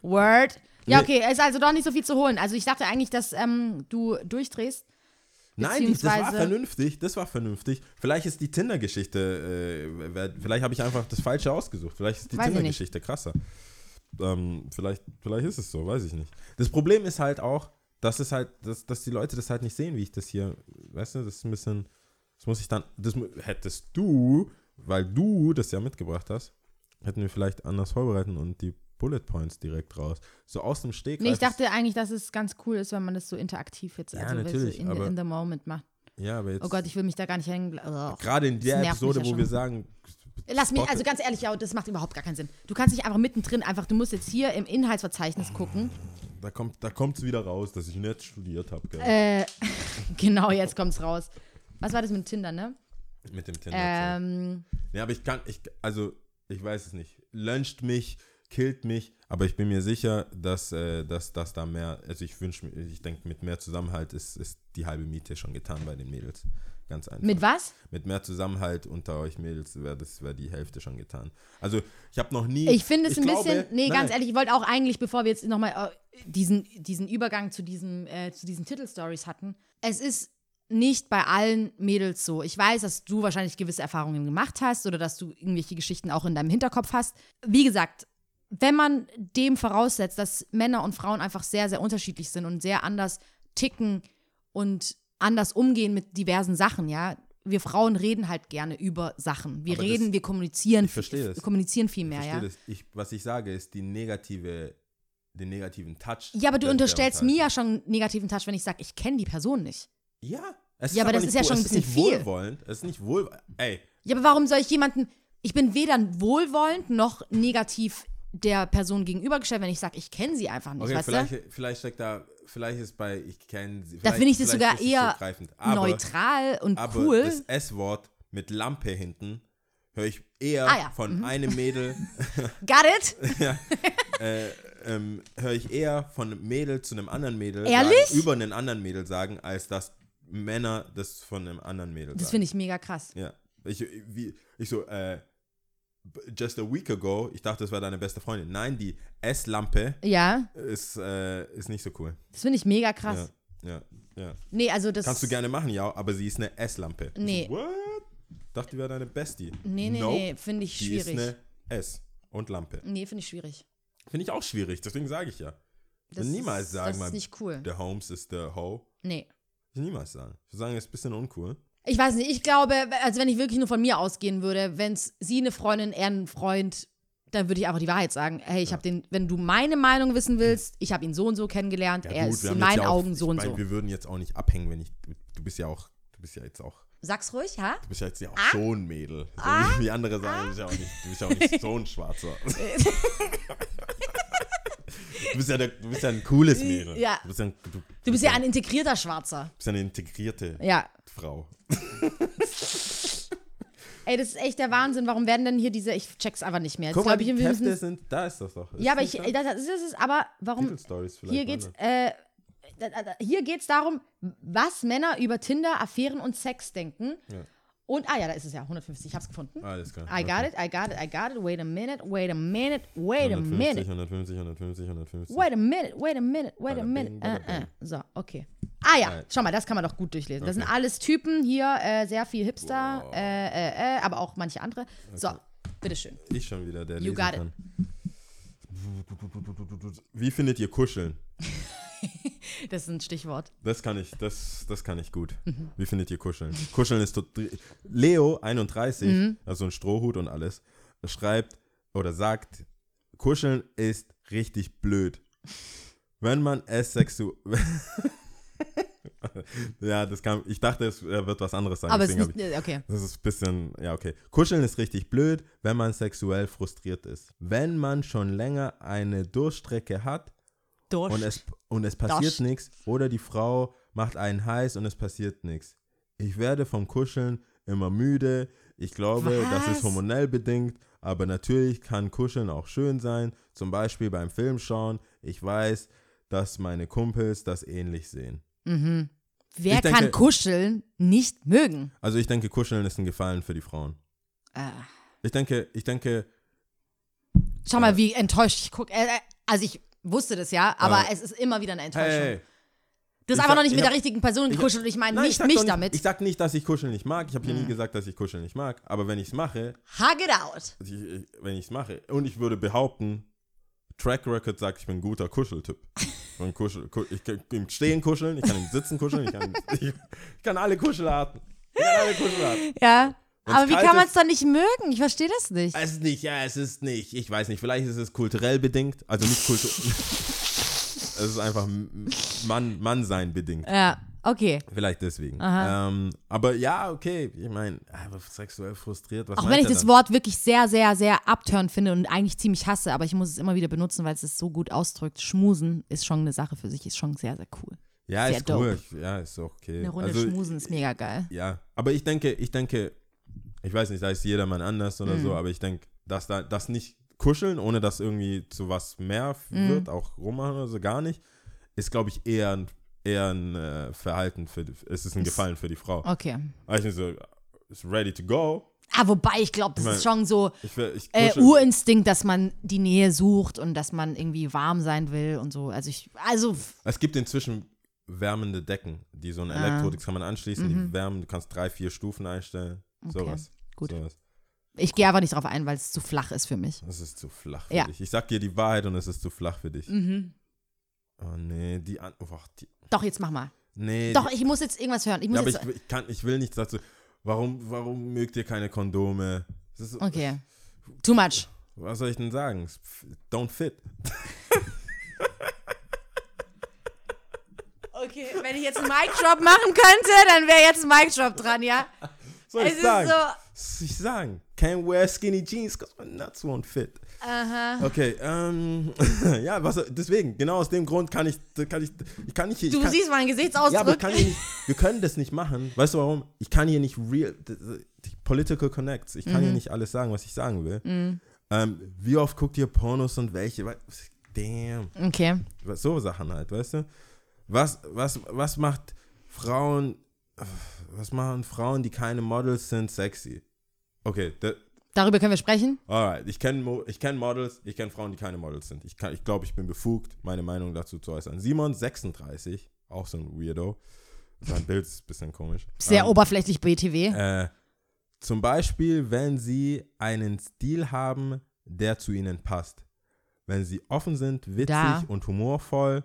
Speaker 3: Word. Ja, okay, ist also doch nicht so viel zu holen. Also ich dachte eigentlich, dass ähm, du durchdrehst.
Speaker 5: Nein, das war
Speaker 3: Beziehungsweise-
Speaker 5: vernünftig. Das war vernünftig. Vielleicht ist die Tinder-Geschichte. Äh, wer- vielleicht habe ich einfach das Falsche ausgesucht. Vielleicht ist die
Speaker 3: Weiß ich nicht.
Speaker 5: Tinder-Geschichte krasser. Ähm, vielleicht, vielleicht ist es so, weiß ich nicht. Das Problem ist halt auch, dass es halt, dass, dass die Leute das halt nicht sehen, wie ich das hier. Weißt du, das ist ein bisschen. Das muss ich dann. Das mu- hättest du, weil du das ja mitgebracht hast, hätten wir vielleicht anders vorbereiten und die Bullet Points direkt raus. So aus dem Steg.
Speaker 3: Nee, ich dachte eigentlich, dass es ganz cool ist, wenn man das so interaktiv jetzt,
Speaker 5: Ja,
Speaker 3: also wenn es so
Speaker 5: natürlich,
Speaker 3: in,
Speaker 5: aber-
Speaker 3: in the moment macht.
Speaker 5: Ja, aber jetzt.
Speaker 3: Oh Gott, ich will mich da gar nicht hängen. Ugh.
Speaker 5: Gerade in der
Speaker 3: nervt mich
Speaker 5: Episode,
Speaker 3: ja
Speaker 5: wo
Speaker 3: schon.
Speaker 5: wir sagen,
Speaker 3: Lass mich, also ganz ehrlich, ja, das macht überhaupt gar keinen Sinn. Du kannst nicht einfach mittendrin einfach, du musst jetzt hier im Inhaltsverzeichnis gucken.
Speaker 5: da kommt da kommt's wieder raus, dass ich nicht studiert habe,
Speaker 3: Äh,
Speaker 5: gell?
Speaker 3: Genau, jetzt kommt's raus. Was war das mit Tinder, ne?
Speaker 5: mit dem Tinder.
Speaker 3: Ähm,
Speaker 5: ja, aber ich kann, ich, also ich weiß es nicht. Lyncht mich, killt mich, aber ich bin mir sicher, dass, äh, dass, dass da mehr, also ich wünsche mir, ich denke, mit mehr Zusammenhalt ist, ist die halbe Miete schon getan bei den Mädels. Ganz einfach.
Speaker 3: mit was?
Speaker 5: Mit mehr Zusammenhalt unter euch Mädels wäre das wäre die Hälfte schon getan. Also ich habe noch nie.
Speaker 3: Ich finde es ein
Speaker 5: glaube-
Speaker 3: bisschen, nee,
Speaker 5: nein,
Speaker 3: ganz ehrlich, ich wollte auch eigentlich, bevor wir jetzt nochmal äh, diesen, diesen Übergang zu, diesem, äh, zu diesen Titelstories hatten, es ist nicht bei allen Mädels so. Ich weiß, dass du wahrscheinlich gewisse Erfahrungen gemacht hast oder dass du irgendwelche Geschichten auch in deinem Hinterkopf hast. Wie gesagt, wenn man dem voraussetzt, dass Männer und Frauen einfach sehr, sehr unterschiedlich sind und sehr anders ticken und anders umgehen mit diversen Sachen, ja. Wir Frauen reden halt gerne über Sachen. Wir
Speaker 5: Aber das-
Speaker 3: reden, wir kommunizieren,
Speaker 5: Ich verstehe das.
Speaker 3: kommunizieren viel mehr,
Speaker 5: Ich
Speaker 3: ja.
Speaker 5: verstehe das. Ich, was ich sage, ist die negative, den negativen Touch.
Speaker 3: Ja, aber du
Speaker 5: der- halt- der
Speaker 3: unterstellst
Speaker 5: Unterhaltung.
Speaker 3: mir ja schon einen negativen Touch, wenn ich sage, ich kenne die Person nicht.
Speaker 5: Ja. Es
Speaker 3: Ja, aber das
Speaker 5: nicht
Speaker 3: ist ja
Speaker 5: wohl-
Speaker 3: schon
Speaker 5: es
Speaker 3: ein bisschen
Speaker 5: nicht
Speaker 3: viel.
Speaker 5: Wohlwollend. Es ist nicht wohl. Ey,
Speaker 3: Ja, aber warum soll ich jemanden. Ich bin weder wohlwollend noch negativ der Person gegenübergestellt, wenn ich sage, ich kenne sie einfach nicht,
Speaker 5: okay,
Speaker 3: weißt
Speaker 5: vielleicht,
Speaker 3: du?
Speaker 5: vielleicht steckt da, vielleicht ist bei, ich kenne sie.
Speaker 3: Da
Speaker 5: vielleicht-
Speaker 3: finde ich das
Speaker 5: vielleicht
Speaker 3: sogar
Speaker 5: ist
Speaker 3: eher
Speaker 5: zugreifend. aber,
Speaker 3: Neutral und
Speaker 5: Aber das
Speaker 3: cool.
Speaker 5: S-Wort mit Lampe hinten höre ich eher
Speaker 3: Ah, ja.
Speaker 5: von einem Mädel,
Speaker 3: Got it?
Speaker 5: ähm, höre ich eher von einem Mädel zu einem anderen Mädel
Speaker 3: Ehrlich?
Speaker 5: Sagen, über einen anderen Mädel sagen, als dass Männer das von einem anderen Mädel
Speaker 3: Das
Speaker 5: sagen.
Speaker 3: finde ich mega krass.
Speaker 5: Ja. Ich, wie, ich so, äh, b- just a week ago, ich dachte, das war deine beste Freundin. Nein, die S-Lampe
Speaker 3: Ja,
Speaker 5: ist, äh, ist nicht so cool.
Speaker 3: das finde ich mega krass.
Speaker 5: Ja, ja, ja.
Speaker 3: Nee, also das.
Speaker 5: Kannst du gerne machen, ja, aber sie ist eine S-Lampe. Ich
Speaker 3: Nee.
Speaker 5: So, what? Dachte, die wäre deine Bestie.
Speaker 3: Nee, nee,
Speaker 5: Nope,
Speaker 3: nee, finde ich
Speaker 5: Die ist
Speaker 3: schwierig.
Speaker 5: eine S und Lampe.
Speaker 3: Nee, finde ich schwierig.
Speaker 5: Finde ich auch schwierig, deswegen sage ich ja. Ich
Speaker 3: Das
Speaker 5: will niemals
Speaker 3: ist,
Speaker 5: sagen,
Speaker 3: Das
Speaker 5: mein-
Speaker 3: ist nicht cool.
Speaker 5: Der Holmes ist der Ho.
Speaker 3: Nee.
Speaker 5: Ich will niemals sagen. Ich würde sagen, er ist ein bisschen uncool.
Speaker 3: Ich weiß nicht, ich glaube, also wenn ich wirklich nur von mir ausgehen würde, wenn es sie eine Freundin, er ein Freund, dann würde ich einfach die Wahrheit sagen. Hey, ich habe den, wenn du meine Meinung wissen willst, ich habe ihn so und so kennengelernt, er
Speaker 5: gut,
Speaker 3: ist
Speaker 5: wir
Speaker 3: in
Speaker 5: haben jetzt
Speaker 3: meinen
Speaker 5: ja auch-
Speaker 3: Augen so
Speaker 5: ich
Speaker 3: und
Speaker 5: mein,
Speaker 3: so.
Speaker 5: Wir würden jetzt auch nicht abhängen, wenn ich. Du bist ja auch. Du bist ja jetzt auch,
Speaker 3: Sag's ruhig, ha?
Speaker 5: du bist ja jetzt ja auch
Speaker 3: Ah?
Speaker 5: schon ein Mädel. So wie, wie andere sagen, du bist ja auch nicht, du bist ja auch nicht so ein Schwarzer. du, bist ja der, du bist ja ein cooles Mädel.
Speaker 3: Ja.
Speaker 5: Du bist ja, ein, du,
Speaker 3: Du bist ja ein integrierter Schwarzer.
Speaker 5: bist ja eine integrierte
Speaker 3: Ja. Also
Speaker 5: Frau.
Speaker 3: Ey, das ist echt der Wahnsinn. Warum werden denn hier diese. Ich check's einfach nicht mehr. Jetzt
Speaker 5: Guck mal,
Speaker 3: glaub ich,
Speaker 5: die
Speaker 3: wir
Speaker 5: Hefte
Speaker 3: müssen.
Speaker 5: sind, da ist das doch. Ist
Speaker 3: Ja, aber
Speaker 5: das
Speaker 3: ich.
Speaker 5: da?
Speaker 3: Das, das ist es, aber warum.
Speaker 5: Titelstories vielleicht.
Speaker 3: Hier
Speaker 5: oder?
Speaker 3: geht's, äh, da, da, da, hier geht's darum, was Männer über Tinder, Affären und Sex denken.
Speaker 5: Ja.
Speaker 3: Und, ah ja, da ist es ja, 150, ich hab's gefunden.
Speaker 5: Ah, Alles klar.
Speaker 3: I got it, I got it, I got it. Wait a minute, wait a minute, wait a
Speaker 5: 150,
Speaker 3: minute.
Speaker 5: 150, 150, 150.
Speaker 3: Wait a minute, wait a minute, wait a
Speaker 5: Bada
Speaker 3: minute.
Speaker 5: bing, bada
Speaker 3: Äh, äh.
Speaker 5: bing.
Speaker 3: So, okay. Ah ja,
Speaker 5: Alright.
Speaker 3: schau mal, das kann man doch gut durchlesen. Das sind
Speaker 5: Okay.
Speaker 3: alles Typen hier, äh, sehr viel Hipster, äh, äh, äh, aber auch manche andere. So, bitteschön.
Speaker 5: Ich schon wieder, der
Speaker 3: You
Speaker 5: lesen
Speaker 3: got it.
Speaker 5: kann. Wie findet ihr Kuscheln?
Speaker 3: Das ist ein Stichwort.
Speaker 5: Das kann ich, das, das kann ich gut.
Speaker 3: Mhm.
Speaker 5: Wie findet ihr Kuscheln? Kuscheln ist tot. Leo 31,
Speaker 3: Mhm.
Speaker 5: also ein Strohhut und alles, schreibt oder sagt, Kuscheln ist richtig blöd. Wenn man es sexuell. ja, das kam. Ich dachte, es äh, wird was anderes sein.
Speaker 3: Aber es ist
Speaker 5: deswegen hab
Speaker 3: nicht, äh, okay.
Speaker 5: Das ist ein bisschen, ja, okay. Kuscheln ist richtig blöd, wenn man sexuell frustriert ist. Wenn man schon länger eine Durchstrecke hat
Speaker 3: Durch.
Speaker 5: und es, und es passiert
Speaker 3: Durst.
Speaker 5: nichts oder die Frau macht einen heiß und es passiert nichts. Ich werde vom Kuscheln immer müde. Ich glaube, das
Speaker 3: Was?
Speaker 5: ist hormonell bedingt, aber natürlich kann Kuscheln auch schön sein. Zum Beispiel beim Filmschauen. Ich weiß, dass meine Kumpels das ähnlich sehen.
Speaker 3: Wer
Speaker 5: ich denke-
Speaker 3: kann kuscheln nicht mögen?
Speaker 5: Also ich denke, Kuscheln ist ein Gefallen für die Frauen.
Speaker 3: Ah.
Speaker 5: Ich denke, ich denke,
Speaker 3: Schau
Speaker 5: Äh.
Speaker 3: mal, wie enttäuscht ich gucke. Äh, äh, also ich wusste das ja, aber
Speaker 5: Äh.
Speaker 3: es ist immer wieder eine Enttäuschung. du
Speaker 5: hey,
Speaker 3: hast
Speaker 5: ich
Speaker 3: einfach
Speaker 5: sag-
Speaker 3: noch nicht
Speaker 5: ich
Speaker 3: mit
Speaker 5: hab-
Speaker 3: der richtigen Person gekuschelt und ich meine
Speaker 5: Nein,
Speaker 3: nicht
Speaker 5: ich sag
Speaker 3: Äh, mich
Speaker 5: doch nicht,
Speaker 3: damit. Mhm.
Speaker 5: Ich sag nicht, dass ich Kuscheln nicht mag. Ich habe hier nie gesagt, dass ich Kuscheln nicht mag. Aber wenn ich es mache,
Speaker 3: Hug it out.
Speaker 5: ich, ich, wenn ich es mache, und ich würde behaupten, Track Record sagt, ich bin ein guter Kuscheltyp. Ich bin Kuschel, ku- ich kann im Stehen kuscheln, ich kann im Sitzen kuscheln, ich kann, ich, ich kann alle Kuschelarten. Ich kann alle Kuschelarten.
Speaker 3: Ja.
Speaker 5: Wenn's
Speaker 3: aber wie
Speaker 5: kalt
Speaker 3: kann man
Speaker 5: ist- Also,
Speaker 3: es dann nicht mögen? Ich verstehe das nicht.
Speaker 5: Es ist nicht, ja, es ist nicht. Ich weiß nicht, vielleicht ist es kulturell bedingt, also nicht kulturell. es ist einfach Mann, Mannsein bedingt.
Speaker 3: Ja, okay.
Speaker 5: Vielleicht deswegen. Ähm, aber ja, okay. Ich meine, aber sexuell frustriert. Was
Speaker 3: Auch
Speaker 5: meint
Speaker 3: wenn ich
Speaker 5: er
Speaker 3: das
Speaker 5: dann?
Speaker 3: Wort wirklich sehr, sehr, sehr abtörend finde und eigentlich ziemlich hasse, aber ich muss es immer wieder benutzen, weil es es so gut ausdrückt. Schmusen ist schon eine Sache für sich, ist schon sehr, sehr cool.
Speaker 5: Ja,
Speaker 3: sehr
Speaker 5: ist cool. Ich- Ja, ist okay.
Speaker 3: Eine Runde
Speaker 5: also,
Speaker 3: Schmusen ist mega geil.
Speaker 5: Ja, aber ich denke, ich denke, ich weiß nicht, da ist jedermann anders oder
Speaker 3: Mhm.
Speaker 5: so, aber ich denke, dass da das nicht kuscheln, ohne dass irgendwie zu was mehr f-
Speaker 3: Mhm.
Speaker 5: wird, auch rummachen oder so, gar nicht, ist, glaube ich, eher ein, eher ein äh, Verhalten für, die, es ist ein Gefallen für die Frau.
Speaker 3: Okay.
Speaker 5: Also ich denke so, ist ready to go.
Speaker 3: Ah, wobei, ich glaube, das
Speaker 5: Ich
Speaker 3: ist
Speaker 5: mein,
Speaker 3: schon so
Speaker 5: Ich, will- ich
Speaker 3: äh,
Speaker 5: kuschel-
Speaker 3: Urinstinkt, dass man die Nähe sucht und dass man irgendwie warm sein will und so. Also ich, also f-
Speaker 5: Es gibt inzwischen wärmende Decken, die so ein
Speaker 3: Ah.
Speaker 5: Elektro, das kann man anschließen, die wärmen, du kannst drei, vier Stufen einstellen, sowas.
Speaker 3: Mhm. gut.
Speaker 5: Sowas.
Speaker 3: ich gehe aber nicht drauf ein, weil es zu flach ist für mich.
Speaker 5: Das ist zu flach für
Speaker 3: Ja. Mhm.
Speaker 5: dich. Ich sag dir die Wahrheit und es ist zu flach für dich. Oh nee, die an oh, die,
Speaker 3: Doch, jetzt mach mal.
Speaker 5: nee.
Speaker 3: Doch,
Speaker 5: die,
Speaker 3: ich muss jetzt irgendwas hören. Ich muss
Speaker 5: ja, aber
Speaker 3: jetzt,
Speaker 5: ich, ich kann ich will nichts dazu. Warum warum mögt ihr keine Kondome? Das ist,
Speaker 3: okay. Too much.
Speaker 5: Was soll ich denn sagen? Es f- Don't fit.
Speaker 3: Okay, wenn ich jetzt einen Mic Drop machen könnte, dann wäre jetzt ein Mic Drop dran, ja?
Speaker 5: Was Soll
Speaker 3: Es
Speaker 5: ich
Speaker 3: ist
Speaker 5: sagen?
Speaker 3: so-
Speaker 5: Was soll ich sagen? Can't wear skinny jeans because my nuts won't fit.
Speaker 3: Aha.
Speaker 5: Okay, ähm, ja, was, deswegen, genau aus dem Grund kann ich, kann ich, ich kann nicht hier, ich
Speaker 3: Du
Speaker 5: kann,
Speaker 3: siehst meinen
Speaker 5: ja, aber
Speaker 3: Gesichtsausdruck.
Speaker 5: ich kann hier nicht, wir können das nicht machen, weißt du warum? Ich kann hier nicht real, d- d- die political connects, ich kann hier nicht alles sagen, was ich sagen will. Ähm, wie oft guckt ihr Pornos und welche, We- damn,
Speaker 3: okay.
Speaker 5: Was- so Sachen halt, weißt du? Was, was, was macht Frauen, was machen Frauen, die keine Models sind, sexy? Okay, da,
Speaker 3: Darüber können wir sprechen.
Speaker 5: Alright, ich kenne Mo- ich kenn Models, ich kenne Frauen, die keine Models sind. Ich, kann- ich glaube, ich bin befugt, meine Meinung dazu zu äußern. Simon, 36, auch so ein Weirdo. Sein Bild ist ein bisschen komisch.
Speaker 3: Sehr
Speaker 5: Ähm,
Speaker 3: oberflächlich BTW.
Speaker 5: äh, Zum Beispiel, wenn sie einen Stil haben, der zu ihnen passt. Wenn sie offen sind, witzig
Speaker 3: Da.
Speaker 5: und humorvoll,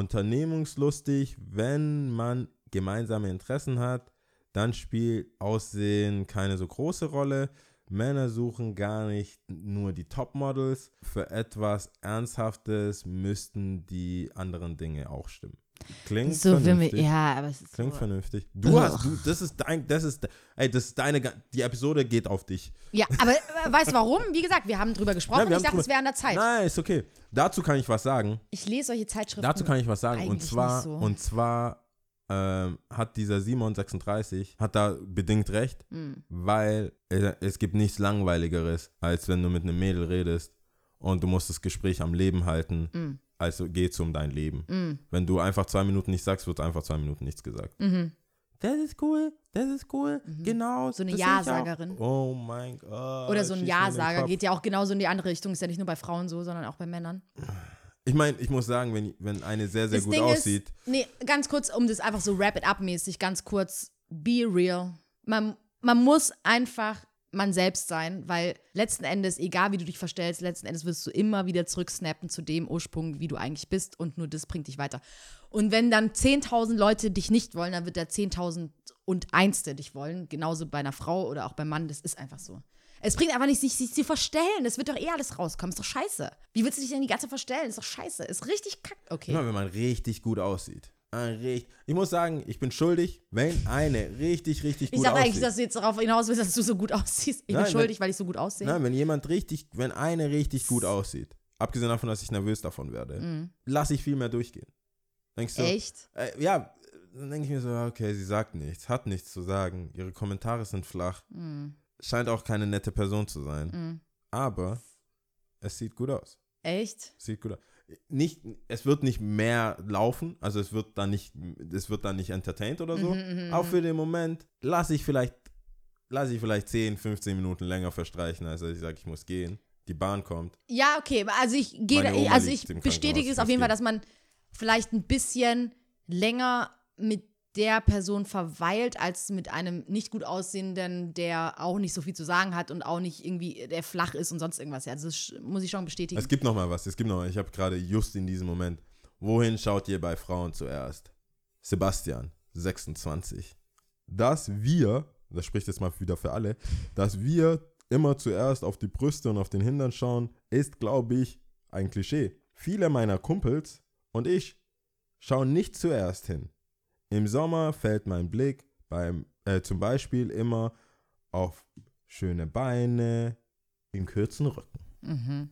Speaker 5: unternehmungslustig, wenn man gemeinsame Interessen hat, dann spielt Aussehen keine so große Rolle. Männer suchen gar nicht nur die Topmodels. Für etwas Ernsthaftes müssten die anderen Dinge auch stimmen. Klingt
Speaker 3: So wenn wir,
Speaker 5: vernünftig.
Speaker 3: ja, aber es ist
Speaker 5: Klingt
Speaker 3: so.
Speaker 5: vernünftig. Du
Speaker 3: Ugh.
Speaker 5: hast, du, das ist dein, das ist, ey, das ist deine, ga- die Episode geht auf dich.
Speaker 3: Ja, aber äh, weißt du warum? Wie gesagt, wir haben drüber gesprochen.
Speaker 5: Ja, wir
Speaker 3: ich
Speaker 5: haben
Speaker 3: dachte,
Speaker 5: drüber-
Speaker 3: es wäre an der Zeit.
Speaker 5: Nein, ist okay. Dazu kann ich was sagen.
Speaker 3: Ich lese solche Zeitschriften.
Speaker 5: Dazu kann ich was sagen. Und
Speaker 3: eigentlich
Speaker 5: zwar,
Speaker 3: nicht so.
Speaker 5: und zwar ähm, hat dieser Simon 36 hat da bedingt recht,
Speaker 3: Hm.
Speaker 5: weil äh, es gibt nichts Langweiligeres, als wenn du mit einem Mädel redest und du musst das Gespräch am Leben halten.
Speaker 3: Hm.
Speaker 5: Also geht es um dein Leben. Wenn du einfach zwei Minuten nichts sagst, wird einfach zwei Minuten nichts gesagt. Das ist cool, das ist cool, genau.
Speaker 3: Mhm. So eine
Speaker 5: das sehe ich auch.
Speaker 3: Ja-Sagerin.
Speaker 5: Oh mein Gott.
Speaker 3: Oder so ein
Speaker 5: schieß mir in den
Speaker 3: Ja-Sager
Speaker 5: Kopf.
Speaker 3: geht ja auch genauso in die andere Richtung. Ist ja nicht nur bei Frauen so, sondern auch bei Männern.
Speaker 5: Ich meine, ich muss sagen, wenn, wenn eine sehr, sehr
Speaker 3: das
Speaker 5: gut
Speaker 3: Ding
Speaker 5: aussieht,
Speaker 3: ist, nee, ganz kurz, um das einfach so wrap-it-up-mäßig, ganz kurz, be real. Man, man muss einfach man selbst sein, weil letzten Endes, egal wie du dich verstellst, letzten Endes wirst du immer wieder zurücksnappen zu dem Ursprung, wie du eigentlich bist und nur das bringt dich weiter. Und wenn dann 10.000 Leute dich nicht wollen, dann wird der 10.000 und Einste dich wollen, genauso bei einer Frau oder auch beim Mann, das ist einfach so. Es bringt einfach nicht, sich, sich zu verstellen. Es wird doch eh alles rauskommen. Ist doch scheiße. Wie willst du dich denn die ganze Zeit verstellen? Ist doch scheiße. Ist richtig kack. Okay.
Speaker 5: Immer wenn man richtig gut aussieht. Ein richt- Ich muss sagen, ich bin schuldig, wenn eine richtig, richtig gut
Speaker 3: Ich dachte
Speaker 5: aussieht.
Speaker 3: eigentlich, dass du jetzt darauf hinaus willst, dass du so gut aussiehst. Ich
Speaker 5: Nein,
Speaker 3: bin schuldig, weil ich so gut aussehe.
Speaker 5: Nein, wenn jemand richtig, wenn eine richtig gut aussieht, abgesehen davon, dass ich nervös davon werde, lasse ich viel mehr durchgehen. Denkst du?
Speaker 3: Mm. Echt?
Speaker 5: Äh, ja, dann denke ich mir so, okay, sie sagt nichts, hat nichts zu sagen, ihre Kommentare sind flach,
Speaker 3: Mm.
Speaker 5: scheint auch keine nette Person zu sein, aber es sieht gut aus.
Speaker 3: Echt?
Speaker 5: Sieht gut aus. Nicht, es wird nicht mehr laufen, also es wird dann nicht, es wird dann nicht entertained oder so. auch für den Moment lasse ich vielleicht, lasse ich vielleicht 10, 15 Minuten länger verstreichen, als dass ich sage, ich muss gehen. Die Bahn kommt.
Speaker 3: Ja, okay. Also ich gehe,
Speaker 5: Meine
Speaker 3: da-
Speaker 5: Oma
Speaker 3: also
Speaker 5: liegt
Speaker 3: ich
Speaker 5: im
Speaker 3: bestätige
Speaker 5: Krankenhaus,
Speaker 3: es auf jeden
Speaker 5: das
Speaker 3: Fall, dass man vielleicht ein bisschen länger mit der Person verweilt, als mit einem nicht gut aussehenden, der auch nicht so viel zu sagen hat und auch nicht irgendwie, der flach ist und sonst irgendwas. Ja, Also das sch- muss ich schon bestätigen.
Speaker 5: Es gibt noch mal was, es gibt noch mal. Ich habe gerade just in diesem Moment, wohin schaut ihr bei Frauen zuerst? Sebastian, 26. Dass wir, das spricht jetzt mal wieder für alle, dass wir immer zuerst auf die Brüste und auf den Hintern schauen, ist, glaube ich, ein Klischee. Viele meiner Kumpels und ich schauen nicht zuerst hin. Im Sommer fällt mein Blick beim, äh, zum Beispiel immer auf schöne Beine, den kurzen Rücken.
Speaker 3: Mhm.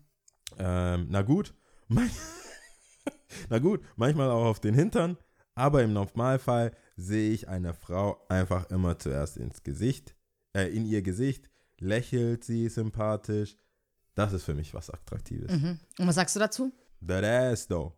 Speaker 5: Ähm, na gut, man- na gut, manchmal auch auf den Hintern, aber im Normalfall sehe ich einer Frau einfach immer zuerst ins Gesicht, äh, in ihr Gesicht, lächelt sie sympathisch. Das ist für mich was Attraktives.
Speaker 3: Und was sagst du dazu?
Speaker 5: That ass, though.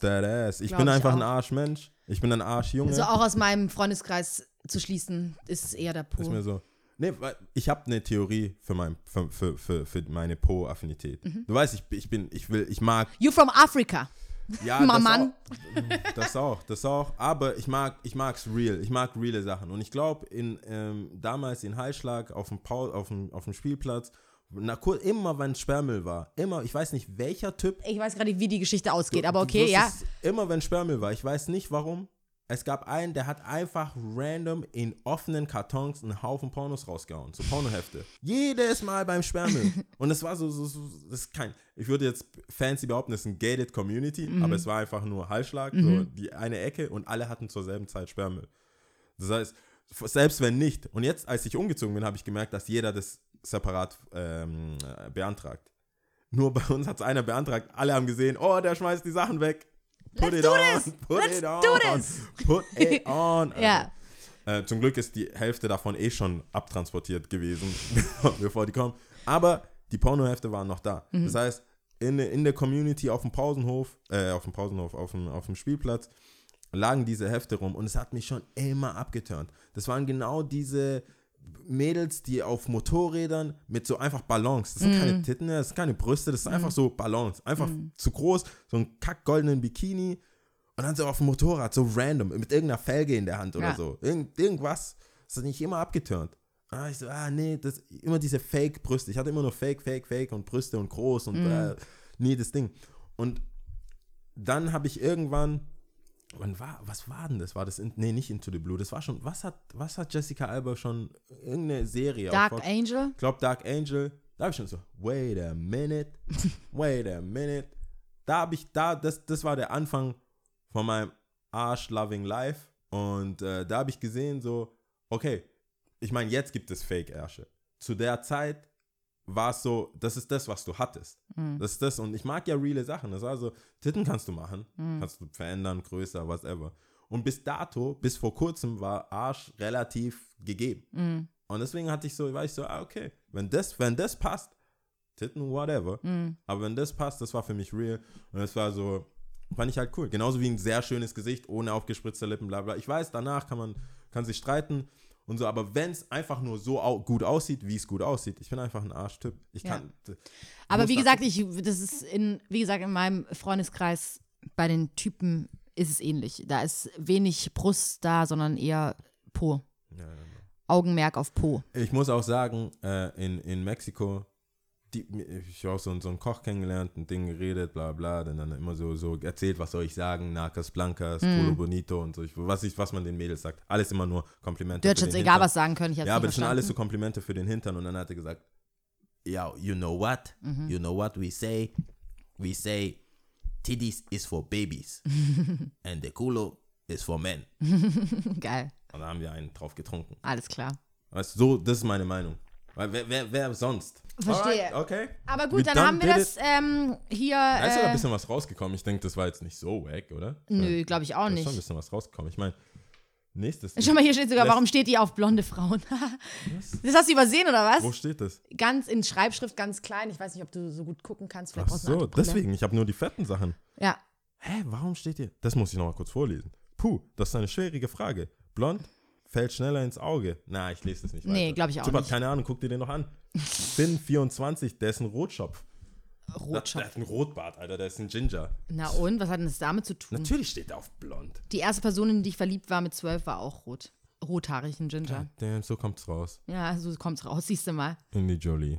Speaker 5: That ass. Ich
Speaker 3: Mhm. Glaub
Speaker 5: bin
Speaker 3: ich
Speaker 5: einfach ein
Speaker 3: auch.
Speaker 5: Arschmensch. Ich bin ein Arschjunge.
Speaker 3: Also auch aus meinem Freundeskreis zu schließen, ist es eher der
Speaker 5: Ist mir
Speaker 3: Po.
Speaker 5: so. Nee, weil ich habe eine Theorie für, mein, für, für, für, für meine Po-Affinität.
Speaker 3: Mhm.
Speaker 5: Du weißt, ich, ich bin, ich will, ich mag
Speaker 3: You from Africa.
Speaker 5: Ja,
Speaker 3: Maman.
Speaker 5: Das auch, das auch. Aber ich mag, ich mag's real. Ich mag reale Sachen. Und ich glaube, in ähm, damals in Heilschlag auf dem Paul, auf dem, auf dem Spielplatz, na kurz, immer wenn Sperrmüll war, immer, ich weiß nicht welcher Typ.
Speaker 3: Ich weiß gerade nicht, wie die Geschichte ausgeht, aber
Speaker 5: Du
Speaker 3: okay,
Speaker 5: wirst
Speaker 3: ja.
Speaker 5: es- Immer wenn Sperrmüll war, ich weiß nicht warum. Es gab einen, der hat einfach random in offenen Kartons einen Haufen Pornos rausgehauen, so Pornohefte. Jedes Mal beim Sperrmüll. Und es war so, so, so, das ist kein, ich würde jetzt fancy behaupten, es ist ein gated Community,
Speaker 3: Mhm.
Speaker 5: aber es war einfach nur Hallschlag, so die eine Ecke und alle hatten zur selben Zeit Sperrmüll. Das heißt, selbst wenn nicht, und jetzt, als ich umgezogen bin, habe ich gemerkt, dass jeder das separat ähm, äh, beantragt. Nur bei uns hat es einer beantragt, alle haben gesehen, oh, der schmeißt die Sachen weg. Put
Speaker 3: Let's
Speaker 5: it
Speaker 3: do
Speaker 5: on,
Speaker 3: this.
Speaker 5: put
Speaker 3: Let's
Speaker 5: it
Speaker 3: do
Speaker 5: on,
Speaker 3: this.
Speaker 5: put it on.
Speaker 3: Ja.
Speaker 5: Also, äh, zum Glück ist die Hälfte davon eh schon abtransportiert gewesen, bevor die kommen. Aber die Pornohälfte waren noch da.
Speaker 3: Mhm.
Speaker 5: Das heißt, in, in der Community auf dem Pausenhof, äh, auf dem Pausenhof, auf dem, auf dem Spielplatz, lagen diese Hefte rum und es hat mich schon immer abgeturnt. Das waren genau diese Mädels, die auf Motorrädern mit so einfach Ballons, das sind keine Titten, das sind keine Brüste, das sind einfach so Ballons, einfach zu groß, so einen kackgoldenen Bikini und dann so auf dem Motorrad, so random, mit irgendeiner Felge in der Hand oder
Speaker 3: Ja.
Speaker 5: so, Irgend, irgendwas. Das hat mich immer abgeturnt. Ah, ich so, ah, nee, das, immer diese Fake-Brüste. Ich hatte immer nur Fake, Fake, Fake und Brüste und groß und äh, nee, das Ding. Und dann habe ich irgendwann, wann war, was war denn das? War das, in, nee, nicht Into the Blue, das war schon, was hat, was hat Jessica Alba schon, irgendeine Serie auf
Speaker 3: Dark
Speaker 5: Fox-
Speaker 3: Angel.
Speaker 5: ich glaube Dark Angel, da habe ich schon so, wait a minute, wait a minute. Da habe ich, da, das, das war der Anfang von meinem Arsch Loving Life. Und äh, da habe ich gesehen, so, okay, ich meine, jetzt gibt es Fake-Ärsche. Zu der Zeit war es so, das ist das, was du hattest. Das ist das. Und ich mag ja reale Sachen. Das war so, Titten kannst du machen, kannst du verändern, größer, whatever. Und bis dato, bis vor kurzem, war Arsch relativ gegeben. Und deswegen hatte ich so, war ich so, ah, okay, wenn das, wenn das passt, Titten, whatever. Aber wenn das passt, das war für mich real. Und es war so, fand ich halt cool. Genauso wie ein sehr schönes Gesicht, ohne aufgespritzte Lippen, bla bla. Ich weiß, danach kann man, kann sich streiten und so, aber wenn es einfach nur so au gut aussieht, wie es gut aussieht, ich bin einfach ein Arschtyp. Ich
Speaker 3: Ja.
Speaker 5: kann.
Speaker 3: Aber
Speaker 5: muss
Speaker 3: wie
Speaker 5: da-
Speaker 3: gesagt, ich, das ist in, wie gesagt, in meinem Freundeskreis bei den Typen ist es ähnlich. Da ist wenig Brust da, sondern eher Po.
Speaker 5: Ja, Also ja.
Speaker 3: Augenmerk auf Po.
Speaker 5: Ich muss auch sagen, äh, in, in Mexiko, die, ich habe auch so, einen- so einen Koch kennengelernt, ein Ding geredet, bla bla, dann, dann immer so, so erzählt, was soll ich sagen, Nacas Blancas,
Speaker 3: Mhm.
Speaker 5: Culo Bonito und so, ich, was, ich, was man den Mädels sagt. Alles immer nur Komplimente.
Speaker 3: Du hättest
Speaker 5: für
Speaker 3: jetzt
Speaker 5: den
Speaker 3: egal
Speaker 5: Hintern.
Speaker 3: was sagen können. Ich hab's
Speaker 5: Ja,
Speaker 3: nicht
Speaker 5: aber das sind
Speaker 3: verstanden.
Speaker 5: alles so Komplimente für den Hintern und dann hat er gesagt, ja, you know what,
Speaker 3: Mhm.
Speaker 5: you know what we say, we say, titties is for babies and the culo is for men.
Speaker 3: Geil.
Speaker 5: Und da haben wir einen drauf getrunken.
Speaker 3: Alles klar.
Speaker 5: Weißt du, so, das ist meine Meinung. Weil wer, wer, wer sonst?
Speaker 3: Verstehe.
Speaker 5: Alright, okay.
Speaker 3: Aber
Speaker 5: We
Speaker 3: gut, dann
Speaker 5: done
Speaker 3: haben wir
Speaker 5: did
Speaker 3: das
Speaker 5: it.
Speaker 3: ähm, hier.
Speaker 5: Da ist sogar ein
Speaker 3: Äh,
Speaker 5: bisschen was rausgekommen. Ich denke, das war jetzt nicht so wack, oder?
Speaker 3: nö, glaube ich auch
Speaker 5: Da ist
Speaker 3: nicht.
Speaker 5: schon ein bisschen was rausgekommen. Ich meine, nächstes.
Speaker 3: Schau mal, hier steht sogar,
Speaker 5: Lässt-
Speaker 3: warum steht ihr auf blonde Frauen? das hast du übersehen, oder
Speaker 5: Wo
Speaker 3: was?
Speaker 5: steht das?
Speaker 3: Ganz in Schreibschrift, ganz klein. Ich weiß nicht, ob du so gut gucken kannst. Vielleicht
Speaker 5: Ach
Speaker 3: brauchst du eine ne?
Speaker 5: so,
Speaker 3: andere Brille.
Speaker 5: deswegen. Ich habe nur die fetten Sachen.
Speaker 3: Ja.
Speaker 5: Hä, warum steht hier? Das muss ich nochmal kurz vorlesen. Puh, das ist eine schwierige Frage. Blond fällt schneller ins Auge. Na, ich lese das nicht weiter.
Speaker 3: Nee, glaub ich auch
Speaker 5: Super,
Speaker 3: nicht.
Speaker 5: keine Ahnung, guck dir den noch an. Finn 24, der ist ein Rotschopf. Rotschopf. Der, der hat einen Rotbart, Alter, der ist ein Ginger.
Speaker 3: Na und, was hat denn das damit zu tun?
Speaker 5: Natürlich steht er auf blond.
Speaker 3: Die erste Person, in die ich verliebt war mit zwölf, war auch rot. Rothaarig, ein Ginger.
Speaker 5: Damn, so kommt's raus.
Speaker 3: Ja, so kommt's raus, siehst du mal.
Speaker 5: Indie Jolie.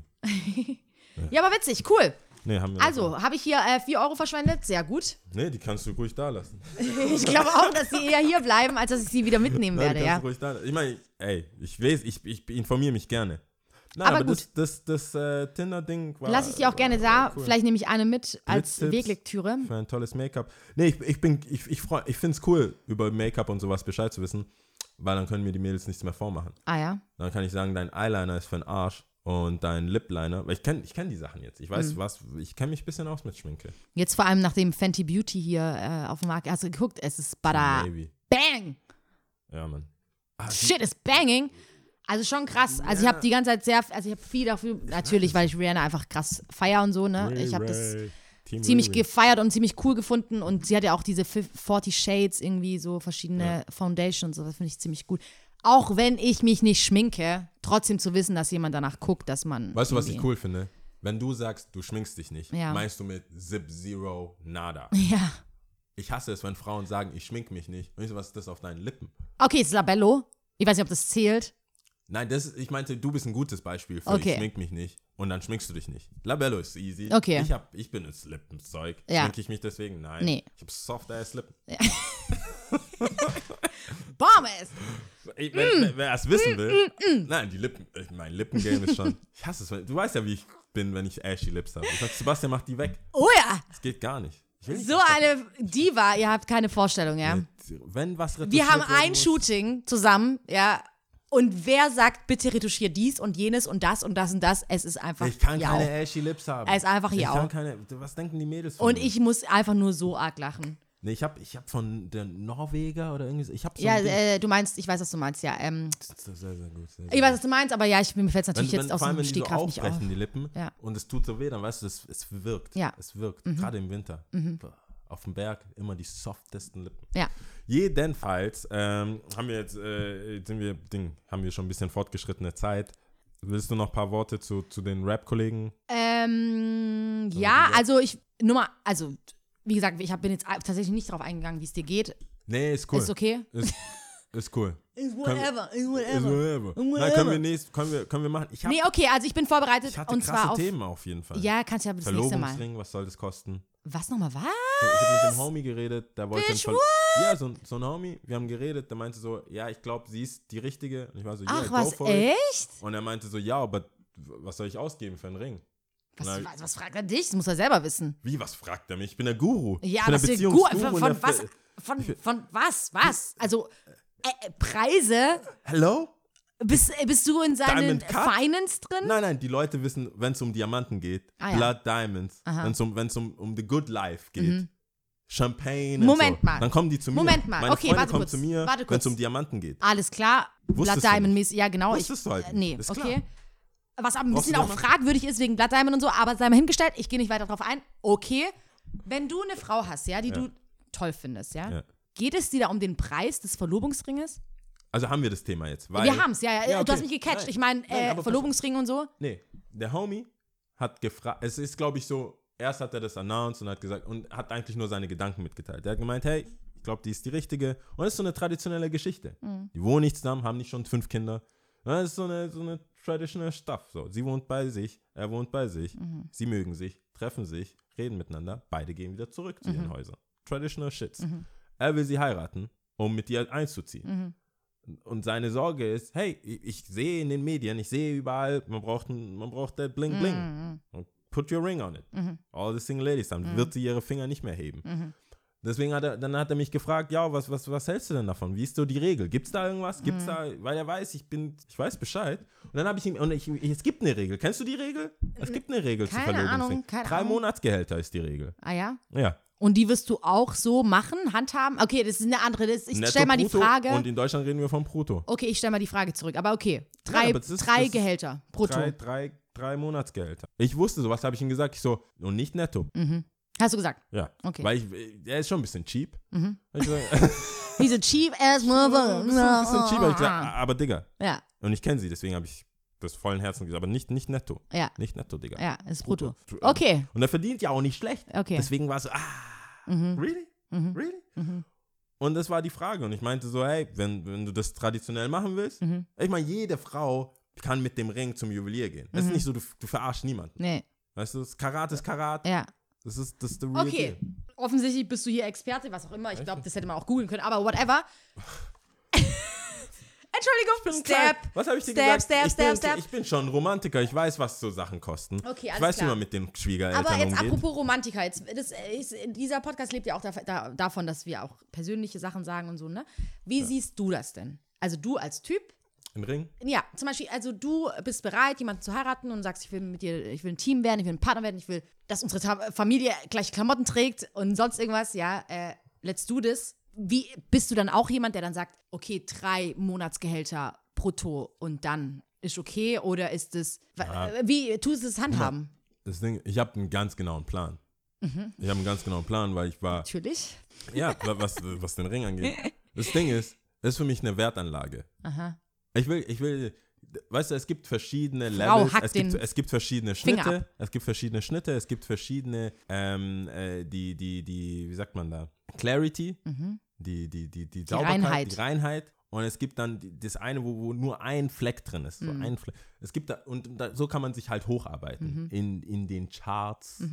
Speaker 3: Ja, aber witzig, cool.
Speaker 5: Nee, haben wir noch
Speaker 3: Also, habe ich hier äh, 4 Euro verschwendet? Sehr gut.
Speaker 5: nicht. Nee, die kannst du ruhig da lassen.
Speaker 3: Hm, Ich glaube auch, dass sie eher hier bleiben, als dass ich sie wieder mitnehmen
Speaker 5: Nein, die
Speaker 3: werde,
Speaker 5: kannst
Speaker 3: ja.
Speaker 5: du ruhig da lassen. Ich meine, ey, ich lese, ich, ich informiere mich gerne. Nein,
Speaker 3: Aber
Speaker 5: aber, das, das, das äh, Tinder-Ding war.
Speaker 3: Lass ich dir auch gerne da.
Speaker 5: war- war cool.
Speaker 3: Vielleicht nehme ich eine mit als
Speaker 5: Blitztipps.
Speaker 3: Weglektüre.
Speaker 5: Für ein tolles Make-up. Nee, ich, ich bin, ich, ich freu, ich find's cool, über Make-up und sowas Bescheid zu wissen, weil dann können mir die Mädels nichts mehr vormachen.
Speaker 3: Ah ja.
Speaker 5: Dann kann ich sagen, dein Eyeliner ist für den Arsch und dein Lip-Liner, weil ich kenne ich kenn die Sachen jetzt. Ich
Speaker 3: Hm.
Speaker 5: weiß was, ich kenne mich ein bisschen aus mit Schminke.
Speaker 3: Jetzt vor allem nachdem Fenty Beauty hier äh, auf dem Markt. Hast du geguckt? Es ist bada.
Speaker 5: Maybe.
Speaker 3: Bang!
Speaker 5: Ja, Mann.
Speaker 3: Shit is banging. Also schon krass. Also ich habe die ganze Zeit sehr, also ich habe viel dafür, natürlich, weil ich Rihanna einfach krass feier und so, ne? Ich habe das
Speaker 5: Team
Speaker 3: ziemlich
Speaker 5: Ray Ray.
Speaker 3: gefeiert und ziemlich cool gefunden und sie hat ja auch diese 50 40 Shades irgendwie, so verschiedene Foundations, so, das finde ich ziemlich gut. Auch wenn ich mich nicht schminke, trotzdem zu wissen, dass jemand danach guckt, dass man.
Speaker 5: Weißt du, was ich
Speaker 3: irgendwie-
Speaker 5: cool finde? Wenn du sagst, du schminkst dich nicht,
Speaker 3: Ja.
Speaker 5: meinst du mit Zip Zero Nada.
Speaker 3: Ja.
Speaker 5: Ich hasse es, wenn Frauen sagen, ich schmink mich nicht. Und ich so, was ist das auf deinen Lippen?
Speaker 3: Okay, ist Labello. Ich weiß nicht, ob das zählt.
Speaker 5: Nein, das ist, ich meinte, du bist ein gutes Beispiel für
Speaker 3: Okay.
Speaker 5: ich schmink mich nicht. Und dann schminkst du dich nicht. Labello ist easy.
Speaker 3: Okay.
Speaker 5: Ich, hab, ich benutze Lippenzeug.
Speaker 3: Ja.
Speaker 5: Schmink ich mich deswegen? Nein.
Speaker 3: Nee.
Speaker 5: Ich habe soft-ass Lippen.
Speaker 3: Bombe ist.
Speaker 5: Ey, wenn, wer- Wer es wissen will. Nein, die Lippen. ich- Mein Lippengame ist schon. Ich hasse es. wenn- Du weißt ja, wie ich bin, wenn ich ashy Lips habe. Ich sag, Sebastian, mach die weg.
Speaker 3: Oh ja,
Speaker 5: Das geht gar nicht. Ich will nicht
Speaker 3: so eine Diva, ihr habt keine Vorstellung, ja.
Speaker 5: Wenn was
Speaker 3: Wir
Speaker 5: retuschiert
Speaker 3: haben
Speaker 5: werden
Speaker 3: ein
Speaker 5: muss-
Speaker 3: Shooting zusammen, ja. Und wer sagt, bitte retuschier dies und jenes und das und das und das? Es ist einfach.
Speaker 5: Ich kann
Speaker 3: ja
Speaker 5: keine ashy Lips haben.
Speaker 3: Er ist einfach
Speaker 5: ich
Speaker 3: hier
Speaker 5: kann
Speaker 3: auch.
Speaker 5: keine. Was denken die Mädels von
Speaker 3: Und
Speaker 5: mir?
Speaker 3: ich muss einfach nur so arg lachen.
Speaker 5: Nee, ich hab, ich hab von der Norweger oder irgendwie. so- Ich hab so.
Speaker 3: Ja,
Speaker 5: ein Ding-
Speaker 3: äh, du meinst, ich weiß, was du meinst, ja. Ähm,
Speaker 5: Das ist sehr, sehr gut. Sehr, sehr
Speaker 3: ich weiß, was du meinst, aber ja, ich, mir fällt es
Speaker 5: wenn,
Speaker 3: natürlich
Speaker 5: wenn,
Speaker 3: jetzt aus
Speaker 5: vor allem,
Speaker 3: dem
Speaker 5: wenn die so
Speaker 3: Stegreif nicht auf.
Speaker 5: aufbrechen, die Lippen,
Speaker 3: Ja.
Speaker 5: und es tut so weh, dann weißt du, es, es wirkt.
Speaker 3: Ja. Mhm.
Speaker 5: Es wirkt. Gerade im Winter. Auf dem Berg immer die softesten Lippen.
Speaker 3: Ja.
Speaker 5: Jedenfalls ähm, haben wir jetzt, äh, jetzt sind wir, Ding, haben wir schon ein bisschen fortgeschrittene Zeit. Willst du noch ein paar Worte zu, zu den Rap-Kollegen?
Speaker 3: Ähm, ja, also ich, Nummer, also, wie gesagt, ich hab, bin jetzt tatsächlich nicht drauf eingegangen, wie es dir geht.
Speaker 5: Nee, ist cool.
Speaker 3: Ist okay?
Speaker 5: Ist, ist cool.
Speaker 3: Is
Speaker 5: whatever,
Speaker 3: is
Speaker 5: Ist whatever. Nein, können wir nächst, können wir, können wir machen. Ich, hab,
Speaker 3: Nee, okay, also ich bin vorbereitet
Speaker 5: ich hatte
Speaker 3: und
Speaker 5: krasse
Speaker 3: zwar auf.
Speaker 5: Themen auf jeden Fall.
Speaker 3: Ja, kannst ja das nächste Mal.
Speaker 5: Verlobungsring, was soll das kosten?
Speaker 3: Was nochmal? Was?
Speaker 5: Ich habe mit dem Homie geredet, der wollte
Speaker 3: Bitch,
Speaker 5: einen Verl- Ja, so, ein- so ein Homie, wir haben geredet, der meinte so, ja, ich glaube, sie ist die richtige. Und ich war so, yeah,
Speaker 3: Ach,
Speaker 5: go
Speaker 3: was?
Speaker 5: for it.
Speaker 3: Echt?
Speaker 5: Und er meinte so, ja, aber was soll ich ausgeben für einen Ring?
Speaker 3: Was,
Speaker 5: Na,
Speaker 3: was, was fragt er dich? Das muss er selber wissen.
Speaker 5: Wie, was fragt er mich? Ich bin der Guru.
Speaker 3: Ja,
Speaker 5: ich bin
Speaker 3: was
Speaker 5: der
Speaker 3: für ein
Speaker 5: Beziehungsguru.
Speaker 3: Guru? Von-
Speaker 5: und
Speaker 3: von
Speaker 5: der-
Speaker 3: was- Von, von was? Was? Also äh, äh, Preise?
Speaker 5: Hello?
Speaker 3: Bist, äh, bist du in seinen
Speaker 5: Diamond Cut?
Speaker 3: Finance drin?
Speaker 5: Nein, nein, die Leute wissen, wenn es um Diamanten geht,
Speaker 3: Ah, ja.
Speaker 5: Blood Diamonds, wenn es um, wenn's um, um the good life geht, Champagne und
Speaker 3: Mhm. Moment
Speaker 5: so,
Speaker 3: mal.
Speaker 5: dann kommen die zu mir.
Speaker 3: Moment mal.
Speaker 5: Meine
Speaker 3: Okay,
Speaker 5: Freunde
Speaker 3: warte
Speaker 5: kommen
Speaker 3: kurz.
Speaker 5: zu mir,
Speaker 3: Warte kurz.
Speaker 5: wenn es um Diamanten geht.
Speaker 3: Alles klar. Blood
Speaker 5: Wusstest du
Speaker 3: Diamond mäßig, ja genau. Ich,
Speaker 5: Wusstest du halt
Speaker 3: äh,
Speaker 5: nicht.
Speaker 3: nee,
Speaker 5: Ist klar.
Speaker 3: okay. Was aber ein
Speaker 5: Brauchst
Speaker 3: bisschen
Speaker 5: du
Speaker 3: auch
Speaker 5: Diamanten?
Speaker 3: fragwürdig ist wegen Blood Diamond und so, aber sei mal hingestellt, ich gehe nicht weiter drauf ein. Okay. Wenn du eine Frau hast, ja, die du toll findest, ja,
Speaker 5: Ja.
Speaker 3: geht es dir da um den Preis des Verlobungsringes?
Speaker 5: Also haben wir das Thema jetzt. Weil,
Speaker 3: Wir haben es, ja, ja.
Speaker 5: Ja,
Speaker 3: Du hast
Speaker 5: okay.
Speaker 3: mich gecatcht.
Speaker 5: Nein.
Speaker 3: Ich meine,
Speaker 5: Nein,
Speaker 3: äh,
Speaker 5: aber
Speaker 3: Verlobungsring und so.
Speaker 5: Nee, der Homie hat gefragt, es ist glaube ich so, erst hat er das announced und hat gesagt, und hat eigentlich nur seine Gedanken mitgeteilt. Der hat gemeint, hey, ich glaube, die ist die richtige. Und das ist so eine traditionelle Geschichte. Die wohnen nicht zusammen, haben nicht schon fünf Kinder. Ja, Das ist so eine, so eine traditional Stuff. So, sie wohnt bei sich, er wohnt bei sich, sie mögen sich, treffen sich, reden miteinander, beide gehen wieder zurück zu ihren Häusern. Traditional Shits. Er will sie heiraten, um mit ihr einzuziehen.
Speaker 3: Mhm.
Speaker 5: Und seine Sorge ist, hey, ich, ich sehe in den Medien, ich sehe überall, man braucht, ein- man braucht der
Speaker 3: Mhm,
Speaker 5: Bling Bling. Put your ring on it. All the single ladies, dann
Speaker 3: Mhm.
Speaker 5: wird sie ihre Finger nicht mehr heben. Deswegen hat er, dann hat er mich gefragt, ja, was, was, was hältst du denn davon? Wie ist so die Regel? Gibt es da irgendwas?
Speaker 3: Mhm.
Speaker 5: Gibt's da, weil er weiß, ich bin, ich weiß Bescheid. Und dann habe ich ihm, und ich, ich, es gibt eine Regel. Kennst du die Regel? Es gibt eine Regel
Speaker 3: Keine
Speaker 5: zu Verlobungsring.
Speaker 3: Ahnung, keine
Speaker 5: Drei
Speaker 3: Ahnung.
Speaker 5: Monatsgehälter ist die Regel.
Speaker 3: Ah ja.
Speaker 5: Ja.
Speaker 3: Und die wirst du auch so machen, handhaben? Okay, das ist eine andere. Das, ich stell mal die
Speaker 5: brutto. Und
Speaker 3: Frage.
Speaker 5: in Deutschland reden wir von Brutto.
Speaker 3: Okay, ich stell mal die Frage zurück. Aber okay, drei,
Speaker 5: Nein, aber das ist-
Speaker 3: drei
Speaker 5: das ist-
Speaker 3: Gehälter brutto.
Speaker 5: Drei, drei, drei Monatsgehälter. Ich wusste so, was habe ich ihm gesagt? Ich so, und nicht netto.
Speaker 3: Hast du gesagt?
Speaker 5: Ja.
Speaker 3: Mhm. Okay. Mhm.
Speaker 5: Weil ich, er ist schon ein bisschen cheap. Hab Ich gesagt, ein
Speaker 3: Diese cheap ass mother. Ah.
Speaker 5: bisschen, ein bisschen cheap. Hab Ich ah. gesagt, aber Digga.
Speaker 3: Ja,
Speaker 5: Und ich kenne sie, deswegen habe ich das vollen Herzen gesagt. Aber nicht, nicht netto.
Speaker 3: ja,
Speaker 5: Nicht netto, Digga.
Speaker 3: ja, ist brutto.
Speaker 5: Brutto. äh,
Speaker 3: Okay,
Speaker 5: Und er verdient ja auch nicht schlecht.
Speaker 3: Okay. Mhm.
Speaker 5: Deswegen war es so, ah, really? Really? Und das war die Frage. Und ich meinte so, hey, wenn, wenn du das traditionell machen willst,
Speaker 3: Mhm.
Speaker 5: ich meine, jede Frau kann mit dem Ring zum Juwelier gehen.
Speaker 3: Mhm.
Speaker 5: Es ist nicht so, du, du verarschst niemanden.
Speaker 3: nee,
Speaker 5: Weißt du, das Karat ist Karat.
Speaker 3: ja.
Speaker 5: Das ist das ist the real
Speaker 3: Okay,
Speaker 5: deal.
Speaker 3: offensichtlich bist du hier Experte, was auch immer. Ich glaube, das hätte man auch googeln können, aber whatever. Entschuldigung, Step.
Speaker 5: Was habe ich dir
Speaker 3: Step,
Speaker 5: gesagt?
Speaker 3: Step,
Speaker 5: ich,
Speaker 3: Step,
Speaker 5: bin,
Speaker 3: Step.
Speaker 5: ich bin schon Romantiker. Ich weiß, was so Sachen kosten.
Speaker 3: Okay,
Speaker 5: ich
Speaker 3: alles
Speaker 5: weiß, wie
Speaker 3: klar.
Speaker 5: man mit den Schwiegereltern
Speaker 3: Aber jetzt
Speaker 5: umgeht.
Speaker 3: apropos Romantiker, jetzt, das ist, dieser Podcast lebt ja auch da, da, davon, dass wir auch persönliche Sachen sagen und so, ne? Wie siehst du das denn? Also du als Typ,
Speaker 5: Ein Ring?
Speaker 3: ja, zum Beispiel, also du bist bereit, jemanden zu heiraten und sagst, ich will mit dir, ich will ein Team werden, ich will ein Partner werden, ich will, dass unsere Ta Familie gleiche Klamotten trägt und sonst irgendwas, ja, äh, let's do this. Wie bist du dann auch jemand, der dann sagt, okay, drei Monatsgehälter brutto und dann ist okay oder ist es, wa- äh, wie tust du es handhaben?
Speaker 5: Das Ding, ich habe einen ganz genauen Plan.
Speaker 3: Mhm.
Speaker 5: Ich habe einen ganz genauen Plan, weil ich war
Speaker 3: Natürlich.
Speaker 5: Ja, wa- was, was den Ring angeht. Das Ding ist, das ist für mich eine Wertanlage. Ich will, ich will, weißt du, es gibt verschiedene
Speaker 3: Frau
Speaker 5: Levels,
Speaker 3: hackt
Speaker 5: es gibt,
Speaker 3: den
Speaker 5: es gibt verschiedene
Speaker 3: Finger
Speaker 5: Schnitte, es gibt verschiedene Schnitte, es gibt verschiedene, ähm, äh, die, die, die, wie sagt man da, Clarity, die, die, die, die Sauberkeit,
Speaker 3: Mhm. Reinheit.
Speaker 5: die Reinheit. Und es gibt dann die- das eine, wo, wo nur ein Fleck drin ist. So
Speaker 3: Mhm.
Speaker 5: ein Fleck. Es gibt da, und da, so kann man sich halt
Speaker 3: Mhm.
Speaker 5: hocharbeiten in, in den Charts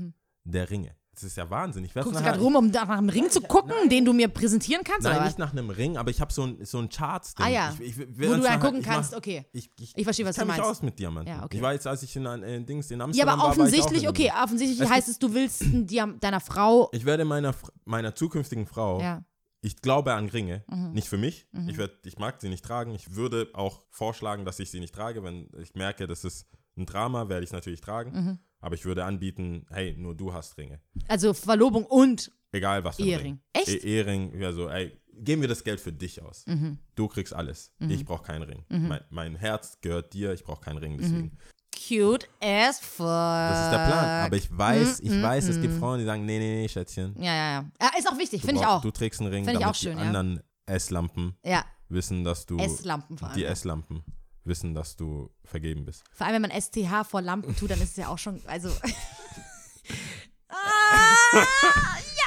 Speaker 5: der Ringe. Das ist ja Wahnsinn. Ich werde
Speaker 3: Guckst du gerade rum, um da nach einem Ring zu gucken, den du mir präsentieren kannst?
Speaker 5: Nein,
Speaker 3: oder
Speaker 5: nicht nach einem Ring, aber ich habe so ein, so ein Charts.
Speaker 3: Ah ja.
Speaker 5: ich, ich, ich,
Speaker 3: Wo du dann gucken
Speaker 5: ich mach-
Speaker 3: kannst, okay.
Speaker 5: Ich, ich,
Speaker 3: Ich verstehe, was
Speaker 5: kenn
Speaker 3: du
Speaker 5: mich
Speaker 3: meinst.
Speaker 5: aus mit Diamanten.
Speaker 3: Ja, okay.
Speaker 5: Ich war jetzt, als ich in, ein- in Dings in
Speaker 3: was? Ja,
Speaker 5: Amsterdam
Speaker 3: aber
Speaker 5: war, war ich
Speaker 3: offensichtlich,
Speaker 5: auch in
Speaker 3: okay,
Speaker 5: einem-
Speaker 3: offensichtlich
Speaker 5: Es
Speaker 3: heißt es, du willst ein Diam- deiner Frau.
Speaker 5: Ich werde meiner, Fr- meiner zukünftigen Frau,
Speaker 3: Ja. Mhm.
Speaker 5: ich glaube an Ringe, nicht für mich. Ich, werd, ich mag sie nicht tragen. Ich würde auch vorschlagen, dass ich sie nicht trage. Wenn ich merke, das ist ein Drama, werde ich es natürlich tragen.
Speaker 3: Mhm.
Speaker 5: Aber ich würde anbieten, hey, nur du hast Ringe.
Speaker 3: Also Verlobung und.
Speaker 5: Egal was für ein
Speaker 3: Ehering.
Speaker 5: Ring.
Speaker 3: Echt?
Speaker 5: E Ehering, also ey, geben wir das Geld für dich aus.
Speaker 3: Mhm.
Speaker 5: Du kriegst alles. Ich brauche keinen Ring. Mein, mein Herz gehört dir, ich brauche keinen
Speaker 3: Mhm.
Speaker 5: Ring deswegen.
Speaker 3: Cute as fuck.
Speaker 5: Das ist der
Speaker 3: Äh,
Speaker 5: Plan. Aber ich
Speaker 3: mm,
Speaker 5: weiß, ich weiß, es gibt Frauen, die sagen, nee, nee, nee, Schätzchen.
Speaker 3: Ja, ja, ja. Äh, Ist auch wichtig,
Speaker 5: du
Speaker 3: finde ich
Speaker 5: brauch-
Speaker 3: auch.
Speaker 5: Du trägst einen Ring,
Speaker 3: Find ich auch
Speaker 5: damit
Speaker 3: schön,
Speaker 5: die
Speaker 3: ja.
Speaker 5: anderen S-Lampen
Speaker 3: Ja,
Speaker 5: wissen, dass du
Speaker 3: S-Lampen vor allem.
Speaker 5: die S-Lampen wissen, dass du vergeben bist.
Speaker 3: Vor allem, wenn man STH vor Lampen tut, dann ist es ja auch schon. Also. ah,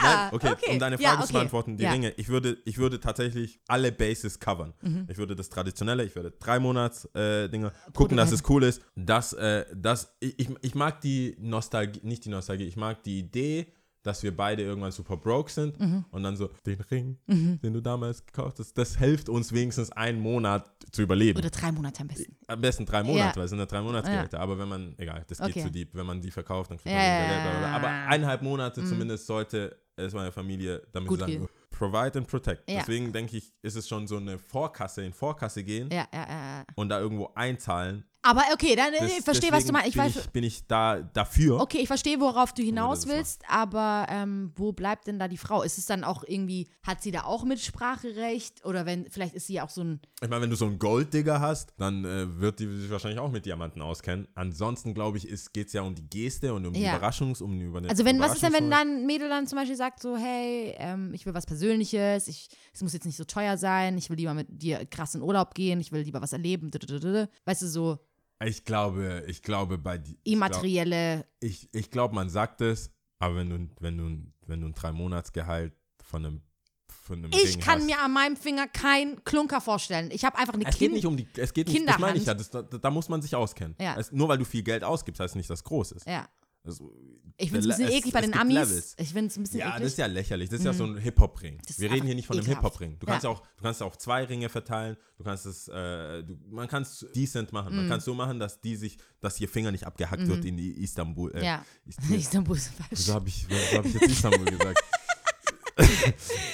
Speaker 3: ja,
Speaker 5: Okay, um deine Frage
Speaker 3: ja,
Speaker 5: zu
Speaker 3: okay.
Speaker 5: beantworten, die
Speaker 3: ja.
Speaker 5: Ringe, ich würde, ich würde tatsächlich alle Bases covern.
Speaker 3: Mhm.
Speaker 5: Ich würde das Traditionelle, ich würde drei Monats äh, Dinge gucken, dass es cool ist. Dass, äh, dass ich, ich, ich mag die Nostalgie, nicht die Nostalgie, ich mag die Idee, dass wir beide irgendwann super broke sind
Speaker 3: Mhm.
Speaker 5: und dann so, den Ring, den du damals gekauft hast, das hilft uns wenigstens einen Monat zu überleben.
Speaker 3: Oder drei Monate am besten.
Speaker 5: Am besten drei Monate,
Speaker 3: Ja.
Speaker 5: weil es sind ja drei Monatsgehälter. Aber wenn man, egal, das geht
Speaker 3: Okay.
Speaker 5: zu deep. Wenn man die verkauft, dann kriegt
Speaker 3: Ja,
Speaker 5: man
Speaker 3: ja,
Speaker 5: weniger Geld.
Speaker 3: ja,
Speaker 5: Blablabla.
Speaker 3: ja.
Speaker 5: Aber eineinhalb Monate zumindest sollte es meiner Familie damit
Speaker 3: Gut
Speaker 5: sagen,
Speaker 3: gehen.
Speaker 5: oh, Provide and Protect.
Speaker 3: Ja.
Speaker 5: Deswegen denke ich, ist es schon so eine Vorkasse, in Vorkasse gehen
Speaker 3: Ja, ja, ja. ja.
Speaker 5: und da irgendwo einzahlen.
Speaker 3: Aber okay, dann
Speaker 5: Das-
Speaker 3: ich Äh, verstehe, was du
Speaker 5: deswegen
Speaker 3: meinst. Ich
Speaker 5: bin
Speaker 3: weiß,
Speaker 5: ich, bin ich da dafür.
Speaker 3: okay, ich verstehe, worauf du hinaus
Speaker 5: das machen.
Speaker 3: willst, aber ähm, wo bleibt denn da die Frau? Ist es dann auch irgendwie, hat sie da auch Mitspracherecht? Oder wenn, vielleicht ist sie ja auch so ein,
Speaker 5: Ich meine, wenn du so einen Golddigger hast, dann äh, wird die sich wahrscheinlich auch mit Diamanten auskennen. Ansonsten, glaube ich, geht es ja um die Geste und um die
Speaker 3: Ja.
Speaker 5: Überraschungs-, um die Über
Speaker 3: Also wenn, was ist denn, wenn
Speaker 5: Überraschungsmoment.
Speaker 3: dann ein Mädel dann zum Beispiel sagt so, hey, ähm, ich will was Persönliches, ich, es muss jetzt nicht so teuer sein, ich will lieber mit dir krass in Urlaub gehen, ich will lieber was erleben, ddddddd. weißt du, so
Speaker 5: Ich glaube, ich glaube, bei die, ich glaub-
Speaker 3: immaterielle,
Speaker 5: ich, ich glaube, man sagt es, aber wenn du, wenn du, wenn du ein Drei-Monats-Gehalt von einem, von einem
Speaker 3: ich
Speaker 5: Ding
Speaker 3: kann
Speaker 5: hast,
Speaker 3: mir an meinem Finger kein Klunker vorstellen. Ich habe einfach eine
Speaker 5: es geht
Speaker 3: Kind.
Speaker 5: nicht um die, es geht nicht, das meine ich ja,
Speaker 3: Kinderhand.
Speaker 5: das, da, da muss man sich auskennen.
Speaker 3: Ja.
Speaker 5: Es, nur weil du viel Geld ausgibst, heißt nicht, dass es groß ist.
Speaker 3: ja.
Speaker 5: Also,
Speaker 3: Ich finde es ein
Speaker 5: der Le-
Speaker 3: bisschen
Speaker 5: es-
Speaker 3: eklig bei
Speaker 5: es
Speaker 3: den
Speaker 5: gibt
Speaker 3: Amis.
Speaker 5: Levels.
Speaker 3: Ich finde es ein bisschen
Speaker 5: Ja, das
Speaker 3: eklig.
Speaker 5: ist ja lächerlich. Das ist ja so ein Hip-Hop-Ring.
Speaker 3: Mhm. Das ist
Speaker 5: Wir reden
Speaker 3: einfach
Speaker 5: hier nicht von einem
Speaker 3: ekelhaft.
Speaker 5: Hip-Hop-Ring. Du kannst
Speaker 3: Ja.
Speaker 5: auch, du kannst auch zwei Ringe verteilen, du kannst es, äh, du, man kann es decent machen.
Speaker 3: Mhm.
Speaker 5: Man kann es so machen, dass die sich, dass ihr Finger nicht abgehackt wird in die Istanbul. Äh,
Speaker 3: Ja.
Speaker 5: Ist-
Speaker 3: Istanbul ist falsch.
Speaker 5: Wieso habe ich, wieso hab ich jetzt Istanbul gesagt?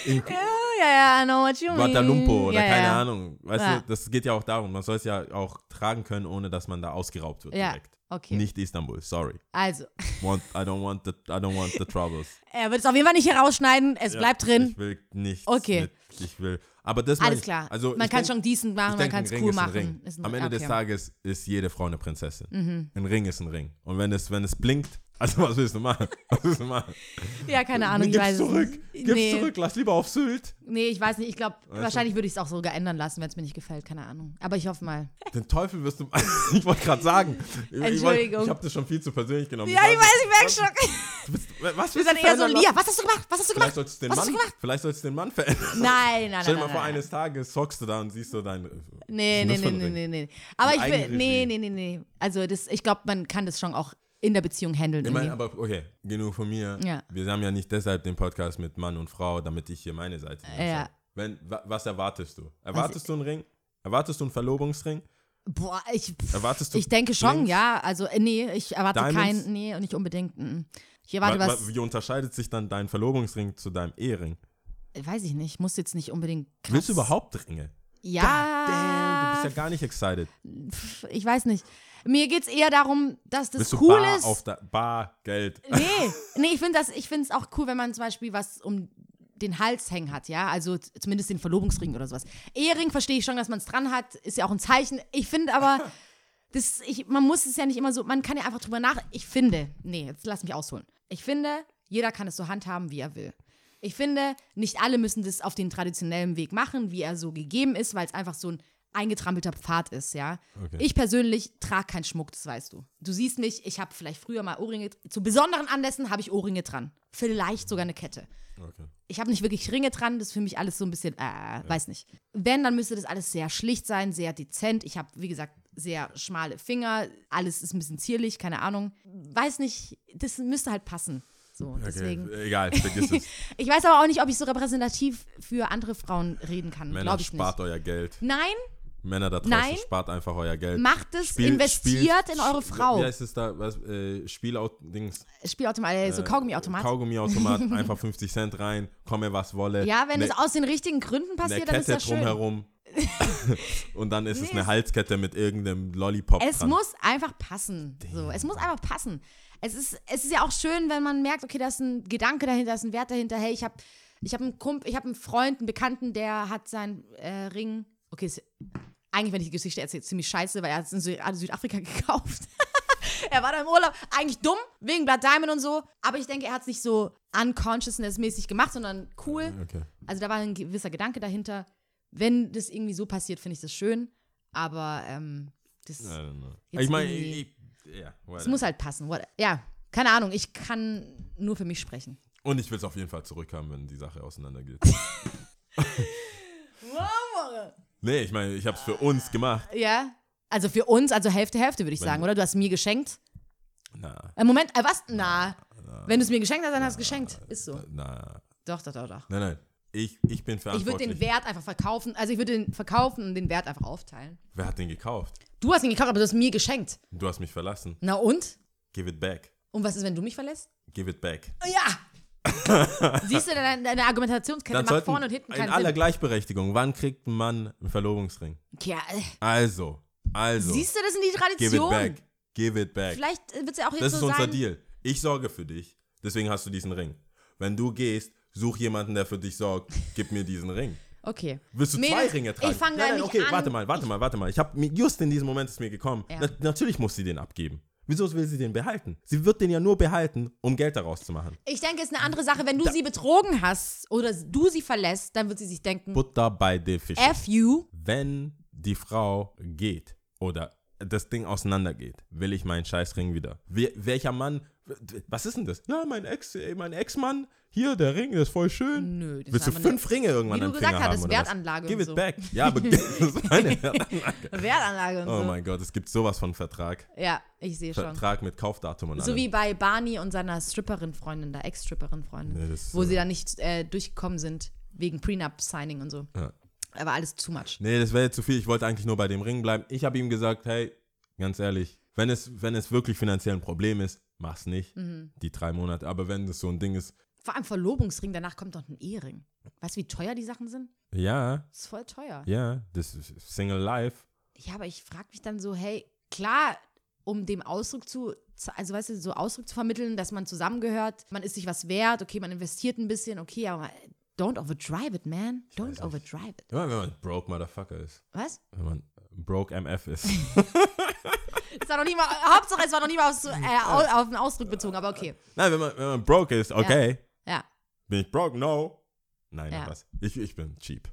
Speaker 5: In
Speaker 3: Ja, ja, I know what you mean.
Speaker 5: Kuala Lumpur oder
Speaker 3: ja,
Speaker 5: keine
Speaker 3: ja.
Speaker 5: Ahnung. Weißt
Speaker 3: Ja.
Speaker 5: du, das geht ja auch darum. Man soll es ja auch tragen können, ohne dass man da ausgeraubt wird
Speaker 3: Ja,
Speaker 5: direkt.
Speaker 3: okay.
Speaker 5: Nicht Istanbul, sorry.
Speaker 3: Also,
Speaker 5: Want, I, don't want the, I don't want the troubles.
Speaker 3: er wird es auf jeden Fall nicht herausschneiden, es bleibt drin.
Speaker 5: Ich will nichts.
Speaker 3: Okay.
Speaker 5: Mit, ich will. Aber das meine
Speaker 3: Alles
Speaker 5: ich-
Speaker 3: klar.
Speaker 5: Also
Speaker 3: man
Speaker 5: ich
Speaker 3: kann
Speaker 5: denk-
Speaker 3: schon decent
Speaker 5: ich
Speaker 3: machen, man
Speaker 5: denk,
Speaker 3: kann
Speaker 5: ein
Speaker 3: es
Speaker 5: Ring
Speaker 3: cool
Speaker 5: ist ein
Speaker 3: machen.
Speaker 5: Ring.
Speaker 3: Ist ein-
Speaker 5: Am Ende
Speaker 3: okay. Mhm.
Speaker 5: des Tages ist jede Frau eine Prinzessin. Ein Ring ist ein Ring. Und wenn es, wenn es blinkt, also was willst du machen? Was willst du machen?
Speaker 3: Ja, keine Ahnung, ich
Speaker 5: Gib's
Speaker 3: weiß es
Speaker 5: zurück.
Speaker 3: nicht.
Speaker 5: Gib's
Speaker 3: nee.
Speaker 5: zurück. Lass lieber auf Sylt.
Speaker 3: Nee, ich weiß nicht. Ich glaube,
Speaker 5: du?
Speaker 3: wahrscheinlich würde ich es auch sogar ändern lassen, wenn es mir nicht gefällt. Keine Ahnung. Aber ich hoffe mal.
Speaker 5: Den Teufel wirst du. ich wollte gerade sagen. Ich- Ich, wollt-
Speaker 3: Entschuldigung.
Speaker 5: ich habe das schon viel zu persönlich genommen.
Speaker 3: Ja, ich weiß, ich merke schon.
Speaker 5: Du bist, was
Speaker 3: Wir
Speaker 5: willst du
Speaker 3: sind eher so,
Speaker 5: verändern lassen?
Speaker 3: Lia, was hast du gemacht? Was hast du
Speaker 5: Vielleicht
Speaker 3: gemacht?
Speaker 5: sollst du den
Speaker 3: Was hast
Speaker 5: Mann,
Speaker 3: du gemacht?
Speaker 5: vielleicht sollst du den Mann verändern.
Speaker 3: Nein, nein, nein.
Speaker 5: Stell dir mal
Speaker 3: nein,
Speaker 5: vor,
Speaker 3: nein.
Speaker 5: eines Tages hockst du da und siehst so dein.
Speaker 3: Nee, nee,
Speaker 5: Was
Speaker 3: nee,
Speaker 5: ist das für
Speaker 3: nee,
Speaker 5: ein
Speaker 3: nee, nee. Aber ich will.
Speaker 5: Eigenregie.
Speaker 3: Nee, nee, nee, nee. Also, das, ich glaube, man kann das schon auch in der Beziehung handeln.
Speaker 5: Ich
Speaker 3: irgendwie.
Speaker 5: meine, aber okay, genug von mir.
Speaker 3: Ja.
Speaker 5: Wir haben ja nicht deshalb den Podcast mit Mann und Frau, damit ich hier meine Seite sehe.
Speaker 3: Ja.
Speaker 5: Wenn, wa- was erwartest du? Erwartest du einen Ring? Erwartest du einen Verlobungsring?
Speaker 3: Boah, ich.
Speaker 5: Erwartest du
Speaker 3: Ich denke schon,
Speaker 5: Rings?
Speaker 3: ja. Also, äh, nee, ich erwarte
Speaker 5: Diamonds?
Speaker 3: keinen. Nee, und nicht unbedingt. mm. Ich
Speaker 5: Wa-
Speaker 3: erwarte
Speaker 5: wa-
Speaker 3: was.
Speaker 5: Wie unterscheidet sich dann dein Verlobungsring zu deinem Ehering?
Speaker 3: Weiß ich nicht. Muss jetzt nicht unbedingt. Krass.
Speaker 5: Willst du überhaupt Ringe?
Speaker 3: Ah.
Speaker 5: Damn, du
Speaker 3: Ja.
Speaker 5: bist ja gar nicht excited.
Speaker 3: pf, ich weiß nicht. Mir geht es eher darum, dass das
Speaker 5: Willst du
Speaker 3: cool
Speaker 5: bar
Speaker 3: ist. Äh,
Speaker 5: auf der Bar Geld?
Speaker 3: Nee, nee, ich finde das, ich finde es auch cool, wenn man zum Beispiel was um den Hals hängen hat, ja, also z- zumindest den Verlobungsring oder sowas. Ehering verstehe ich schon, dass man es dran hat, ist ja auch ein Zeichen. Ich finde aber, das, ich, man muss es ja nicht immer so, man kann ja einfach drüber nach. Ich finde, nee, jetzt lass mich ausholen. Ich finde, jeder kann es so handhaben, wie er will. Ich finde, nicht alle müssen das auf den traditionellen Weg machen, wie er so gegeben ist, weil es einfach so ein eingetrampelter Pfad ist, ja.
Speaker 5: Okay.
Speaker 3: Ich persönlich trage keinen Schmuck, das weißt du. Du siehst mich, ich habe vielleicht früher mal Ohrringe, zu besonderen Anlässen habe ich Ohrringe dran. Vielleicht sogar eine Kette.
Speaker 5: Okay.
Speaker 3: Ich habe nicht wirklich Ringe dran, das ist für mich alles so ein bisschen, äh, weiß nicht. Wenn, dann müsste das alles sehr schlicht sein, sehr dezent. Ich habe, wie gesagt, sehr schmale Finger, alles ist ein bisschen zierlich, keine Ahnung. Weiß nicht, das müsste halt passen. So, deswegen.
Speaker 5: okay. Egal, vergiss es.
Speaker 3: Ich weiß aber auch nicht, ob ich so repräsentativ für andere Frauen reden kann.
Speaker 5: Männer,
Speaker 3: Glaube ich nicht.
Speaker 5: spart euer Geld.
Speaker 3: Nein,
Speaker 5: Männer da draußen,
Speaker 3: Nein.
Speaker 5: spart einfach euer Geld.
Speaker 3: macht es, investiert in eure Frau.
Speaker 5: Wie heißt es da? Was, äh, Spielaut Dings.
Speaker 3: Spielautomat, äh, so Kaugummiautomat.
Speaker 5: Kaugummiautomat, einfach 50 Cent rein, komme was wolle.
Speaker 3: ja, wenn
Speaker 5: Ne-
Speaker 3: es aus den richtigen Gründen
Speaker 5: ne
Speaker 3: passiert, dann ist
Speaker 5: Kette
Speaker 3: das schön.
Speaker 5: drumherum. Und dann ist es
Speaker 3: Nee,
Speaker 5: eine
Speaker 3: es-
Speaker 5: Halskette mit irgendeinem Lollipop
Speaker 3: Es
Speaker 5: dran.
Speaker 3: muss einfach passen. So, es muss einfach passen. Es ist, es ist ja auch schön, wenn man merkt, okay, da ist ein Gedanke dahinter, da ist ein Wert dahinter. Hey, ich habe ich hab einen Kump, ich habe einen Freund, einen Bekannten, der hat seinen äh, Ring. Okay, ist, eigentlich, wenn ich die Geschichte erzähle, ziemlich scheiße, weil er hat es in Sü ah, Südafrika gekauft. er war da im Urlaub. Eigentlich dumm, wegen Blood Diamond und so. Aber ich denke, er hat es nicht so unconsciousness-mäßig gemacht, sondern cool.
Speaker 5: Okay.
Speaker 3: Also da war ein gewisser Gedanke dahinter. Wenn das irgendwie so passiert, finde ich das schön. Aber ähm, das,
Speaker 5: I don't know.
Speaker 3: Jetzt
Speaker 5: Ich meine,
Speaker 3: irgendwie-
Speaker 5: ich- ja,
Speaker 3: es
Speaker 5: whatever.
Speaker 3: muss halt passen. What, ja, keine Ahnung. Ich kann nur für mich sprechen.
Speaker 5: und ich will es auf jeden Fall zurückhaben, wenn die Sache auseinandergeht. nee, ich meine, ich habe es für uns gemacht.
Speaker 3: Ja? Also für uns, also Hälfte, Hälfte würde ich
Speaker 5: Wenn-
Speaker 3: sagen, oder? Du hast mir geschenkt.
Speaker 5: Na,
Speaker 3: Äh, Moment, äh, was? Na. Wenn du es mir geschenkt hast, dann hast du es geschenkt. Ist so.
Speaker 5: na,
Speaker 3: Doch, doch, doch, doch.
Speaker 5: nein, nein. Ich, ich bin
Speaker 3: Ich würde
Speaker 5: verantwortlich.
Speaker 3: den Wert einfach verkaufen. Also ich würde den verkaufen und den Wert einfach aufteilen.
Speaker 5: Wer hat den gekauft?
Speaker 3: Du hast ihn gekauft, aber du hast mir geschenkt.
Speaker 5: Du hast mich verlassen.
Speaker 3: Na und?
Speaker 5: Give it back.
Speaker 3: Und was ist, wenn du mich verlässt?
Speaker 5: Give it back.
Speaker 3: Ja! Siehst du, deine, deine Argumentationskette
Speaker 5: Dann
Speaker 3: macht
Speaker 5: sollten
Speaker 3: vorne und hinten
Speaker 5: in
Speaker 3: keinen
Speaker 5: aller
Speaker 3: Sinn.
Speaker 5: Gleichberechtigung, wann kriegt ein Mann einen Verlobungsring?
Speaker 3: Tja, äh,
Speaker 5: Also, also,
Speaker 3: Siehst du, das sind die
Speaker 5: give it
Speaker 3: Traditionen.
Speaker 5: back, give it back.
Speaker 3: Vielleicht wird es ja auch jetzt
Speaker 5: Das ist
Speaker 3: so
Speaker 5: unser
Speaker 3: sein.
Speaker 5: Deal. Ich sorge für dich, deswegen hast du diesen Ring. Wenn du gehst, such jemanden, der für dich sorgt, gib mir diesen Ring.
Speaker 3: Okay.
Speaker 5: Willst du zwei
Speaker 3: Mädels,
Speaker 5: Ringe tragen?
Speaker 3: Ich fange
Speaker 5: Nein, nein,
Speaker 3: nämlich
Speaker 5: okay,
Speaker 3: an.
Speaker 5: warte mal, warte mal, warte mal. Ich habe just in diesem Moment ist mir gekommen.
Speaker 3: Ja.
Speaker 5: Na, natürlich muss sie den abgeben. Wieso will sie den behalten? Sie wird den ja nur behalten, um Geld daraus zu machen.
Speaker 3: Ich denke, es ist eine andere Sache, wenn du sie betrogen hast oder du sie verlässt, dann wird sie sich denken,
Speaker 5: Butter bei den Fischen.
Speaker 3: F you.
Speaker 5: Wenn die Frau geht oder das Ding auseinandergeht, will ich meinen Scheißring wieder. Wel- welcher Mann? Was ist denn das? Ja, mein Ex, äh, mein Ex-Mann. Hier der Ring, der ist voll schön.
Speaker 3: Nö, das
Speaker 5: Willst du
Speaker 3: ist einfach
Speaker 5: fünf Ringe irgendwann
Speaker 3: Hm, Wie du
Speaker 5: am
Speaker 3: gesagt
Speaker 5: Finger haben
Speaker 3: hattest,
Speaker 5: oder was?
Speaker 3: Wertanlage und
Speaker 5: Give it
Speaker 3: so. Also.
Speaker 5: back. Ja, aber das ist eine Wertanlage.
Speaker 3: eine Wertanlage und
Speaker 5: Oh
Speaker 3: so.
Speaker 5: mein Gott, es gibt sowas von Vertrag.
Speaker 3: Ja, ich sehe schon.
Speaker 5: Vertrag mit Kaufdatum und
Speaker 3: So
Speaker 5: allem.
Speaker 3: wie bei Barney und seiner Stripperin-Freundin, der Ex-Stripperin-Freundin,
Speaker 5: Nee, das-
Speaker 3: wo sie dann nicht äh, durchgekommen sind wegen Prenup-Signing und so.
Speaker 5: Ja.
Speaker 3: Aber alles too much.
Speaker 5: nee, das wäre jetzt zu viel. Ich wollte eigentlich nur bei dem Ring bleiben. Ich habe ihm gesagt, hey, ganz ehrlich, wenn es, wenn es wirklich finanziell ein Problem ist, mach's nicht.
Speaker 3: Mhm.
Speaker 5: Die drei Monate. Aber wenn das so ein Ding ist,
Speaker 3: Vor allem Verlobungsring, danach kommt noch ein Ehering. Weißt du, wie teuer die Sachen sind?
Speaker 5: ja,
Speaker 3: Das ist voll teuer.
Speaker 5: ja, das ist Single Life.
Speaker 3: Ja, aber ich frage mich dann so, hey, klar, um dem Ausdruck zu, zu- also weißt du, so Ausdruck zu vermitteln, dass man zusammengehört, man ist sich was wert, okay, man investiert ein bisschen, okay, aber don't overdrive it, man. Don't overdrive it.
Speaker 5: Immer wenn man Broke Motherfucker ist.
Speaker 3: Was?
Speaker 5: Wenn man Broke MF ist.
Speaker 3: Es war noch nie mal, Hauptsache, es war noch nie mal aufs, äh, au- auf den Ausdruck bezogen, aber okay.
Speaker 5: Nein, wenn man, wenn man broke ist, okay.
Speaker 3: Ja.
Speaker 5: Bin ich broke? No. Nein,
Speaker 3: Ja.
Speaker 5: was? Ich, ich bin cheap.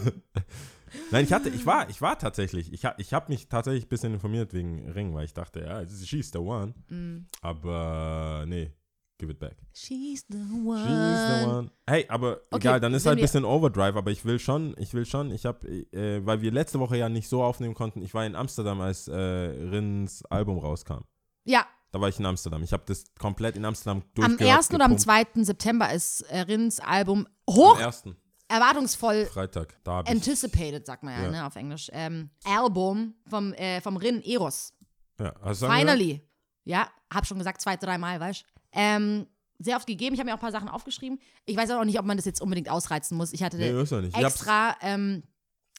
Speaker 5: Nein, ich hatte, ich war, ich war tatsächlich, ich, ha, ich habe mich tatsächlich ein bisschen informiert wegen Ring, weil ich dachte, ja, she's the one.
Speaker 3: Mm.
Speaker 5: Aber nee, give it back.
Speaker 3: She's the
Speaker 5: She's
Speaker 3: one.
Speaker 5: the one. Hey, aber
Speaker 3: Äh. Okay,
Speaker 5: egal, dann ist
Speaker 3: wenn
Speaker 5: halt ein
Speaker 3: wir-
Speaker 5: bisschen Overdrive, aber ich will schon, ich will schon, ich habe, äh, weil wir letzte Woche ja nicht so aufnehmen konnten, ich war in Amsterdam, als äh, Rins Album rauskam.
Speaker 3: Ja,
Speaker 5: Da war ich in Amsterdam. Ich habe das komplett in Amsterdam
Speaker 3: am
Speaker 5: durchgehört.
Speaker 3: 1. oder am
Speaker 5: gepumpt.
Speaker 3: 2. September ist äh, Rins Album
Speaker 5: Am
Speaker 3: hoch
Speaker 5: ersten.
Speaker 3: erwartungsvoll
Speaker 5: Freitag. Da hab ich
Speaker 3: anticipated, sagt man ja,
Speaker 5: Ja.
Speaker 3: Ne, auf Englisch. Ähm, Album vom, äh, vom Rin Eros.
Speaker 5: Ja, hast du angehört?
Speaker 3: Finally. Ja, hab schon gesagt, zwei, dreimal, weißt du. Ähm, sehr oft gegeben. Ich habe mir auch ein paar Sachen aufgeschrieben. Ich weiß auch nicht, ob man das jetzt unbedingt ausreizen muss. Ich hatte
Speaker 5: Nee, ist ja nicht. Ich hab's-
Speaker 3: extra ähm,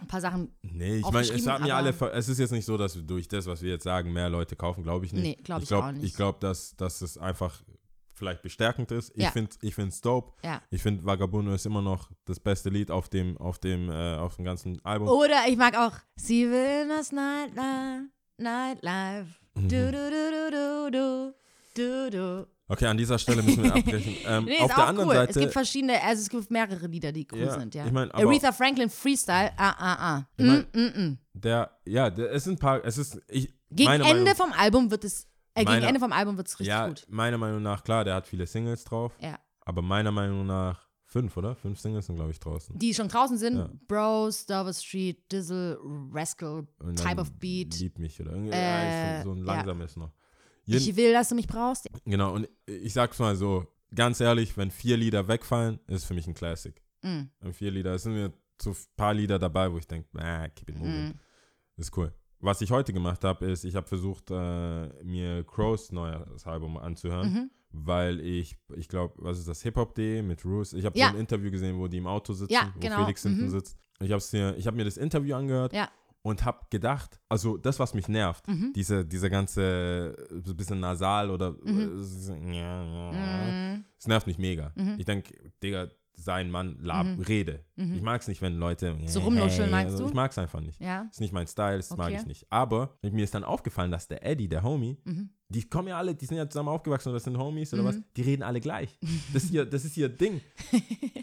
Speaker 3: ein paar Sachen.
Speaker 5: Nee, ich meine, es
Speaker 3: aufgeschrieben,
Speaker 5: haben ja
Speaker 3: aber-
Speaker 5: alle. ver- Es ist jetzt nicht so, dass durch das, was wir jetzt sagen, mehr Leute kaufen, glaube ich nicht.
Speaker 3: Nee, glaub ich
Speaker 5: glaub,
Speaker 3: auch nicht.
Speaker 5: Ich glaube, dass, dass es einfach vielleicht bestärkend ist. Ich
Speaker 3: Ja.
Speaker 5: finde ich find's dope.
Speaker 3: Ja.
Speaker 5: Ich finde Vagabundo ist immer noch das beste Lied auf dem, auf dem, äh, auf dem ganzen Album.
Speaker 3: Oder ich mag auch Sie will in das Nightlife. Nightlife.
Speaker 5: Mhm.
Speaker 3: Du, du, du, du, du, du, du, du.
Speaker 5: Okay, an dieser Stelle müssen wir abbrechen. Ähm,
Speaker 3: Nee, ist
Speaker 5: auf der
Speaker 3: auch
Speaker 5: anderen
Speaker 3: cool.
Speaker 5: Seite.
Speaker 3: es gibt verschiedene, also es gibt mehrere Lieder, die cool
Speaker 5: Ja,
Speaker 3: sind, ja.
Speaker 5: ich mein, aber-
Speaker 3: Aretha Franklin Freestyle, ah, ah, ah.
Speaker 5: ich mein, Der, ja, der, es sind ein paar. Es ist. Ich,
Speaker 3: Gegen
Speaker 5: meine
Speaker 3: Ende
Speaker 5: Meinung,
Speaker 3: vom Album wird es, äh, gegen
Speaker 5: Meine-
Speaker 3: Ende vom Album wird es richtig
Speaker 5: Ja,
Speaker 3: gut.
Speaker 5: meiner Meinung nach, klar, der hat viele Singles drauf.
Speaker 3: Ja.
Speaker 5: Aber meiner Meinung nach fünf, oder? Fünf Singles sind, glaube ich, draußen.
Speaker 3: die schon draußen sind.
Speaker 5: Ja.
Speaker 3: Bros, Dover Street, Dizzle, Rascal,
Speaker 5: Und dann
Speaker 3: Type of Beat.
Speaker 5: Lieb mich oder irgendwie.
Speaker 3: Äh,
Speaker 5: ja, ich find, so ein
Speaker 3: ja.
Speaker 5: langsames noch. Jeden,
Speaker 3: Ich will, dass du mich brauchst.
Speaker 5: genau, und ich sag's mal so, ganz ehrlich, wenn vier Lieder wegfallen, ist für mich ein Classic.
Speaker 3: Mm.
Speaker 5: Wenn vier Lieder, es sind mir zu ein paar Lieder dabei, wo ich denke, ah, keep it
Speaker 3: Mhm. mm,
Speaker 5: moving. Ist cool. Was ich heute gemacht habe, ist, ich habe versucht, äh, mir Crows neues Album
Speaker 3: Mhm.
Speaker 5: anzuhören, weil ich, ich glaube, was ist das, Hip-Hop.de mit Roos? Ich habe
Speaker 3: Ja.
Speaker 5: so ein Interview gesehen, wo die im Auto sitzen,
Speaker 3: Ja,
Speaker 5: wo
Speaker 3: genau,
Speaker 5: Felix hinten
Speaker 3: mhm.
Speaker 5: sitzt. Ich habe mir, ich hab mir das Interview angehört
Speaker 3: Ja. Mhm.
Speaker 5: und habe gedacht, also das, was mich nervt, diese, diese ganze, äh, so ein bisschen nasal oder
Speaker 3: Mhm.
Speaker 5: äh, so- ja, ja, es nervt mich mega.
Speaker 3: Mhm.
Speaker 5: Ich denke, Digga, sein Mann, lab, rede. Ich mag es nicht, wenn Leute also
Speaker 3: So rumnuscheln, meinst du?
Speaker 5: Ich mag es einfach nicht.
Speaker 3: Ja.
Speaker 5: Ist nicht mein Style, das mag
Speaker 3: Okay.
Speaker 5: ich nicht. Aber mir ist dann aufgefallen, dass der Eddie, der Homie,
Speaker 3: Mhm.
Speaker 5: die kommen ja alle, die sind ja zusammen aufgewachsen oder das sind Homies oder was, die reden alle gleich. Das ist ihr, das ist ihr Ding.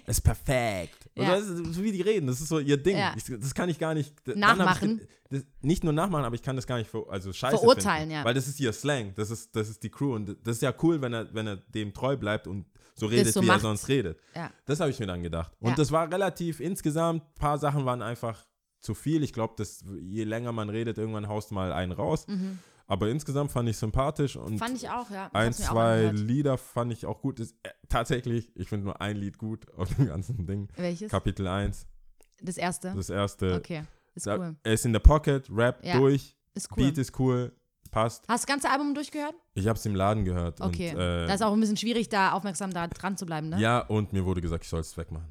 Speaker 5: ist perfekt.
Speaker 3: Ja.
Speaker 5: Oder das ist, so wie die reden, das ist so ihr Ding.
Speaker 3: Ja.
Speaker 5: Ich, das kann ich gar nicht. d- dann
Speaker 3: Nachmachen.
Speaker 5: hab Ich, ge- das, nicht nur nachmachen, aber ich kann das gar nicht ver, also scheiße
Speaker 3: Verurteilen,
Speaker 5: finden,
Speaker 3: ja.
Speaker 5: Weil das ist ihr Slang, das ist, das ist die Crew und das ist ja cool, wenn er, wenn er dem treu bleibt und so redet,
Speaker 3: so
Speaker 5: wie er
Speaker 3: macht.
Speaker 5: sonst redet.
Speaker 3: Ja.
Speaker 5: Das habe ich mir dann gedacht. Und
Speaker 3: Ja.
Speaker 5: das war relativ insgesamt, ein paar Sachen waren einfach zu viel. Ich glaube, dass je länger man redet, irgendwann haust mal einen raus. Aber insgesamt fand ich sympathisch und
Speaker 3: Mhm. Fand ich auch, ja. Ich
Speaker 5: ein,
Speaker 3: hab's mir auch
Speaker 5: zwei
Speaker 3: angehört.
Speaker 5: Lieder fand ich auch gut. Ist, äh, tatsächlich, ich finde nur ein Lied gut auf dem ganzen Ding.
Speaker 3: Welches?
Speaker 5: Kapitel 1,
Speaker 3: Das erste?
Speaker 5: das äh, erste.
Speaker 3: Okay, ist
Speaker 5: Da-
Speaker 3: cool.
Speaker 5: Er ist in der Pocket, Rap
Speaker 3: Ja,
Speaker 5: durch,
Speaker 3: Ist cool.
Speaker 5: Beat ist cool, passt.
Speaker 3: Hast du das ganze Album durchgehört?
Speaker 5: Ich habe es im Laden gehört.
Speaker 3: Okay.
Speaker 5: Und, äh,
Speaker 3: das ist auch ein bisschen schwierig, da aufmerksam da dran zu bleiben, ne?
Speaker 5: ja, und mir wurde gesagt, ich soll es wegmachen.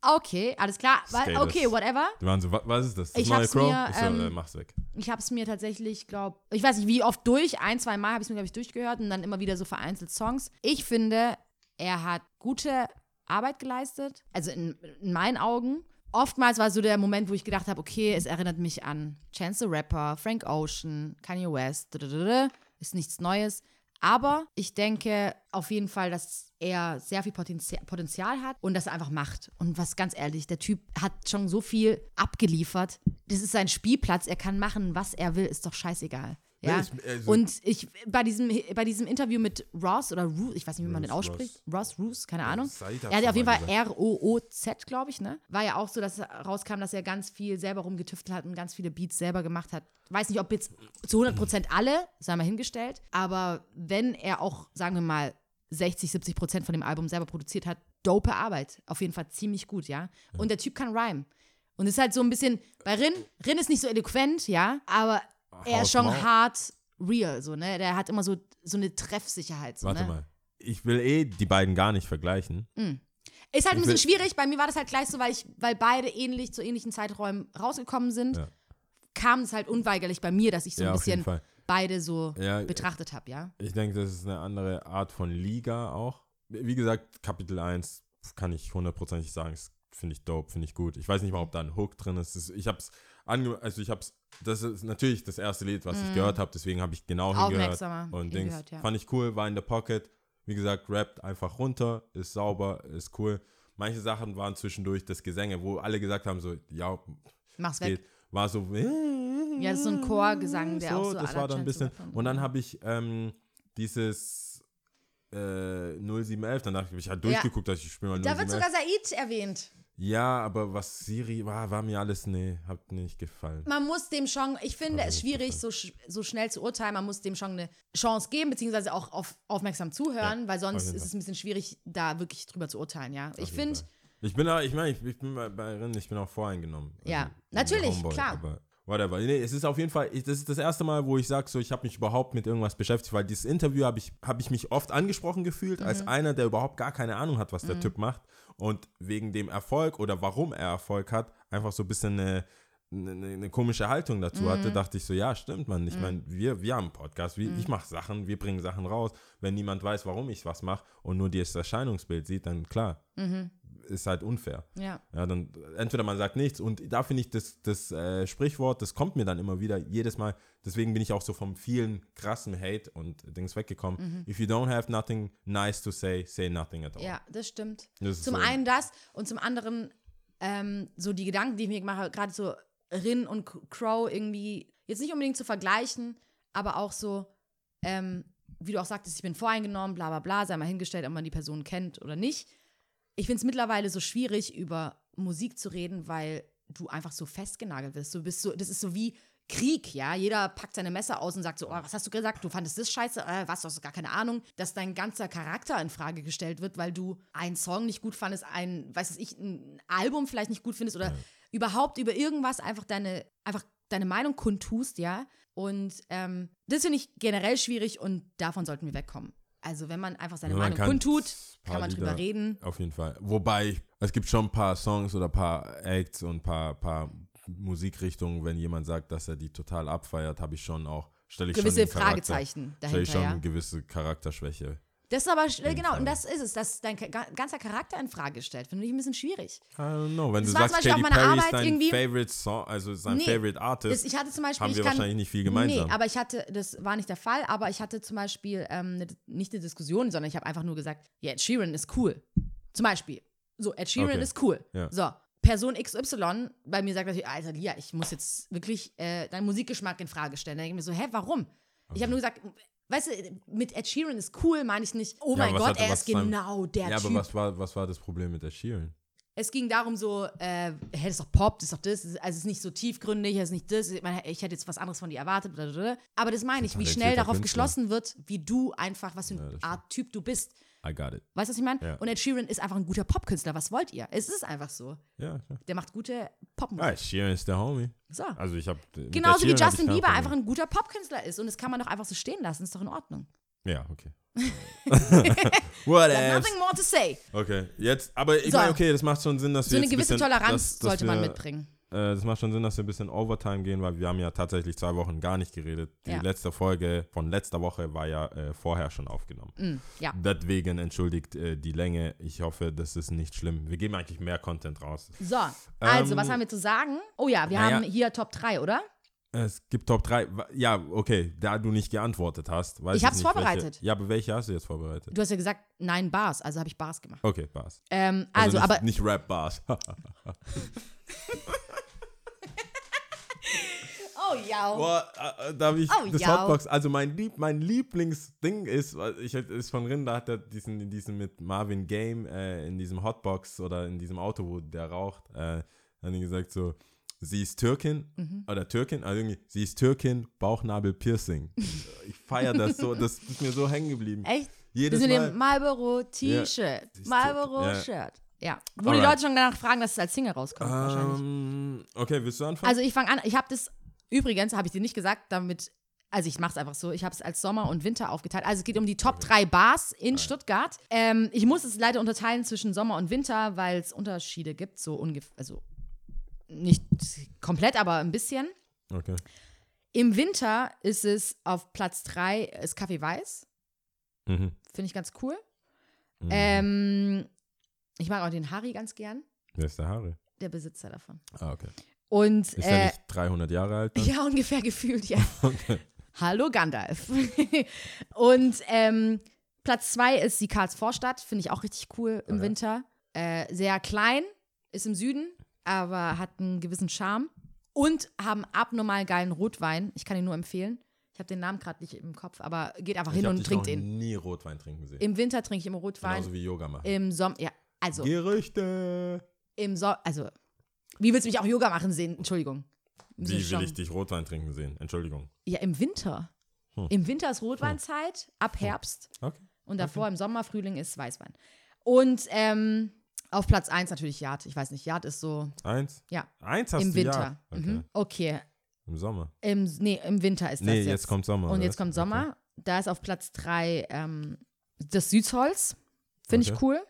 Speaker 3: Okay, alles klar. Weil,
Speaker 5: Status.
Speaker 3: okay, whatever.
Speaker 5: Die waren so, "Wa- was ist das? Das
Speaker 3: Ich
Speaker 5: neue
Speaker 3: hab's
Speaker 5: Crow?
Speaker 3: mir,
Speaker 5: ich so,
Speaker 3: ähm,
Speaker 5: äh, mach's weg.
Speaker 3: Ich habe es mir tatsächlich, glaube ich, weiß nicht wie oft durch, ein, zwei Mal habe ich es mir, glaube ich, durchgehört und dann immer wieder so vereinzelt Songs. Ich finde, er hat gute Arbeit geleistet, also in, in meinen Augen. Oftmals war so der Moment, wo ich gedacht habe, okay, es erinnert mich an Chance the Rapper, Frank Ocean, Kanye West, dadadada, ist nichts Neues. Aber ich denke auf jeden Fall, dass er sehr viel Potenzial, Potenzial hat und das einfach macht. Und was ganz ehrlich, der Typ hat schon so viel abgeliefert. Das ist sein Spielplatz, er kann machen, was er will, ist doch scheißegal. Ja.
Speaker 5: Nee, ich- also-
Speaker 3: und ich bei diesem bei diesem Interview mit Ross oder Roos, ich weiß nicht, wie man den
Speaker 5: Roos,
Speaker 3: ausspricht, Ross, Roos, keine Ahnung.
Speaker 5: Said hat's
Speaker 3: Er hat ja auf jeden
Speaker 5: mal
Speaker 3: Fall R-O-O-Z, glaube ich, ne? War ja auch so, dass rauskam, dass er ganz viel selber rumgetüftelt hat und ganz viele Beats selber gemacht hat. Weiß nicht, ob jetzt zu 100% alle, sei mal hingestellt, aber wenn er auch, sagen wir mal, 60, 70 Prozent von dem Album selber produziert hat, dope Arbeit. Auf jeden Fall ziemlich gut, ja? Und der Typ kann rhyme. Und ist halt so ein bisschen, bei Rin, Rin ist nicht so eloquent, ja, aber er ist
Speaker 5: Haut
Speaker 3: schon
Speaker 5: Maul.
Speaker 3: hart real, so, ne? Der hat immer so, so eine Treffsicherheit, so,
Speaker 5: Warte
Speaker 3: ne?
Speaker 5: mal. Ich will eh die beiden gar nicht vergleichen.
Speaker 3: Ist halt ein
Speaker 5: Ich
Speaker 3: bisschen
Speaker 5: will-
Speaker 3: schwierig. Bei mir war das halt gleich so, weil ich, weil beide ähnlich zu ähnlichen Zeiträumen rausgekommen sind,
Speaker 5: Ja.
Speaker 3: kam es halt unweigerlich bei mir, dass ich so
Speaker 5: Ja,
Speaker 3: ein
Speaker 5: auf jeden
Speaker 3: bisschen
Speaker 5: Fall.
Speaker 3: beide so
Speaker 5: Ja,
Speaker 3: betrachtet habe, ja.
Speaker 5: Ich denke, das ist eine andere Art von Liga auch. Wie gesagt, Kapitel 1 kann ich hundertprozentig sagen, das finde ich dope, finde ich gut. Ich weiß nicht mal, ob da ein Hook drin ist. Das- Ich hab's ange also ich hab's das ist natürlich das erste Lied, was ich gehört habe, deswegen habe ich genau hingehört
Speaker 3: Aufmerksamer
Speaker 5: und Dings
Speaker 3: Mhm. hingehört, ja.
Speaker 5: fand ich cool, war in der Pocket. Wie gesagt, rappt einfach runter, ist sauber, ist cool. Manche Sachen waren zwischendurch das Gesänge, wo alle gesagt haben so, ja,
Speaker 3: Mach's weg.
Speaker 5: geht, war so äh,
Speaker 3: Ja, das ist so ein Chorgesang, der auch so
Speaker 5: das
Speaker 3: aller
Speaker 5: war dann
Speaker 3: Chance
Speaker 5: ein bisschen.
Speaker 3: the Rapper und
Speaker 5: Und dann
Speaker 3: so.
Speaker 5: habe ich ähm, dieses äh, 0711, dann dachte ich, ich habe durchgeguckt, dass ich spiele mal
Speaker 3: Da wird
Speaker 5: 0711.
Speaker 3: sogar Said erwähnt.
Speaker 5: ja, aber was Siri war, war mir alles, nee, hat nicht gefallen.
Speaker 3: Man muss dem schon, ich finde es schwierig, so, sch- so schnell zu urteilen, man muss dem schon eine Chance geben, beziehungsweise auch auf, aufmerksam zuhören,
Speaker 5: Ja,
Speaker 3: weil
Speaker 5: auf
Speaker 3: sonst
Speaker 5: jeden
Speaker 3: ist
Speaker 5: Fall.
Speaker 3: es ein bisschen schwierig, da wirklich drüber zu urteilen, ja. Ich
Speaker 5: Auf jeden
Speaker 3: finde,
Speaker 5: Fall. Ich bin auch, ich meine, ich, ich bin bei, bei Rin, ich bin auch voreingenommen.
Speaker 3: Ja,
Speaker 5: Also,
Speaker 3: natürlich,
Speaker 5: der Homeboy,
Speaker 3: klar.
Speaker 5: Aber whatever. Nee, es ist auf jeden Fall, ich, das ist das erste Mal, wo ich sage, so, ich habe mich überhaupt mit irgendwas beschäftigt, weil dieses Interview habe ich, hab ich mich oft angesprochen gefühlt, als
Speaker 3: Mhm.
Speaker 5: einer, der überhaupt gar keine Ahnung hat, was der Typ macht. Und wegen dem Erfolg oder warum er Erfolg hat, einfach so ein bisschen eine. Eine, eine ne, komische Haltung dazu
Speaker 3: Mhm.
Speaker 5: hatte, dachte ich so, ja, stimmt, Mann. Ich meine, wir, wir haben einen Podcast, wir, ich mache Sachen, wir bringen Sachen raus. Wenn niemand weiß, warum ich was mache und nur das Erscheinungsbild sieht, dann klar, ist halt unfair.
Speaker 3: Mhm. ja.
Speaker 5: Ja, dann entweder man sagt nichts und da finde ich das, das äh, Sprichwort, das kommt mir dann immer wieder, jedes Mal. Deswegen bin ich auch so vom vielen krassen Hate und Dings weggekommen. If you don't have nothing nice to say, say nothing at all.
Speaker 3: Mhm. Ja, das stimmt.
Speaker 5: Das ist
Speaker 3: zum
Speaker 5: so-
Speaker 3: einen das und zum anderen ähm, so die Gedanken, die ich mir gemacht habe, gerade so Rin und K- Crow irgendwie, jetzt nicht unbedingt zu vergleichen, aber auch so, ähm, wie du auch sagtest, ich bin voreingenommen, bla bla bla, sei mal hingestellt, ob man die Person kennt oder nicht. Ich finde es mittlerweile so schwierig, über Musik zu reden, weil du einfach so festgenagelt wirst. Du bist so, das ist so wie Krieg, ja. Jeder packt seine Messer aus und sagt so, oh, was hast du gesagt? Du fandest das scheiße, äh, was, du hast gar keine Ahnung, dass dein ganzer Charakter in Frage gestellt wird, weil du einen Song nicht gut fandest, ein, weiß es ich, ein Album vielleicht nicht gut findest oder überhaupt über irgendwas einfach deine, einfach deine Meinung kundtust, ja. Und ähm, das finde ich generell schwierig und davon sollten wir wegkommen. Also wenn man einfach seine
Speaker 5: Ja, man
Speaker 3: Meinung
Speaker 5: kann
Speaker 3: kundtut,
Speaker 5: paar
Speaker 3: kann man drüber
Speaker 5: Lieder-
Speaker 3: reden.
Speaker 5: Auf jeden Fall. Wobei, ich, es gibt schon ein paar Songs oder ein paar Acts und ein paar, paar Musikrichtungen, wenn jemand sagt, dass er die total abfeiert, habe ich schon auch, stelle ich
Speaker 3: gewisse
Speaker 5: schon den Charakter-
Speaker 3: Fragezeichen
Speaker 5: Stelle ich
Speaker 3: dahinter,
Speaker 5: schon
Speaker 3: ja.
Speaker 5: eine gewisse Charakterschwäche.
Speaker 3: Das ist aber, äh, genau,
Speaker 5: Fall.
Speaker 3: und das ist es, dass dein ka- ga- ganzer Charakter in Frage stellt. Finde ich ein bisschen schwierig.
Speaker 5: I don't know. Wenn
Speaker 3: Das
Speaker 5: du
Speaker 3: war zum
Speaker 5: sagst,
Speaker 3: Beispiel
Speaker 5: Katy
Speaker 3: auf meiner
Speaker 5: Perry ist
Speaker 3: Arbeit
Speaker 5: dein
Speaker 3: irgendwie-
Speaker 5: Favorite Song, also ist dein
Speaker 3: Nee,
Speaker 5: Favorite Artist.
Speaker 3: Das, ich hatte zum Beispiel.
Speaker 5: haben wir
Speaker 3: ich kann,
Speaker 5: wahrscheinlich nicht viel gemeinsam.
Speaker 3: Nee, aber ich hatte, das war nicht der Fall, aber ich hatte zum Beispiel ähm, ne, nicht eine Diskussion, sondern ich habe einfach nur gesagt, ja, Ed Sheeran ist cool. Zum Beispiel. So, Ed Sheeran
Speaker 5: Okay.
Speaker 3: ist cool.
Speaker 5: Ja.
Speaker 3: So, Person XY bei mir sagt natürlich, Alter, Lia, ich muss jetzt wirklich äh, deinen Musikgeschmack in Frage stellen. Dann denke ich mir so, hä, warum? Ich habe nur gesagt, weißt du, mit Ed Sheeran ist cool, meine ich nicht, oh
Speaker 5: Ja,
Speaker 3: mein
Speaker 5: aber was
Speaker 3: Gott,
Speaker 5: hat-
Speaker 3: er
Speaker 5: was
Speaker 3: ist
Speaker 5: ist sein-
Speaker 3: genau der
Speaker 5: ja,
Speaker 3: Typ.
Speaker 5: aber was war, was war das Problem mit der Sheeran?
Speaker 3: Es ging darum so, äh, hey, das ist doch Pop, das ist doch das, das ist- also es ist nicht so tiefgründig, es ist nicht das, ich, meine, ich hätte jetzt was anderes von dir erwartet, blablabla. aber das meine ich, wie
Speaker 5: Talentierter
Speaker 3: schnell darauf
Speaker 5: Künstler.
Speaker 3: geschlossen wird, wie du einfach, was für
Speaker 5: Ja,
Speaker 3: eine
Speaker 5: das
Speaker 3: Art Typ du bist.
Speaker 5: I got it.
Speaker 3: Weißt du, was ich meine?
Speaker 5: Ja.
Speaker 3: Und Ed Sheeran ist einfach ein guter Popkünstler. Was wollt ihr? Es ist einfach so.
Speaker 5: Ja, klar.
Speaker 3: Der macht gute
Speaker 5: Ah,
Speaker 3: Popmusik.
Speaker 5: Sheeran ist der Homie.
Speaker 3: So.
Speaker 5: Also ich habe
Speaker 3: Genauso wie Justin Bieber einfach ein guter Popkünstler ist. Und das kann man doch einfach so stehen lassen. Ist doch in Ordnung.
Speaker 5: Ja, okay. What
Speaker 3: I have
Speaker 5: else?
Speaker 3: Nothing more to say.
Speaker 5: Okay, jetzt, aber ich
Speaker 3: So.
Speaker 5: meine, okay, das macht schon Sinn, dass
Speaker 3: So
Speaker 5: wir
Speaker 3: eine
Speaker 5: jetzt ein
Speaker 3: gewisse
Speaker 5: bisschen,
Speaker 3: Toleranz
Speaker 5: dass, dass
Speaker 3: sollte man
Speaker 5: wir,
Speaker 3: mitbringen.
Speaker 5: Äh, das macht schon Sinn, dass wir ein bisschen Overtime gehen, weil wir haben ja tatsächlich zwei Wochen gar nicht geredet. Die
Speaker 3: Ja.
Speaker 5: letzte Folge von letzter Woche war ja äh, vorher schon aufgenommen.
Speaker 3: Mm, ja.
Speaker 5: Deswegen entschuldigt äh, die Länge. Ich hoffe, das ist nicht schlimm. Wir geben eigentlich mehr Content raus.
Speaker 3: So, also,
Speaker 5: Ähm,
Speaker 3: was haben wir zu sagen? Oh ja, wir
Speaker 5: naja.
Speaker 3: haben hier Top 3, oder?
Speaker 5: Es gibt Top 3. Ja, okay, da du nicht geantwortet hast. Weiß
Speaker 3: Ich hab's
Speaker 5: nicht,
Speaker 3: vorbereitet.
Speaker 5: Welche. Ja, aber welche hast du jetzt vorbereitet?
Speaker 3: Du hast ja gesagt, nein, Bars. Also habe ich Bars gemacht.
Speaker 5: Okay, Bars.
Speaker 3: Ähm, also,
Speaker 5: nicht,
Speaker 3: aber
Speaker 5: Nicht Rap-Bars.
Speaker 3: Oh ja.
Speaker 5: Boah, äh, äh, darf ich
Speaker 3: Oh,
Speaker 5: das
Speaker 3: ja.
Speaker 5: Hotbox, also mein, Lieb, mein Lieblingsding ist, weil ich ist von Rinder hat er diesen, diesen mit Marvin Game äh, in diesem Hotbox oder in diesem Auto, wo der raucht, äh, hat ihn gesagt so, sie ist Türkin
Speaker 3: Mhm.
Speaker 5: oder Türkin, also irgendwie, sie ist Türkin, Bauchnabel Piercing. ich feiere das so, das ist mir so hängen geblieben.
Speaker 3: Echt?
Speaker 5: Jedes
Speaker 3: das mit
Speaker 5: Mal.
Speaker 3: dem Marlboro T-Shirt.
Speaker 5: Siehst du,
Speaker 3: Marlboro
Speaker 5: ja.
Speaker 3: Shirt. Ja. Wo die
Speaker 5: Alright.
Speaker 3: Leute schon danach fragen, dass es als Single rauskommt wahrscheinlich.
Speaker 5: Ähm, okay, willst du anfangen?
Speaker 3: Also ich fange an, ich habe das übrigens, habe ich dir nicht gesagt, damit also ich mache es einfach so, ich habe es als Sommer und Winter aufgeteilt. Also es geht um die Top 3 Bars in Stuttgart. Ähm, ich muss es leider unterteilen zwischen Sommer und Winter, weil es Unterschiede gibt, so ungefähr, also nicht komplett, aber ein bisschen.
Speaker 5: okay.
Speaker 3: Im Winter ist es auf Platz 3 ist Kaffee Weiß.
Speaker 5: Mhm.
Speaker 3: Finde ich ganz cool. Ähm, ich mag auch den Harry ganz gern,
Speaker 5: Wer ist der Harry?
Speaker 3: der Besitzer davon.
Speaker 5: Ah, okay.
Speaker 3: Und
Speaker 5: Ist er
Speaker 3: äh,
Speaker 5: nicht 300 Jahre alt? dann?
Speaker 3: ja, ungefähr gefühlt, ja.
Speaker 5: Okay.
Speaker 3: Hallo Gandalf. Und ähm, Platz zwei ist die Karlsvorstadt, finde ich auch richtig cool im
Speaker 5: Okay.
Speaker 3: Winter. Äh, sehr klein, ist im Süden, aber hat einen gewissen Charme. Und haben abnormal geilen Rotwein. Ich kann ihn nur empfehlen. Ich habe den Namen gerade nicht im Kopf, aber geht einfach hin
Speaker 5: hab
Speaker 3: und
Speaker 5: dich
Speaker 3: trinkt
Speaker 5: noch
Speaker 3: ihn.
Speaker 5: nie Rotwein trinken sehen.
Speaker 3: Im Winter trinke ich immer Rotwein.
Speaker 5: Genauso wie Yoga machen.
Speaker 3: Im Sommer, ja, also
Speaker 5: Gerüchte.
Speaker 3: im Sommer, also, wie willst du mich auch Yoga machen sehen? Entschuldigung. Müssen wir
Speaker 5: Wie will
Speaker 3: schon-
Speaker 5: ich dich Rotwein trinken sehen? Entschuldigung.
Speaker 3: Ja, im Winter.
Speaker 5: Hm.
Speaker 3: Im Winter ist Rotweinzeit, ab Herbst.
Speaker 5: Okay.
Speaker 3: Und davor im Sommer, Frühling ist Weißwein. Und ähm, auf Platz 1 natürlich Yard. Ich weiß nicht, Yard ist so
Speaker 5: Eins?
Speaker 3: Ja.
Speaker 5: Eins hast
Speaker 3: im
Speaker 5: du
Speaker 3: Winter.
Speaker 5: Ja. Okay.
Speaker 3: Mhm. Okay.
Speaker 5: Im Sommer.
Speaker 3: Im, nee, im Winter ist das
Speaker 5: Nee,
Speaker 3: jetzt.
Speaker 5: jetzt. kommt Sommer.
Speaker 3: Und
Speaker 5: oder
Speaker 3: jetzt
Speaker 5: was?
Speaker 3: kommt Sommer. Da ist auf Platz 3 ähm, das Südholz. Finde ich
Speaker 5: Okay.
Speaker 3: cool.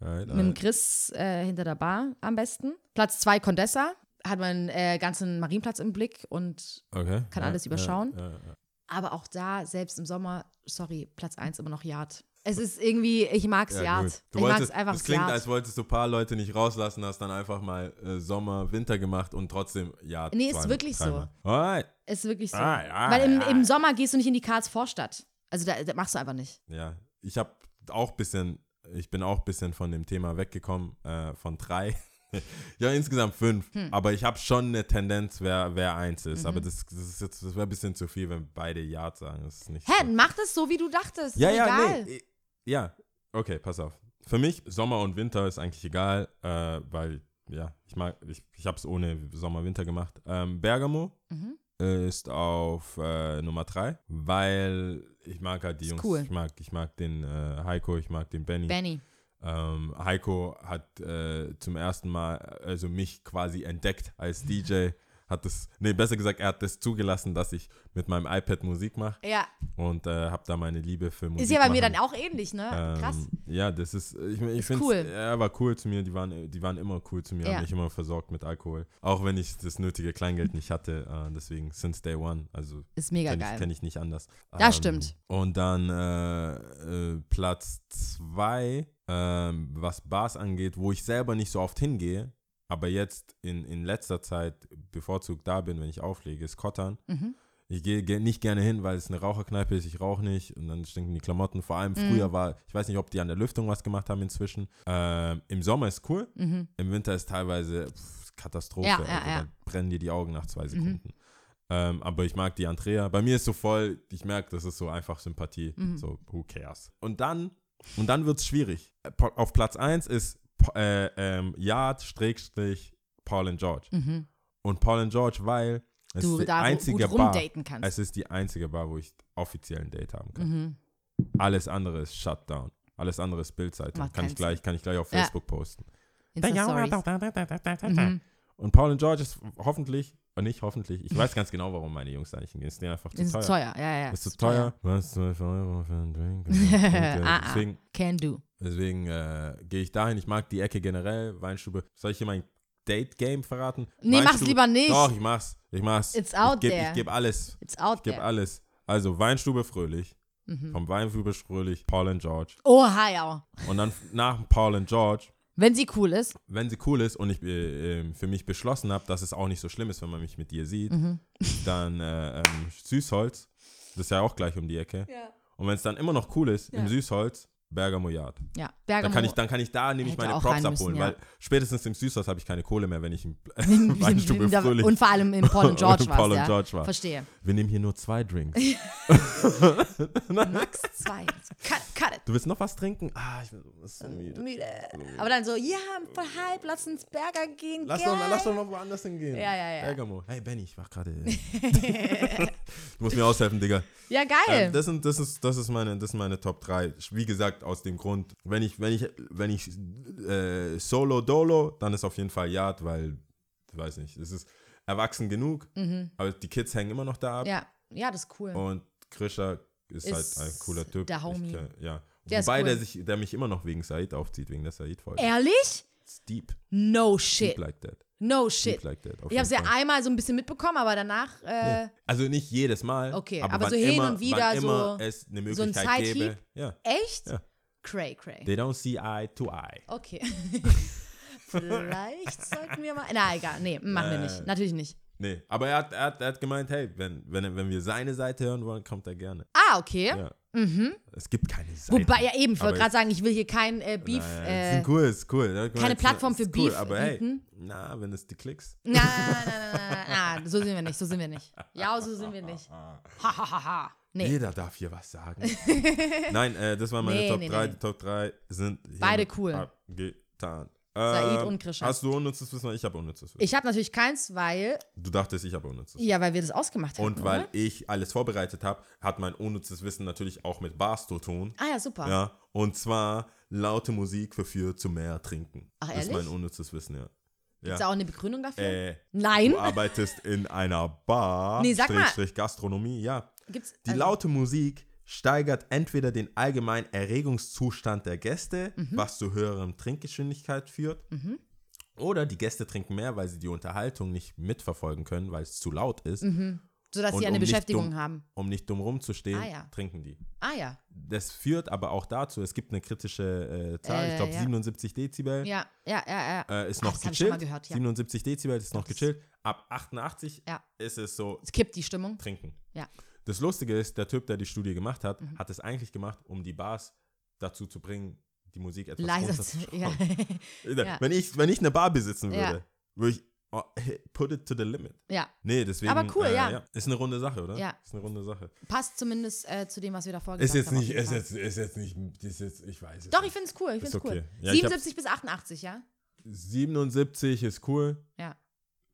Speaker 5: Okay. Alright,
Speaker 3: Mit dem
Speaker 5: alright.
Speaker 3: Chris äh, hinter der Bar am besten. Platz 2 Condessa. Hat man äh, ganzen Marienplatz im Blick und
Speaker 5: Okay.
Speaker 3: kann
Speaker 5: Ja,
Speaker 3: alles
Speaker 5: ja,
Speaker 3: überschauen.
Speaker 5: Ja, ja.
Speaker 3: Aber auch da, selbst im Sommer, sorry, Platz 1 immer noch Yard. Es ist irgendwie, ich mag's
Speaker 5: Ja,
Speaker 3: Yard.
Speaker 5: gut. Du
Speaker 3: ich mag's
Speaker 5: wolltest,
Speaker 3: einfach
Speaker 5: das klingt,
Speaker 3: Yard.
Speaker 5: als wolltest du ein paar Leute nicht rauslassen, hast dann einfach mal äh, Sommer, Winter gemacht und trotzdem, ja.
Speaker 3: Nee, ist wirklich so.
Speaker 5: dreimal. Alright.
Speaker 3: ist wirklich so.
Speaker 5: Ah, ja,
Speaker 3: Weil im,
Speaker 5: ja.
Speaker 3: im Sommer gehst du nicht in die Karlsvorstadt. Also da, da machst du einfach nicht.
Speaker 5: Ja, ich habe auch ein bisschen, ich bin auch ein bisschen von dem Thema weggekommen, äh, von drei. ja, insgesamt fünf. Aber ich habe schon eine Tendenz, wer, wer eins ist. Aber das, das, ist jetzt- das wäre ein bisschen zu viel, wenn beide Ja sagen. Das ist nicht
Speaker 3: Hä,
Speaker 5: so.
Speaker 3: mach das so, wie du dachtest.
Speaker 5: Ja,
Speaker 3: ist
Speaker 5: ja,
Speaker 3: egal.
Speaker 5: nee. ich- Ja, okay, pass auf. Für mich, Sommer und Winter ist eigentlich egal, äh, weil, ja, ich mag, ich, ich habe es ohne Sommer-Winter gemacht. Ähm, Bergamo
Speaker 3: Mhm.
Speaker 5: ist auf äh, Nummer 3, weil ich mag halt die
Speaker 3: Ist
Speaker 5: Jungs.
Speaker 3: cool.
Speaker 5: Ich mag, ich mag den äh, Heiko, ich mag den Benny.
Speaker 3: Benny.
Speaker 5: Ähm, Heiko hat äh, zum ersten Mal, also mich quasi entdeckt als DJ. Hat das, nee, besser gesagt, er hat das zugelassen, dass ich mit meinem iPad Musik mache
Speaker 3: Ja,
Speaker 5: und äh, habe da meine Liebe für Musik.
Speaker 3: ist ja bei mir
Speaker 5: machen.
Speaker 3: dann auch ähnlich, ne?
Speaker 5: Ähm,
Speaker 3: Krass.
Speaker 5: Ja, das ist, äh, ich, ich finde,
Speaker 3: cool.
Speaker 5: er war cool zu mir, die waren, die waren immer cool zu mir,
Speaker 3: Ja.
Speaker 5: haben mich immer versorgt mit Alkohol. Auch wenn ich das nötige Kleingeld nicht hatte, äh, deswegen since day one, also
Speaker 3: Ist mega
Speaker 5: kenne ich,
Speaker 3: geil.
Speaker 5: kenn ich nicht anders. Ähm,
Speaker 3: Das stimmt.
Speaker 5: Und dann äh, äh, Platz zwei, ähm, was Bars angeht, wo ich selber nicht so oft hingehe, aber jetzt in, in letzter Zeit bevorzugt da bin, wenn ich auflege, ist Kottern.
Speaker 3: Mhm.
Speaker 5: Ich gehe ge nicht gerne hin, weil es eine Raucherkneipe ist, ich rauche nicht und dann stinken die Klamotten. Vor allem
Speaker 3: Mhm.
Speaker 5: früher war, ich weiß nicht, ob die an der Lüftung was gemacht haben inzwischen. Ähm, Im Sommer ist cool,
Speaker 3: Mhm.
Speaker 5: im Winter ist teilweise pff, Katastrophe.
Speaker 3: Ja, ja,
Speaker 5: also,
Speaker 3: ja. Mhm.
Speaker 5: Dann brennen dir die Augen nach zwei Sekunden. Ähm, aber ich mag die Andrea. Bei mir ist so voll, ich merke, das ist so einfach Sympathie.
Speaker 3: Mhm.
Speaker 5: So, who cares? Und dann, und dann wird es schwierig. Äh, po- Auf Platz 1 ist äh, ähm, Yard, Schrägstrich, Paul and George.
Speaker 3: Mhm.
Speaker 5: Und Paul and George, weil es
Speaker 3: Du
Speaker 5: ist die
Speaker 3: da wo-
Speaker 5: einzige
Speaker 3: gut
Speaker 5: Bar.
Speaker 3: rumdaten kannst.
Speaker 5: Es ist die einzige Bar, wo ich offiziell ein Date haben kann.
Speaker 3: Mhm.
Speaker 5: Alles andere ist Shutdown. Alles andere ist Bildzeitung.
Speaker 3: Macht
Speaker 5: Kann
Speaker 3: keinen
Speaker 5: ich gleich, kann ich gleich auf
Speaker 3: Ja.
Speaker 5: Facebook posten.
Speaker 3: Insta-Stories. Mhm.
Speaker 5: Und Paul und George ist hoffentlich, äh, nicht hoffentlich, ich weiß ganz genau, warum meine Jungs da nicht hingehen. Ist denen einfach zu
Speaker 3: Ist
Speaker 5: teuer.
Speaker 3: zu teuer, ja, ja.
Speaker 5: Ist zu teuer. Was, 12 Euro für einen Drink? Und dann trinkt
Speaker 3: Ah,
Speaker 5: er.
Speaker 3: ah.
Speaker 5: deswegen
Speaker 3: Can do.
Speaker 5: deswegen äh, gehe ich dahin. Ich mag die Ecke generell. Weinstube. Soll ich hier mein Date-Game verraten?
Speaker 3: Nee, mach's
Speaker 5: Weinstube-
Speaker 3: lieber nicht.
Speaker 5: Doch, ich mach's. Ich mach's.
Speaker 3: It's out
Speaker 5: ich geb,
Speaker 3: there.
Speaker 5: Ich gebe alles.
Speaker 3: It's out
Speaker 5: Ich gebe
Speaker 3: there.
Speaker 5: alles. Also Weinstube fröhlich.
Speaker 3: Mhm.
Speaker 5: Vom Weinstube fröhlich, Paul und George.
Speaker 3: Oha, ja.
Speaker 5: Und dann nach Paul und George
Speaker 3: Wenn sie cool ist,
Speaker 5: wenn sie cool ist und ich äh, ähm, für mich beschlossen habe, dass es auch nicht so schlimm ist, wenn man mich mit ihr sieht,
Speaker 3: Mhm.
Speaker 5: dann äh, ähm, Süßholz, das ist ja auch gleich um die Ecke. Und wenn es dann immer noch cool ist, im Süßholz, Bergamoyard.
Speaker 3: ja.
Speaker 5: Dann
Speaker 3: Bergamo.
Speaker 5: kann ich, dann kann ich da nämlich
Speaker 3: Hätte
Speaker 5: meine
Speaker 3: auch
Speaker 5: Props
Speaker 3: rein müssen,
Speaker 5: abholen,
Speaker 3: ja.
Speaker 5: weil spätestens im Süßholz habe ich keine Kohle mehr, wenn ich im Weinstube fröhlich.
Speaker 3: und vor allem in Paul und George
Speaker 5: In
Speaker 3: war
Speaker 5: Paul
Speaker 3: es,
Speaker 5: und
Speaker 3: ja.
Speaker 5: George war's.
Speaker 3: Verstehe.
Speaker 5: Wir nehmen hier nur zwei Drinks.
Speaker 3: Max zwei. Cut, cut it.
Speaker 5: Du willst noch was trinken? Ah, ich bin so müde.
Speaker 3: Aber dann so, ja, voll hype, lass uns Burger gehen.
Speaker 5: Lass
Speaker 3: geil.
Speaker 5: doch, lass doch noch woanders hingehen.
Speaker 3: Ja, ja, ja.
Speaker 5: Bergamo. Hey, Benny, ich mach gerade. du musst mir aushelfen, Digga.
Speaker 3: Ja, geil.
Speaker 5: Ähm, das, sind, das, ist, das, ist meine, das sind meine Top 3. Wie gesagt, aus dem Grund, wenn ich, wenn ich, wenn ich äh, solo dolo, dann ist auf jeden Fall Yard, weil, ich weiß nicht, es ist erwachsen genug, aber die Kids hängen immer noch da ab.
Speaker 3: Mhm. ja. ja, das ist cool.
Speaker 5: Und Krisha ist,
Speaker 3: Ist
Speaker 5: halt ein cooler Typ.
Speaker 3: der
Speaker 5: Ich
Speaker 3: Homie.
Speaker 5: kenn- ja.
Speaker 3: Der ist
Speaker 5: Wobei
Speaker 3: cool.
Speaker 5: der, sich, der mich immer noch wegen Said aufzieht, wegen der Said-Folge.
Speaker 3: Ehrlich?
Speaker 5: It's deep.
Speaker 3: No
Speaker 5: Deep
Speaker 3: shit.
Speaker 5: like that.
Speaker 3: No shit.
Speaker 5: Deep like that. auf
Speaker 3: Ich hab's
Speaker 5: jeden
Speaker 3: ja
Speaker 5: Fall.
Speaker 3: einmal so ein bisschen mitbekommen, aber danach äh,
Speaker 5: Also nicht jedes Mal.
Speaker 3: Okay,
Speaker 5: aber,
Speaker 3: aber so
Speaker 5: wann
Speaker 3: hin
Speaker 5: immer,
Speaker 3: und wieder
Speaker 5: wann immer
Speaker 3: so-
Speaker 5: es eine
Speaker 3: so ein
Speaker 5: Möglichkeit
Speaker 3: Zeithieb.
Speaker 5: gäbe. Ja.
Speaker 3: echt?
Speaker 5: Ja.
Speaker 3: Cray, cray.
Speaker 5: They don't see eye to eye.
Speaker 3: Okay. Vielleicht sollten wir mal. Na, egal. Nee, machen
Speaker 5: Äh.
Speaker 3: wir nicht. Natürlich nicht.
Speaker 5: Nee, aber er hat, er hat, er hat gemeint, hey, wenn, wenn, wenn wir seine Seite hören wollen, kommt er gerne.
Speaker 3: Ah, okay.
Speaker 5: Ja. Es gibt keine Seite.
Speaker 3: Wobei, äh, ja eben, ich wollte
Speaker 5: Aber-
Speaker 3: gerade sagen, ich will hier kein äh, Beef.
Speaker 5: Äh,
Speaker 3: Äh,
Speaker 5: ist cool, ist cool. Er hat gemeint,
Speaker 3: keine Plattform
Speaker 5: ist
Speaker 3: für
Speaker 5: cool,
Speaker 3: Beef
Speaker 5: Aber hey,
Speaker 3: bieten.
Speaker 5: na, wenn es die Klicks.
Speaker 3: na, na, na, na, na, na, so sind wir nicht, so sind wir nicht. Ja, so sind wir nicht. Ha, ha, ha, ha. Nee,
Speaker 5: Jeder darf hier was sagen. Nein, äh, das waren meine
Speaker 3: Nee,
Speaker 5: Top
Speaker 3: nee,
Speaker 5: 3.
Speaker 3: nee.
Speaker 5: Die Top 3 sind hiermit
Speaker 3: Beide cool.
Speaker 5: Abgetan.
Speaker 3: Said
Speaker 5: Ähm,
Speaker 3: und Krisha.
Speaker 5: Hast du unnützes Wissen? Ich habe unnützes Wissen.
Speaker 3: ich habe natürlich keins, weil,
Speaker 5: Du dachtest, ich habe unnützes
Speaker 3: ja, weil wir das ausgemacht haben.
Speaker 5: Und weil ich alles vorbereitet habe, hat mein unnützes Wissen natürlich auch mit Bars zu tun.
Speaker 3: Ah ja, super.
Speaker 5: Ja, und zwar laute Musik verführt zu mehr Trinken.
Speaker 3: Ach,
Speaker 5: Das ist
Speaker 3: ehrlich?
Speaker 5: mein unnützes Wissen, ja.
Speaker 3: Ist da auch eine Begründung dafür?
Speaker 5: Äh,
Speaker 3: Nein.
Speaker 5: du arbeitest in einer Bar,
Speaker 3: Nee, sag mal.
Speaker 5: Strich, Gastronomie, ja.
Speaker 3: Gibt's,
Speaker 5: Die
Speaker 3: also-
Speaker 5: laute Musik steigert entweder den allgemeinen Erregungszustand der Gäste,
Speaker 3: Mhm.
Speaker 5: was zu höherem Trinkgeschwindigkeit führt, oder die Gäste trinken mehr, weil sie die Unterhaltung nicht mitverfolgen können, weil es zu laut ist.
Speaker 3: sodass sie eine
Speaker 5: um nicht
Speaker 3: Beschäftigung
Speaker 5: dumm,
Speaker 3: haben.
Speaker 5: Um nicht dumm rumzustehen,
Speaker 3: Ah, ja.
Speaker 5: trinken die.
Speaker 3: Ah ja.
Speaker 5: Das führt aber auch dazu, es gibt eine kritische äh, Zahl,
Speaker 3: Äh,
Speaker 5: ich glaube
Speaker 3: ja.
Speaker 5: 77 Dezibel
Speaker 3: Ja, ja, ja, ja.
Speaker 5: äh, ist
Speaker 3: Ah,
Speaker 5: noch
Speaker 3: das hab ich schon
Speaker 5: gechillt.
Speaker 3: mal gehört, ja.
Speaker 5: 77 Dezibel ist noch
Speaker 3: Das-
Speaker 5: gechillt. Ab 88
Speaker 3: Ja.
Speaker 5: ist es so,
Speaker 3: Es kippt die Stimmung.
Speaker 5: trinken.
Speaker 3: Ja. Mhm.
Speaker 5: Das Lustige ist, der Typ, der die Studie gemacht hat, hat es eigentlich gemacht, um die Bars dazu zu bringen, die Musik etwas
Speaker 3: Leiser zu.
Speaker 5: runterzuschrauben.
Speaker 3: Ja. Ja.
Speaker 5: Wenn, ich, wenn ich eine Bar besitzen würde,
Speaker 3: Ja.
Speaker 5: würde ich oh, put it to the limit.
Speaker 3: ja.
Speaker 5: Nee, deswegen.
Speaker 3: Aber cool,
Speaker 5: äh,
Speaker 3: ja.
Speaker 5: Ist eine runde Sache, oder?
Speaker 3: Ja.
Speaker 5: Ist eine runde Sache.
Speaker 3: Passt zumindest äh, zu dem, was wir da vorgesagt
Speaker 5: Ist jetzt
Speaker 3: haben. auf
Speaker 5: nicht,
Speaker 3: jeden
Speaker 5: ist
Speaker 3: Fall.
Speaker 5: jetzt, ist jetzt nicht, ist jetzt, ich weiß es
Speaker 3: Doch, ich
Speaker 5: nicht.
Speaker 3: finde es cool. Ich
Speaker 5: Ist
Speaker 3: find's cool.
Speaker 5: okay. Ja, ich
Speaker 3: 77 bis 88, ja?
Speaker 5: 77 ist cool,
Speaker 3: Ja.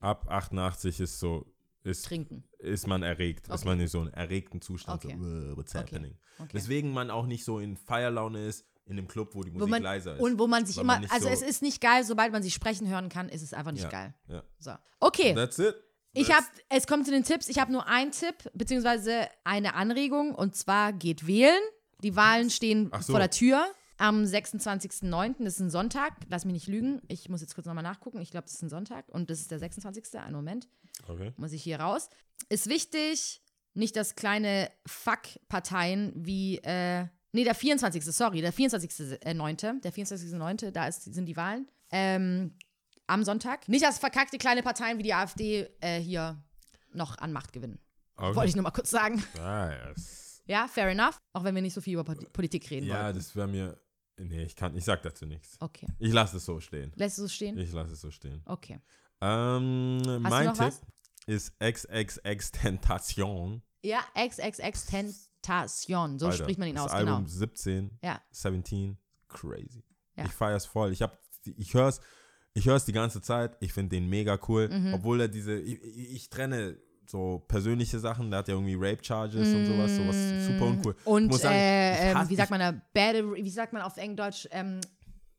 Speaker 5: ab 88 ist so, ist
Speaker 3: Trinken.
Speaker 5: ist man erregt, ist
Speaker 3: Okay.
Speaker 5: man in so einem erregten Zustand.
Speaker 3: Okay.
Speaker 5: So, "Whoa, what's
Speaker 3: Okay.
Speaker 5: happening?
Speaker 3: Okay.
Speaker 5: Deswegen man auch nicht so in Feierlaune ist, in dem Club, wo die Musik
Speaker 3: Wo man,
Speaker 5: leiser ist.
Speaker 3: und wo man sich
Speaker 5: Weil
Speaker 3: immer,
Speaker 5: nicht
Speaker 3: also
Speaker 5: so-
Speaker 3: es ist nicht geil, sobald man sie sprechen hören kann, ist es einfach nicht
Speaker 5: ja,
Speaker 3: geil.
Speaker 5: Ja.
Speaker 3: So. Okay.
Speaker 5: That's it.
Speaker 3: Ich
Speaker 5: That's-
Speaker 3: habe, es kommt zu den Tipps. Ich habe nur einen Tipp, beziehungsweise eine Anregung, und zwar geht wählen. Die Wahlen stehen
Speaker 5: Ach so.
Speaker 3: vor der Tür am 26.09. Das ist ein Sonntag. Lass mich nicht lügen. Ich muss jetzt kurz nochmal nachgucken. Ich glaube, das ist ein Sonntag und das ist der 26. Einen Moment.
Speaker 5: Okay.
Speaker 3: Muss ich hier raus. Ist wichtig, nicht dass kleine Fuck-Parteien wie, äh, nee, der 24. Sorry, der 24.09. Der 24.09. Da ist, sind die Wahlen. Ähm, am Sonntag. Nicht, dass verkackte kleine Parteien wie die AfD äh, hier noch an Macht gewinnen.
Speaker 5: okay.
Speaker 3: Wollte ich nur mal kurz sagen.
Speaker 5: Nice.
Speaker 3: Ja, fair enough. Auch wenn wir nicht so viel über Pol- Politik reden
Speaker 5: Ja,
Speaker 3: wollten.
Speaker 5: das wäre mir. Nee, ich kann, ich sag dazu nichts.
Speaker 3: Okay.
Speaker 5: Ich lasse es so stehen.
Speaker 3: Lässt du es stehen?
Speaker 5: Ich lasse es so stehen.
Speaker 3: Okay.
Speaker 5: Ähm, mein
Speaker 3: noch
Speaker 5: Tipp
Speaker 3: was?
Speaker 5: ist XXX Tentation.
Speaker 3: Ja, XXX Tentation. So
Speaker 5: Alter,
Speaker 3: spricht man ihn
Speaker 5: das
Speaker 3: aus,
Speaker 5: Album
Speaker 3: genau.
Speaker 5: 17
Speaker 3: Ja.
Speaker 5: 17, crazy.
Speaker 3: Ja.
Speaker 5: Ich feier's voll. Ich hab, ich
Speaker 3: Mhm.
Speaker 5: hör's, ich hör's die ganze Zeit. Ich finde den mega cool, obwohl er diese, ich, ich, ich trenne so persönliche Sachen. Da hat er irgendwie Rape-Charges und sowas. Sowas
Speaker 3: Mhm.
Speaker 5: ist super uncool. Ich
Speaker 3: Mm. Und
Speaker 5: muss sagen, ich
Speaker 3: äh, ähm,
Speaker 5: hasse-
Speaker 3: wie sagt man da, battery, wie sagt man auf Englisch, ähm,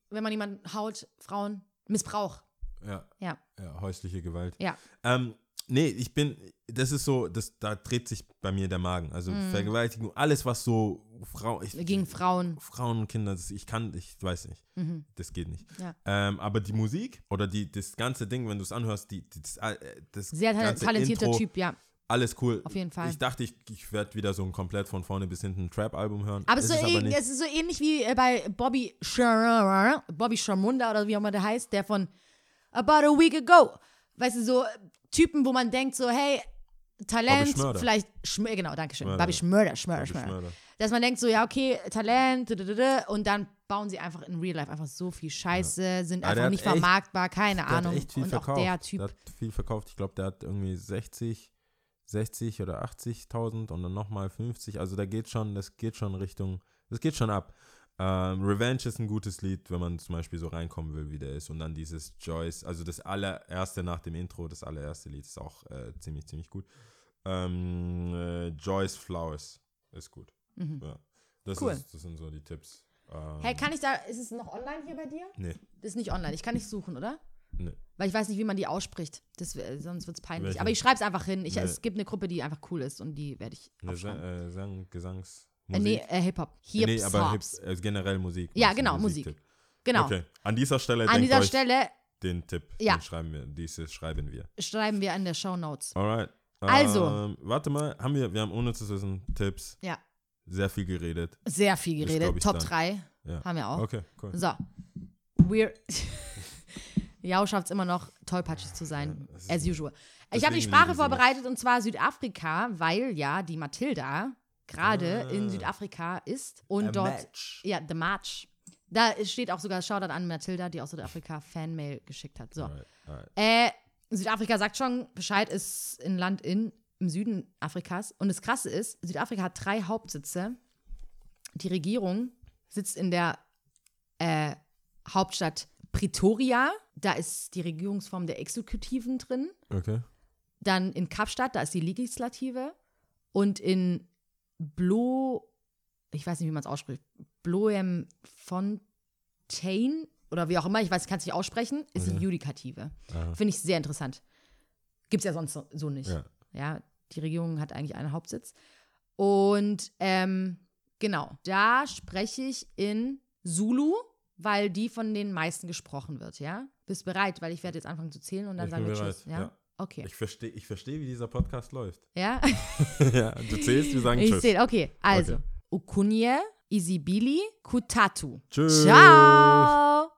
Speaker 3: wenn man jemanden haut, Frauen, Missbrauch.
Speaker 5: Ja,
Speaker 3: Ja,
Speaker 5: ja, häusliche Gewalt.
Speaker 3: ja.
Speaker 5: Ähm, nee, ich bin, das ist so, das, da dreht sich bei mir der Magen. Also Vergewaltigung, alles, was so Frau, ich,
Speaker 3: Mhm. Gegen Frauen. Mhm.
Speaker 5: Frauen und Kinder, das, ich kann, ich weiß nicht. Das geht nicht.
Speaker 3: Ja.
Speaker 5: Ähm, aber die Musik oder die, das ganze Ding, wenn du es anhörst, die, die, das, äh, das
Speaker 3: Sehr ta-
Speaker 5: ganze
Speaker 3: halt talentierter
Speaker 5: Intro,
Speaker 3: Typ, ja.
Speaker 5: Alles cool.
Speaker 3: Auf jeden Fall.
Speaker 5: Ich dachte, ich, ich werde wieder so ein komplett von vorne bis hinten Trap-Album hören.
Speaker 3: Aber es ist,
Speaker 5: Ist
Speaker 3: so
Speaker 5: es
Speaker 3: ähn-
Speaker 5: nicht.
Speaker 3: es ist so ähnlich wie äh, bei Bobby Shar Bobby Sharmunda oder wie auch immer der heißt, der von About a Week Ago. Weißt du, so äh, Typen, wo man denkt so, hey, Talent,
Speaker 5: Bobby Schmörder.
Speaker 3: vielleicht, Schm äh, genau, danke schön,
Speaker 5: Schmörder.
Speaker 3: Bobby Schmörder, Schmörder,
Speaker 5: Bobby
Speaker 3: Schmörder.
Speaker 5: Schmörder.
Speaker 3: Dass man denkt so, ja, okay, Talent, dü- dü- dü- und dann bauen sie einfach in Real Life einfach so viel Scheiße, sind
Speaker 5: Ja,
Speaker 3: einfach
Speaker 5: der hat
Speaker 3: nicht
Speaker 5: echt-
Speaker 3: vermarktbar, keine
Speaker 5: Der
Speaker 3: Ahnung.
Speaker 5: hat echt viel
Speaker 3: und
Speaker 5: verkauft.
Speaker 3: auch der Typ,
Speaker 5: Der hat viel verkauft. Ich glaube, der hat irgendwie 60, 60 oder 80.000 und dann nochmal 50. Also da geht schon, das geht schon Richtung, das geht schon ab. Ähm, Revenge ist ein gutes Lied, wenn man zum Beispiel so reinkommen will, wie der ist. Und dann dieses Joyce, also das allererste nach dem Intro, das allererste Lied ist auch äh, ziemlich, ziemlich gut. Ähm, äh, Joyce Flowers ist gut. Ja. Das,
Speaker 3: Mhm. Cool.
Speaker 5: ist, das sind so die Tipps. Ähm,
Speaker 3: hey, kann ich da, ist es noch online hier bei dir?
Speaker 5: nee,
Speaker 3: Das ist nicht online, ich kann nicht suchen, oder?
Speaker 5: nee.
Speaker 3: Weil ich weiß nicht, wie man die ausspricht. Das, wär- sonst wird es peinlich.
Speaker 5: Welche?
Speaker 3: Aber ich schreibe es einfach hin. Ich,
Speaker 5: Nee.
Speaker 3: Es gibt eine Gruppe, die einfach cool ist und die werde ich
Speaker 5: nee
Speaker 3: aufschreiben.
Speaker 5: Sa- äh, Sang, Gesangs.
Speaker 3: Äh, nee, äh, Hip-Hop. Hip
Speaker 5: nee, aber Hip,
Speaker 3: Hops.
Speaker 5: äh, generell Musik.
Speaker 3: Ja,
Speaker 5: Das ist ein
Speaker 3: genau, Musik.
Speaker 5: Musiktipp.
Speaker 3: Genau.
Speaker 5: Okay, an dieser Stelle
Speaker 3: An
Speaker 5: denkt
Speaker 3: dieser
Speaker 5: euch
Speaker 3: Stelle
Speaker 5: den Tipp.
Speaker 3: Ja.
Speaker 5: Den schreiben wir, dieses schreiben wir.
Speaker 3: schreiben wir in der Show Notes.
Speaker 5: Alright.
Speaker 3: Also.
Speaker 5: Ähm, warte mal, haben wir, wir haben ohne zu wissen Tipps,
Speaker 3: Ja.
Speaker 5: sehr viel geredet.
Speaker 3: Sehr viel
Speaker 5: Das
Speaker 3: geredet.
Speaker 5: glaub ich
Speaker 3: Top
Speaker 5: dann.
Speaker 3: 3
Speaker 5: Ja.
Speaker 3: haben wir auch.
Speaker 5: Okay, cool.
Speaker 3: Oh. So. We're. Jao schafft es immer noch, tollpatschig zu sein. As usual. Ich habe die
Speaker 5: deswegen liebe
Speaker 3: Sprache
Speaker 5: ich sie
Speaker 3: vorbereitet und zwar Südafrika, weil ja die Matilda gerade
Speaker 5: Ah.
Speaker 3: in Südafrika ist und
Speaker 5: A
Speaker 3: dort.
Speaker 5: match.
Speaker 3: Ja, The March. Da steht auch sogar Shoutout an Matilda, die aus Südafrika Fanmail geschickt hat. So.
Speaker 5: Alright, alright.
Speaker 3: Äh, Südafrika sagt schon, Bescheid ist ein Land in, im Süden Afrikas. Und das Krasse ist, Südafrika hat drei Hauptsitze. Die Regierung sitzt in der äh, Hauptstadt Pretoria. Da ist die Regierungsform der Exekutiven drin.
Speaker 5: Okay.
Speaker 3: Dann in Kapstadt, da ist die Legislative. Und in Blo, ich weiß nicht, wie man es ausspricht, Bloemfontein oder wie auch immer, ich weiß, ich kann es nicht aussprechen, ist die Judikative.
Speaker 5: Aha.
Speaker 3: Finde ich sehr interessant. Gibt es ja sonst so, so nicht.
Speaker 5: Ja.
Speaker 3: Ja. die Regierung hat eigentlich einen Hauptsitz. Und ähm, genau, da spreche ich in Zulu, weil die von den meisten gesprochen wird, ja? Bist bereit, weil ich werde jetzt anfangen zu zählen und dann
Speaker 5: Ich
Speaker 3: sagen wir
Speaker 5: bin
Speaker 3: Tschüss.
Speaker 5: bereit,
Speaker 3: Ja?
Speaker 5: ja.
Speaker 3: Okay.
Speaker 5: Ich verstehe, ich verstehe, wie dieser Podcast läuft.
Speaker 3: ja?
Speaker 5: ja, du zählst, wir sagen
Speaker 3: Ich
Speaker 5: Tschüss.
Speaker 3: zähle, okay. Also,
Speaker 5: Okay.
Speaker 3: Okunye, Isibili, Kutatu.
Speaker 5: Tschüss.
Speaker 3: Ciao.